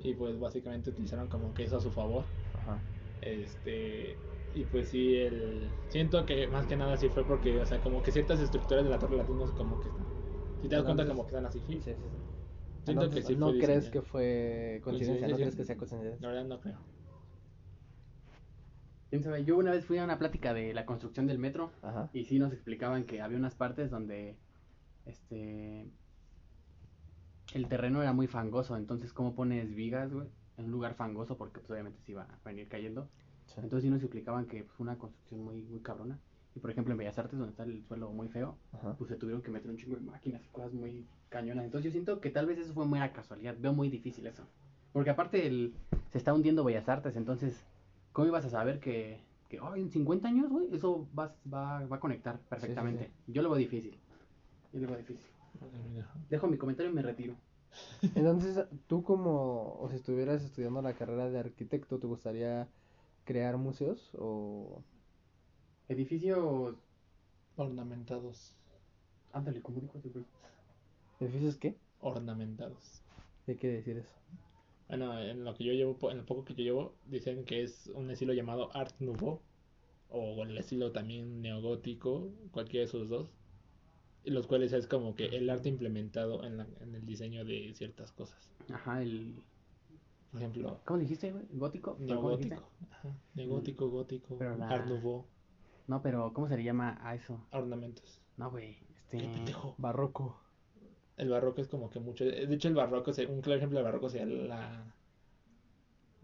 S1: Y pues básicamente utilizaron como que eso a su favor.
S2: Ajá.
S1: Este, y pues sí, el... Siento que más que nada sí fue porque, o sea, como que ciertas estructuras de la torre latina como que están... Si te das cuenta
S2: Entonces-
S1: como que están así.
S2: Sí, sí, sí.
S1: Siento
S2: Entonces,
S1: que sí
S2: no
S1: fue
S2: crees
S1: diseñado.
S2: que fue coincidencia, no
S1: Coincidencia,
S2: crees
S1: sí.
S2: que sea coincidencia.
S1: La verdad no creo.
S4: ¿Quién sabe? Yo una vez fui a una plática de la construcción del metro
S2: Ajá.
S4: y sí nos explicaban que había unas partes donde este el terreno era muy fangoso, entonces cómo pones vigas, güey, en un lugar fangoso porque pues, obviamente se iba a venir cayendo.
S2: Sí.
S4: Entonces sí nos explicaban que pues, fue una construcción muy muy cabrona. Y por ejemplo en Bellas Artes donde está el suelo muy feo,
S2: Ajá.
S4: pues se tuvieron que meter un chingo de máquinas y cosas muy cañonas. Entonces yo siento que tal vez eso fue mera casualidad, veo muy difícil eso. Porque aparte el, se está hundiendo Bellas Artes, entonces, ¿cómo ibas a saber que, que "Ay, en 50 años, güey, eso va, va, va a conectar perfectamente? Yo lo veo difícil. Yo lo veo difícil. Dejo mi comentario y me retiro.
S2: Entonces, tú como, o si estuvieras estudiando la carrera de arquitecto, ¿te gustaría crear museos o...?
S4: Edificios...
S1: Ornamentados.
S4: Ándale, como dijo ese güey.
S2: ¿Edificios qué?
S1: Ornamentados.
S2: ¿Qué quiere decir eso?
S1: Bueno, en lo que yo llevo, po- en lo poco que yo llevo, dicen que es un estilo llamado Art Nouveau, o el estilo también neogótico, cualquiera de esos dos, y los cuales es como que el arte implementado en, la- en el diseño de ciertas cosas.
S4: Ajá, el...
S1: Por ejemplo,
S4: ¿Cómo dijiste, güey? ¿El gótico? ¿Pero cómo dijiste?
S1: neogótico, ajá, neogótico, gótico,
S4: Pero la-
S1: Art Nouveau,
S4: No, pero ¿cómo se le llama a eso?
S1: ornamentos.
S4: No, güey. Este...
S1: ¡Qué pendejo!
S2: Barroco.
S1: El barroco es como que mucho. De hecho, el barroco, se- un claro ejemplo del barroco sería la,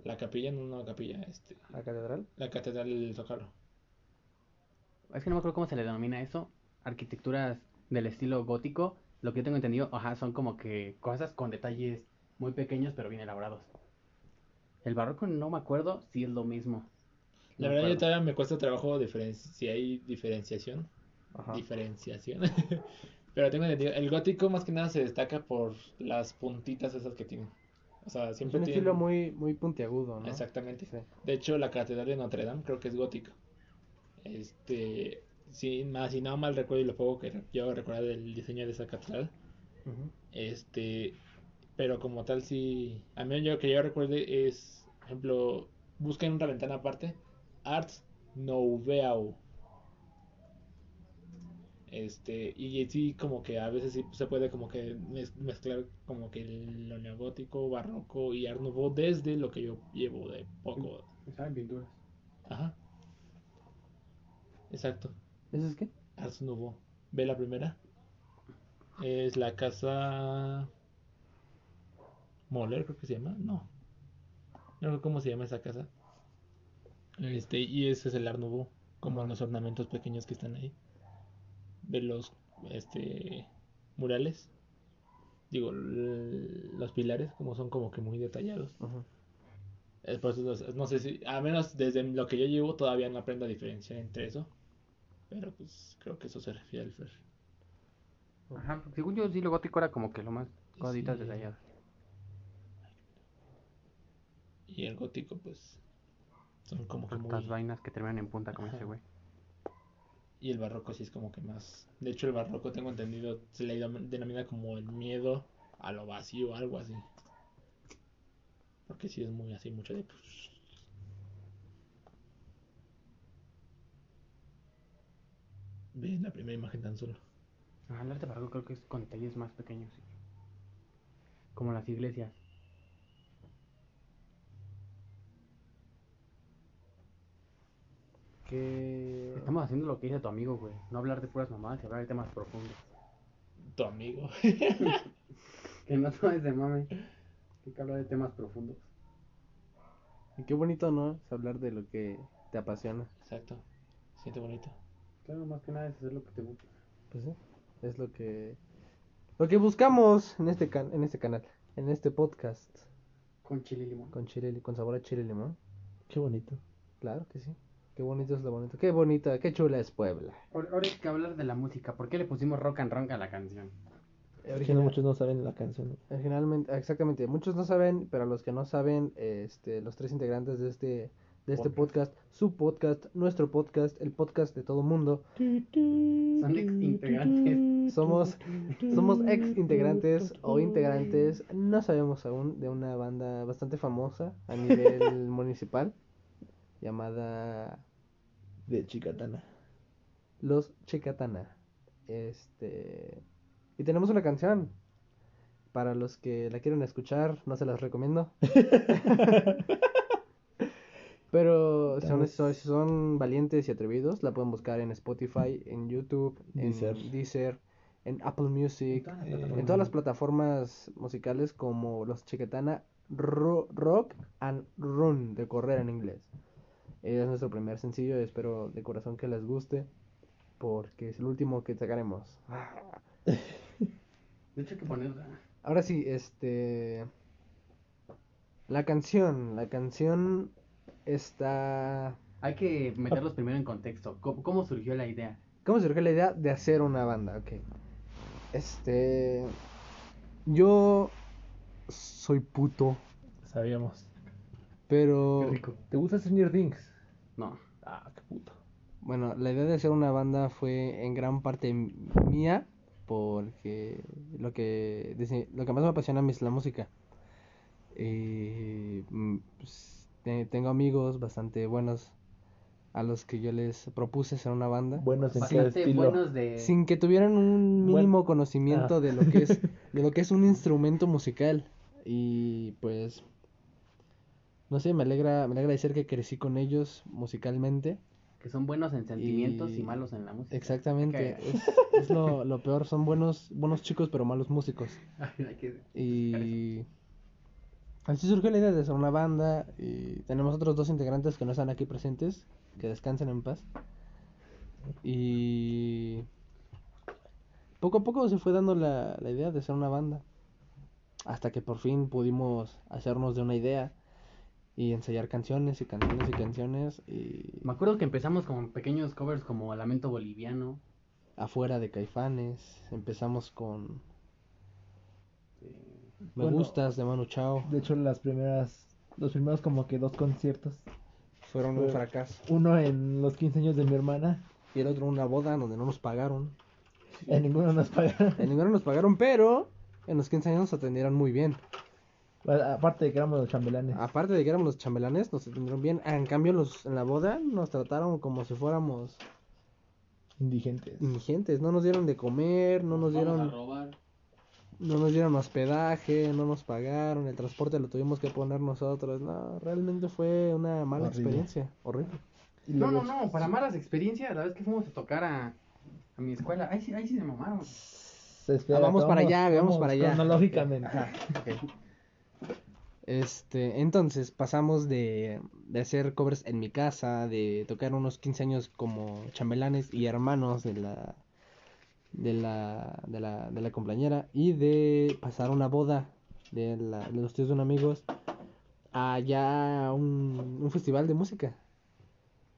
S1: La capilla, no, no la capilla, este,
S15: la catedral.
S1: la catedral del Zócalo.
S4: Es que no me acuerdo cómo se le denomina eso. Arquitecturas del estilo gótico. Lo que yo tengo entendido, ajá, son como que cosas con detalles muy pequeños pero bien elaborados. El barroco no me acuerdo si es lo mismo.
S1: La
S4: No
S1: verdad, yo
S4: acuerdo.
S1: todavía me cuesta trabajo diferen- si hay diferenciación.
S15: Ajá.
S1: Diferenciación. Pero tengo entendido, el gótico más que nada se destaca por las puntitas esas que tiene. O sea,
S2: Es
S1: siempre
S2: un
S1: tiene.
S2: estilo muy, muy puntiagudo, ¿no?
S1: Exactamente.
S2: Sí.
S1: De hecho, la catedral de Notre Dame creo que es gótica. Este, si, más, si no mal recuerdo y lo poco que re- yo recuerdo del diseño de esa catedral,
S2: Ujú.
S1: este, pero como tal, sí, a mí yo que yo recuerde es, por ejemplo, busquen una ventana aparte, Arts Nouveau. Este, y sí, como que a veces sí se puede como que mez- mezclar como que lo neogótico, barroco y Art Nouveau desde lo que yo llevo de poco.
S16: Saben pinturas.
S1: Ajá. Exacto.
S2: ¿Eso es qué?
S1: Ars Nouveau. Ve la primera. Es la casa. Moller, creo que se llama. No. No sé cómo se llama esa casa. Este, y ese es el Art Nouveau. Como los ornamentos pequeños que están ahí. De los este murales. Digo, l- los pilares, como son como que muy detallados.
S2: Ajá.
S1: Eh, por eso no, sé- no sé si, a menos desde lo que yo llevo, todavía no aprendo a diferenciar entre eso. Pero pues creo que eso se refiere al Fer.
S4: Ajá, según yo, sí, lo gótico era como que lo más cositas
S1: Sí.
S4: detalladas.
S1: Y el gótico, pues son como que
S4: Estas
S1: muy.
S4: vainas que terminan en punta como
S1: Ajá.
S4: ese güey.
S1: Y el barroco, sí es como que más. De hecho, el barroco, tengo entendido, se le denom- denomina como el miedo a lo vacío, algo así. Porque sí es muy así, mucho de. pues, ¿Ves la primera imagen tan solo?
S4: Ajá, el arte barroco creo que es con detalles más pequeños. sí. Como las iglesias.
S2: Que...
S4: Estamos haciendo lo que dice tu amigo, güey. No hablar de puras mamadas y hablar de temas profundos.
S1: Tu amigo.
S4: Que no sabes de mame. Hay que hablar de temas profundos.
S2: y Qué bonito, ¿no? Es hablar de lo que te apasiona.
S1: Exacto. Siente bonito.
S16: Claro, más que nada es hacer lo que te gusta.
S2: Pues sí, es lo que... Lo que buscamos en este, can- en este canal, en este podcast,
S16: Con chile y limón.
S2: con chile, li- con sabor a chile y limón.
S15: Qué bonito.
S2: Claro que sí. Qué bonito es lo bonito. Qué bonita, qué chula es Puebla.
S4: Ahora ahora hay que hablar de la música. ¿Por qué le pusimos rock and roll a la canción?
S15: Es que no, muchos no saben la canción.
S2: Originalmente, exactamente. Muchos no saben, pero los que no saben, este, los tres integrantes de este, de este podcast, su podcast, nuestro podcast, el podcast de todo mundo,
S1: Mm,
S4: Son ex integrantes.
S2: somos, somos ex integrantes o integrantes, no sabemos aún, de una banda bastante famosa a nivel municipal, llamada
S15: De Chicatana.
S2: Los Chicatana. Este. Y tenemos una canción. Para los que la quieren escuchar, no se las recomiendo. Pero si son,
S15: Estamos-
S2: si son valientes y atrevidos, la pueden buscar en Spotify, en YouTube, en
S15: Deezer.
S2: Deezer, en Apple Music,
S4: Ah,
S16: todas
S15: Eh,
S2: en todas las plataformas musicales como Los Chiquetana Ro- Rock and Run de correr en inglés. Eh, Es nuestro primer sencillo, espero de corazón que les guste porque es el último que sacaremos.
S16: De hecho, hay que poner.
S2: Ahora sí, este la canción, la canción está
S4: Hay que meterlos primero en contexto. ¿Cómo, cómo surgió la idea?
S2: ¿Cómo surgió la idea de hacer una banda? Ok. Este yo soy puto,
S1: Sabíamos.
S2: pero
S15: ¿Te gusta Stranger Things?
S4: No.
S15: Ah, qué puto.
S2: Bueno, la idea de hacer una banda fue en gran parte m- mía, porque lo que, dise- lo que más me apasiona a mí es la música. Y, mm, pues, te- tengo amigos bastante buenos a los que yo les propuse hacer una banda,
S15: Buenos en cada
S4: Bastante
S15: estilo.
S4: buenos de.
S2: sin que tuvieran un
S15: Buen-
S2: mínimo conocimiento
S15: Ah.
S2: de lo que es, de lo que es un instrumento musical. Y pues, no sé, me alegra, me alegra decir que crecí con ellos musicalmente.
S4: Que son buenos en sentimientos y,
S2: Y-
S4: malos en la música.
S2: Exactamente,
S4: Ok.
S2: es, es lo, lo peor, son buenos, buenos chicos pero malos músicos.
S16: Hay que.
S2: Y Así surgió la idea de hacer una banda y tenemos otros dos integrantes que no están aquí presentes, que descansen en paz. Y poco a poco se fue dando la, la idea de hacer una banda. Hasta que por fin pudimos hacernos de una idea y ensayar canciones y canciones y canciones y
S4: Me acuerdo que empezamos con pequeños covers como Lamento Boliviano.
S2: afuera de Caifanes empezamos con eh, Me
S11: Bueno.
S2: gustas de Manu Chao.
S11: De hecho, las primeras, los primeros como que dos conciertos.
S2: Fueron un
S11: Fue-
S2: fracaso.
S11: Uno en los 15 años de mi hermana.
S2: Y el otro una boda donde no nos pagaron.
S11: En ninguno nos pagaron.
S2: En ninguno nos pagaron, pero en los 15 años nos atendieron muy bien.
S11: Bueno, Aparte de que éramos los chambelanes.
S2: Aparte de que éramos los chambelanes, nos atendieron bien. Ah, En cambio, los, en la boda nos trataron como si fuéramos
S11: Indigentes.
S2: indigentes. No nos dieron de comer, no nos
S1: Vamos a
S2: dieron,
S1: robar.
S2: no nos dieron hospedaje, no nos pagaron, el transporte lo tuvimos que poner nosotros. No, realmente fue una mala
S11: Horrible.
S2: experiencia. Horrible.
S11: Y
S4: No, no,
S11: luego-
S4: no, para malas experiencias, la vez que fuimos a tocar a, a mi escuela, ahí sí, ahí sí se mamaron.
S11: Se espera,
S2: Ah, vamos para
S11: vamos-
S2: allá, vamos
S11: vamos
S2: para allá.
S11: Cronológicamente.
S2: Este, entonces pasamos de, de hacer covers en mi casa, de tocar unos 15 años como chambelanes y hermanos de la de la de la, de la compañera y de pasar una boda de, la- de los tíos de un amigos a ya un, un festival de música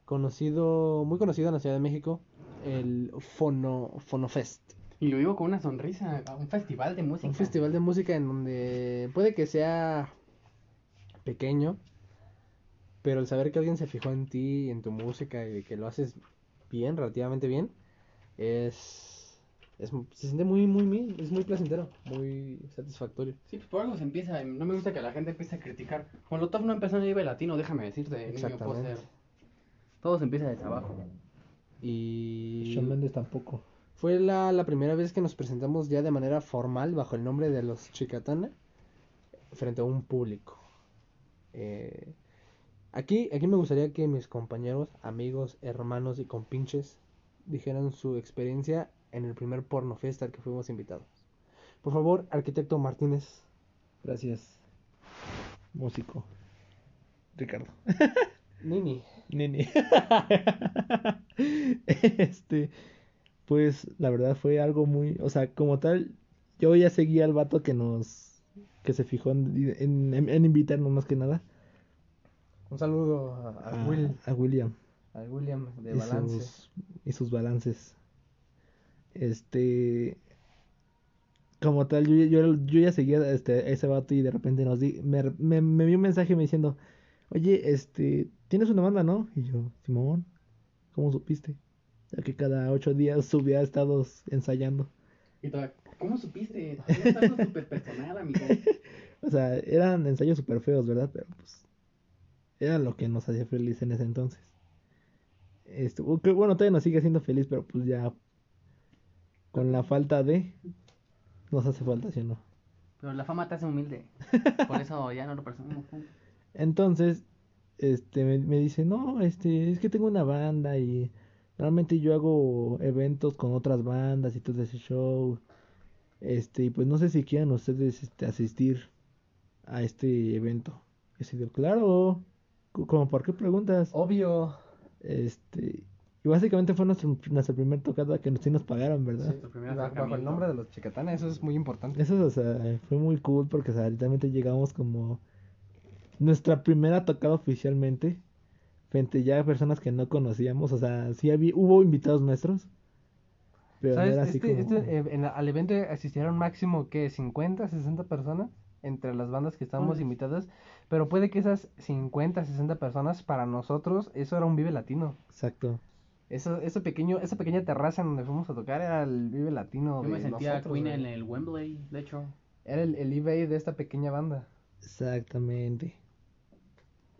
S2: conocido muy conocido en la Ciudad de México, el Fono Fonofest.
S4: Y lo digo con una sonrisa, a un festival de música.
S2: Un festival de música en donde puede que sea pequeño, pero el saber que alguien se fijó en ti, en tu música y de que lo haces bien, relativamente bien, es, es se siente muy muy muy es muy placentero, muy satisfactorio.
S4: Sí, pues por algo se empieza, no me gusta que la gente empiece a criticar. Molotov no empezó en Vive Latino, déjame decirte, niño
S2: Exactamente.
S4: póster. Todo se empieza desde abajo.
S2: Y
S11: Shawn Mendes tampoco.
S2: fue la, la primera vez que nos presentamos ya de manera formal bajo el nombre de los Chicatana frente a un público. Eh, aquí, aquí me gustaría que mis compañeros, amigos, hermanos y compinches dijeran su experiencia en el primer porno fiesta al que fuimos invitados. Por favor, arquitecto Martínez.
S11: Gracias. Músico. Ricardo.
S2: Nini.
S11: Nini. este, pues la verdad fue algo muy, o sea, como tal, yo ya seguía al vato que nos, que se fijó en, en, en- en invitarnos más que nada.
S2: Un saludo a,
S11: Ah.
S2: a Will,
S11: a William.
S2: a William de
S11: y
S2: Balance.
S11: Sus, y sus balances. Este, como tal, yo, yo, yo ya seguía este, a ese vato y de repente nos di, me, me, me dio un mensaje me diciendo, oye, este, tienes una banda, ¿no? Y yo, Simón, ¿cómo supiste? Ya que cada ocho días subía estados ensayando.
S4: Y toda, ¿cómo supiste? Todavía es algo súper personal, amigo.
S11: O sea, eran ensayos súper feos, ¿verdad? Pero pues era lo que nos hacía feliz en ese entonces. Este, u- que, bueno, todavía nos sigue haciendo feliz, pero pues ya con la falta de nos hace falta, ¿sí o no?
S4: Pero la fama te hace humilde. Por eso ya no lo presumimos. juntos.
S11: Entonces, este, me, me dice, no, este, es que tengo una banda y normalmente yo hago eventos con otras bandas y todo ese show. Este, y pues no sé si quieran ustedes este, asistir a este evento. Y así de, claro, co- como por qué preguntas.
S2: Obvio.
S11: Este, y básicamente fue nuestro- nuestra primera tocada que sí nos pagaron, ¿verdad?
S4: Tu primer
S2: Bajo, bajo el
S4: acercamiento.
S2: nombre de los Chicatana, eso es muy importante.
S11: Eso, o sea, fue muy cool porque, o sea, literalmente llegamos como nuestra primera tocada oficialmente frente ya a personas que no conocíamos. O sea, sí había, hubo invitados nuestros, pero no
S2: ¿Sabes?
S11: era así
S2: Este-
S11: como...
S2: este, eh, en la- al evento asistieron máximo que 50, 60 personas entre las bandas que estábamos invitadas, pero puede que esas 50, 60 personas para nosotros eso era un Vive Latino.
S11: Exacto.
S2: Eso, ese pequeño, esa pequeña terraza en donde fuimos a tocar era el Vive Latino.
S4: Yo me
S2: de
S4: sentía
S2: nosotros,
S4: Queen
S2: güey.
S4: en el Wembley, de hecho.
S2: Era el, el eBay de esta pequeña banda.
S11: Exactamente.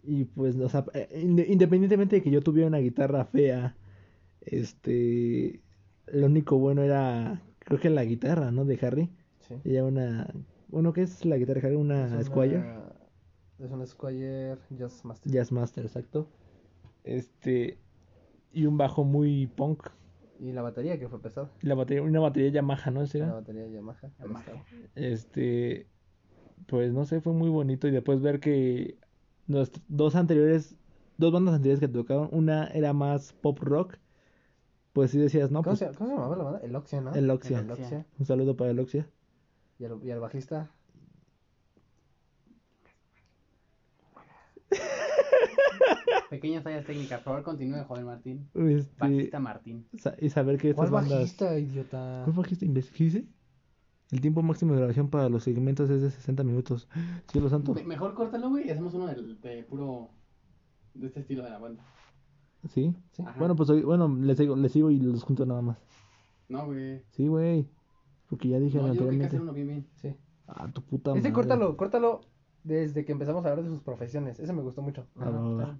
S11: Y pues, o sea, eh, inde- independientemente de que yo tuviera una guitarra fea, este, lo único bueno era, creo que la guitarra, ¿no? De Harry.
S2: Sí.
S11: Ella una, uno que es la guitarra de Harry, una Squire.
S2: Es un Squire Just Master.
S11: Jazz Master, exacto. Este, y un bajo muy punk.
S2: Y la batería que fue pesada.
S11: La batería, una batería Yamaha, ¿no? ¿Ese
S2: La
S11: era?
S2: batería Yamaha. pero estaba-
S11: Este, pues no sé, fue muy bonito. Y después ver que los dos anteriores, dos bandas anteriores que tocaron, una era más pop rock. Pues sí decías, no,
S2: ¿Cómo,
S11: pues
S2: se, ¿Cómo se llamaba la banda? El Oxia, ¿no?
S11: el Oxia.
S2: El Oxia.
S11: Un saludo para el Oxia.
S2: Y al, y al bajista.
S4: Pequeñas fallas técnicas. Por favor, continúe, joven Martín.
S11: Este,
S4: Bajista Martín.
S11: sa- y saber que
S2: ¿Cuál
S11: estas bandas.
S2: bajista, idiota?
S11: ¿Cuál bajista? imbécil? ¿Qué dice? El tiempo máximo de grabación para los segmentos es de 60 minutos. Cielo santo.
S4: Me- mejor córtalo, güey, y hacemos uno del, de puro. de este estilo de la banda.
S11: Sí.
S4: Ajá.
S11: Bueno, pues hoy- bueno, les sigo, les sigo y los junto nada más.
S4: No, güey.
S11: Sí, güey. Porque ya dije
S4: No, yo creo que hay que
S11: anteriormente.
S4: hacer uno bien, bien.
S2: Sí. Este,
S11: Ah, tu puta
S2: Ese
S11: madre.
S2: córtalo, córtalo desde que empezamos a hablar de sus profesiones. Ese me gustó mucho.
S11: Ah, va, va, va.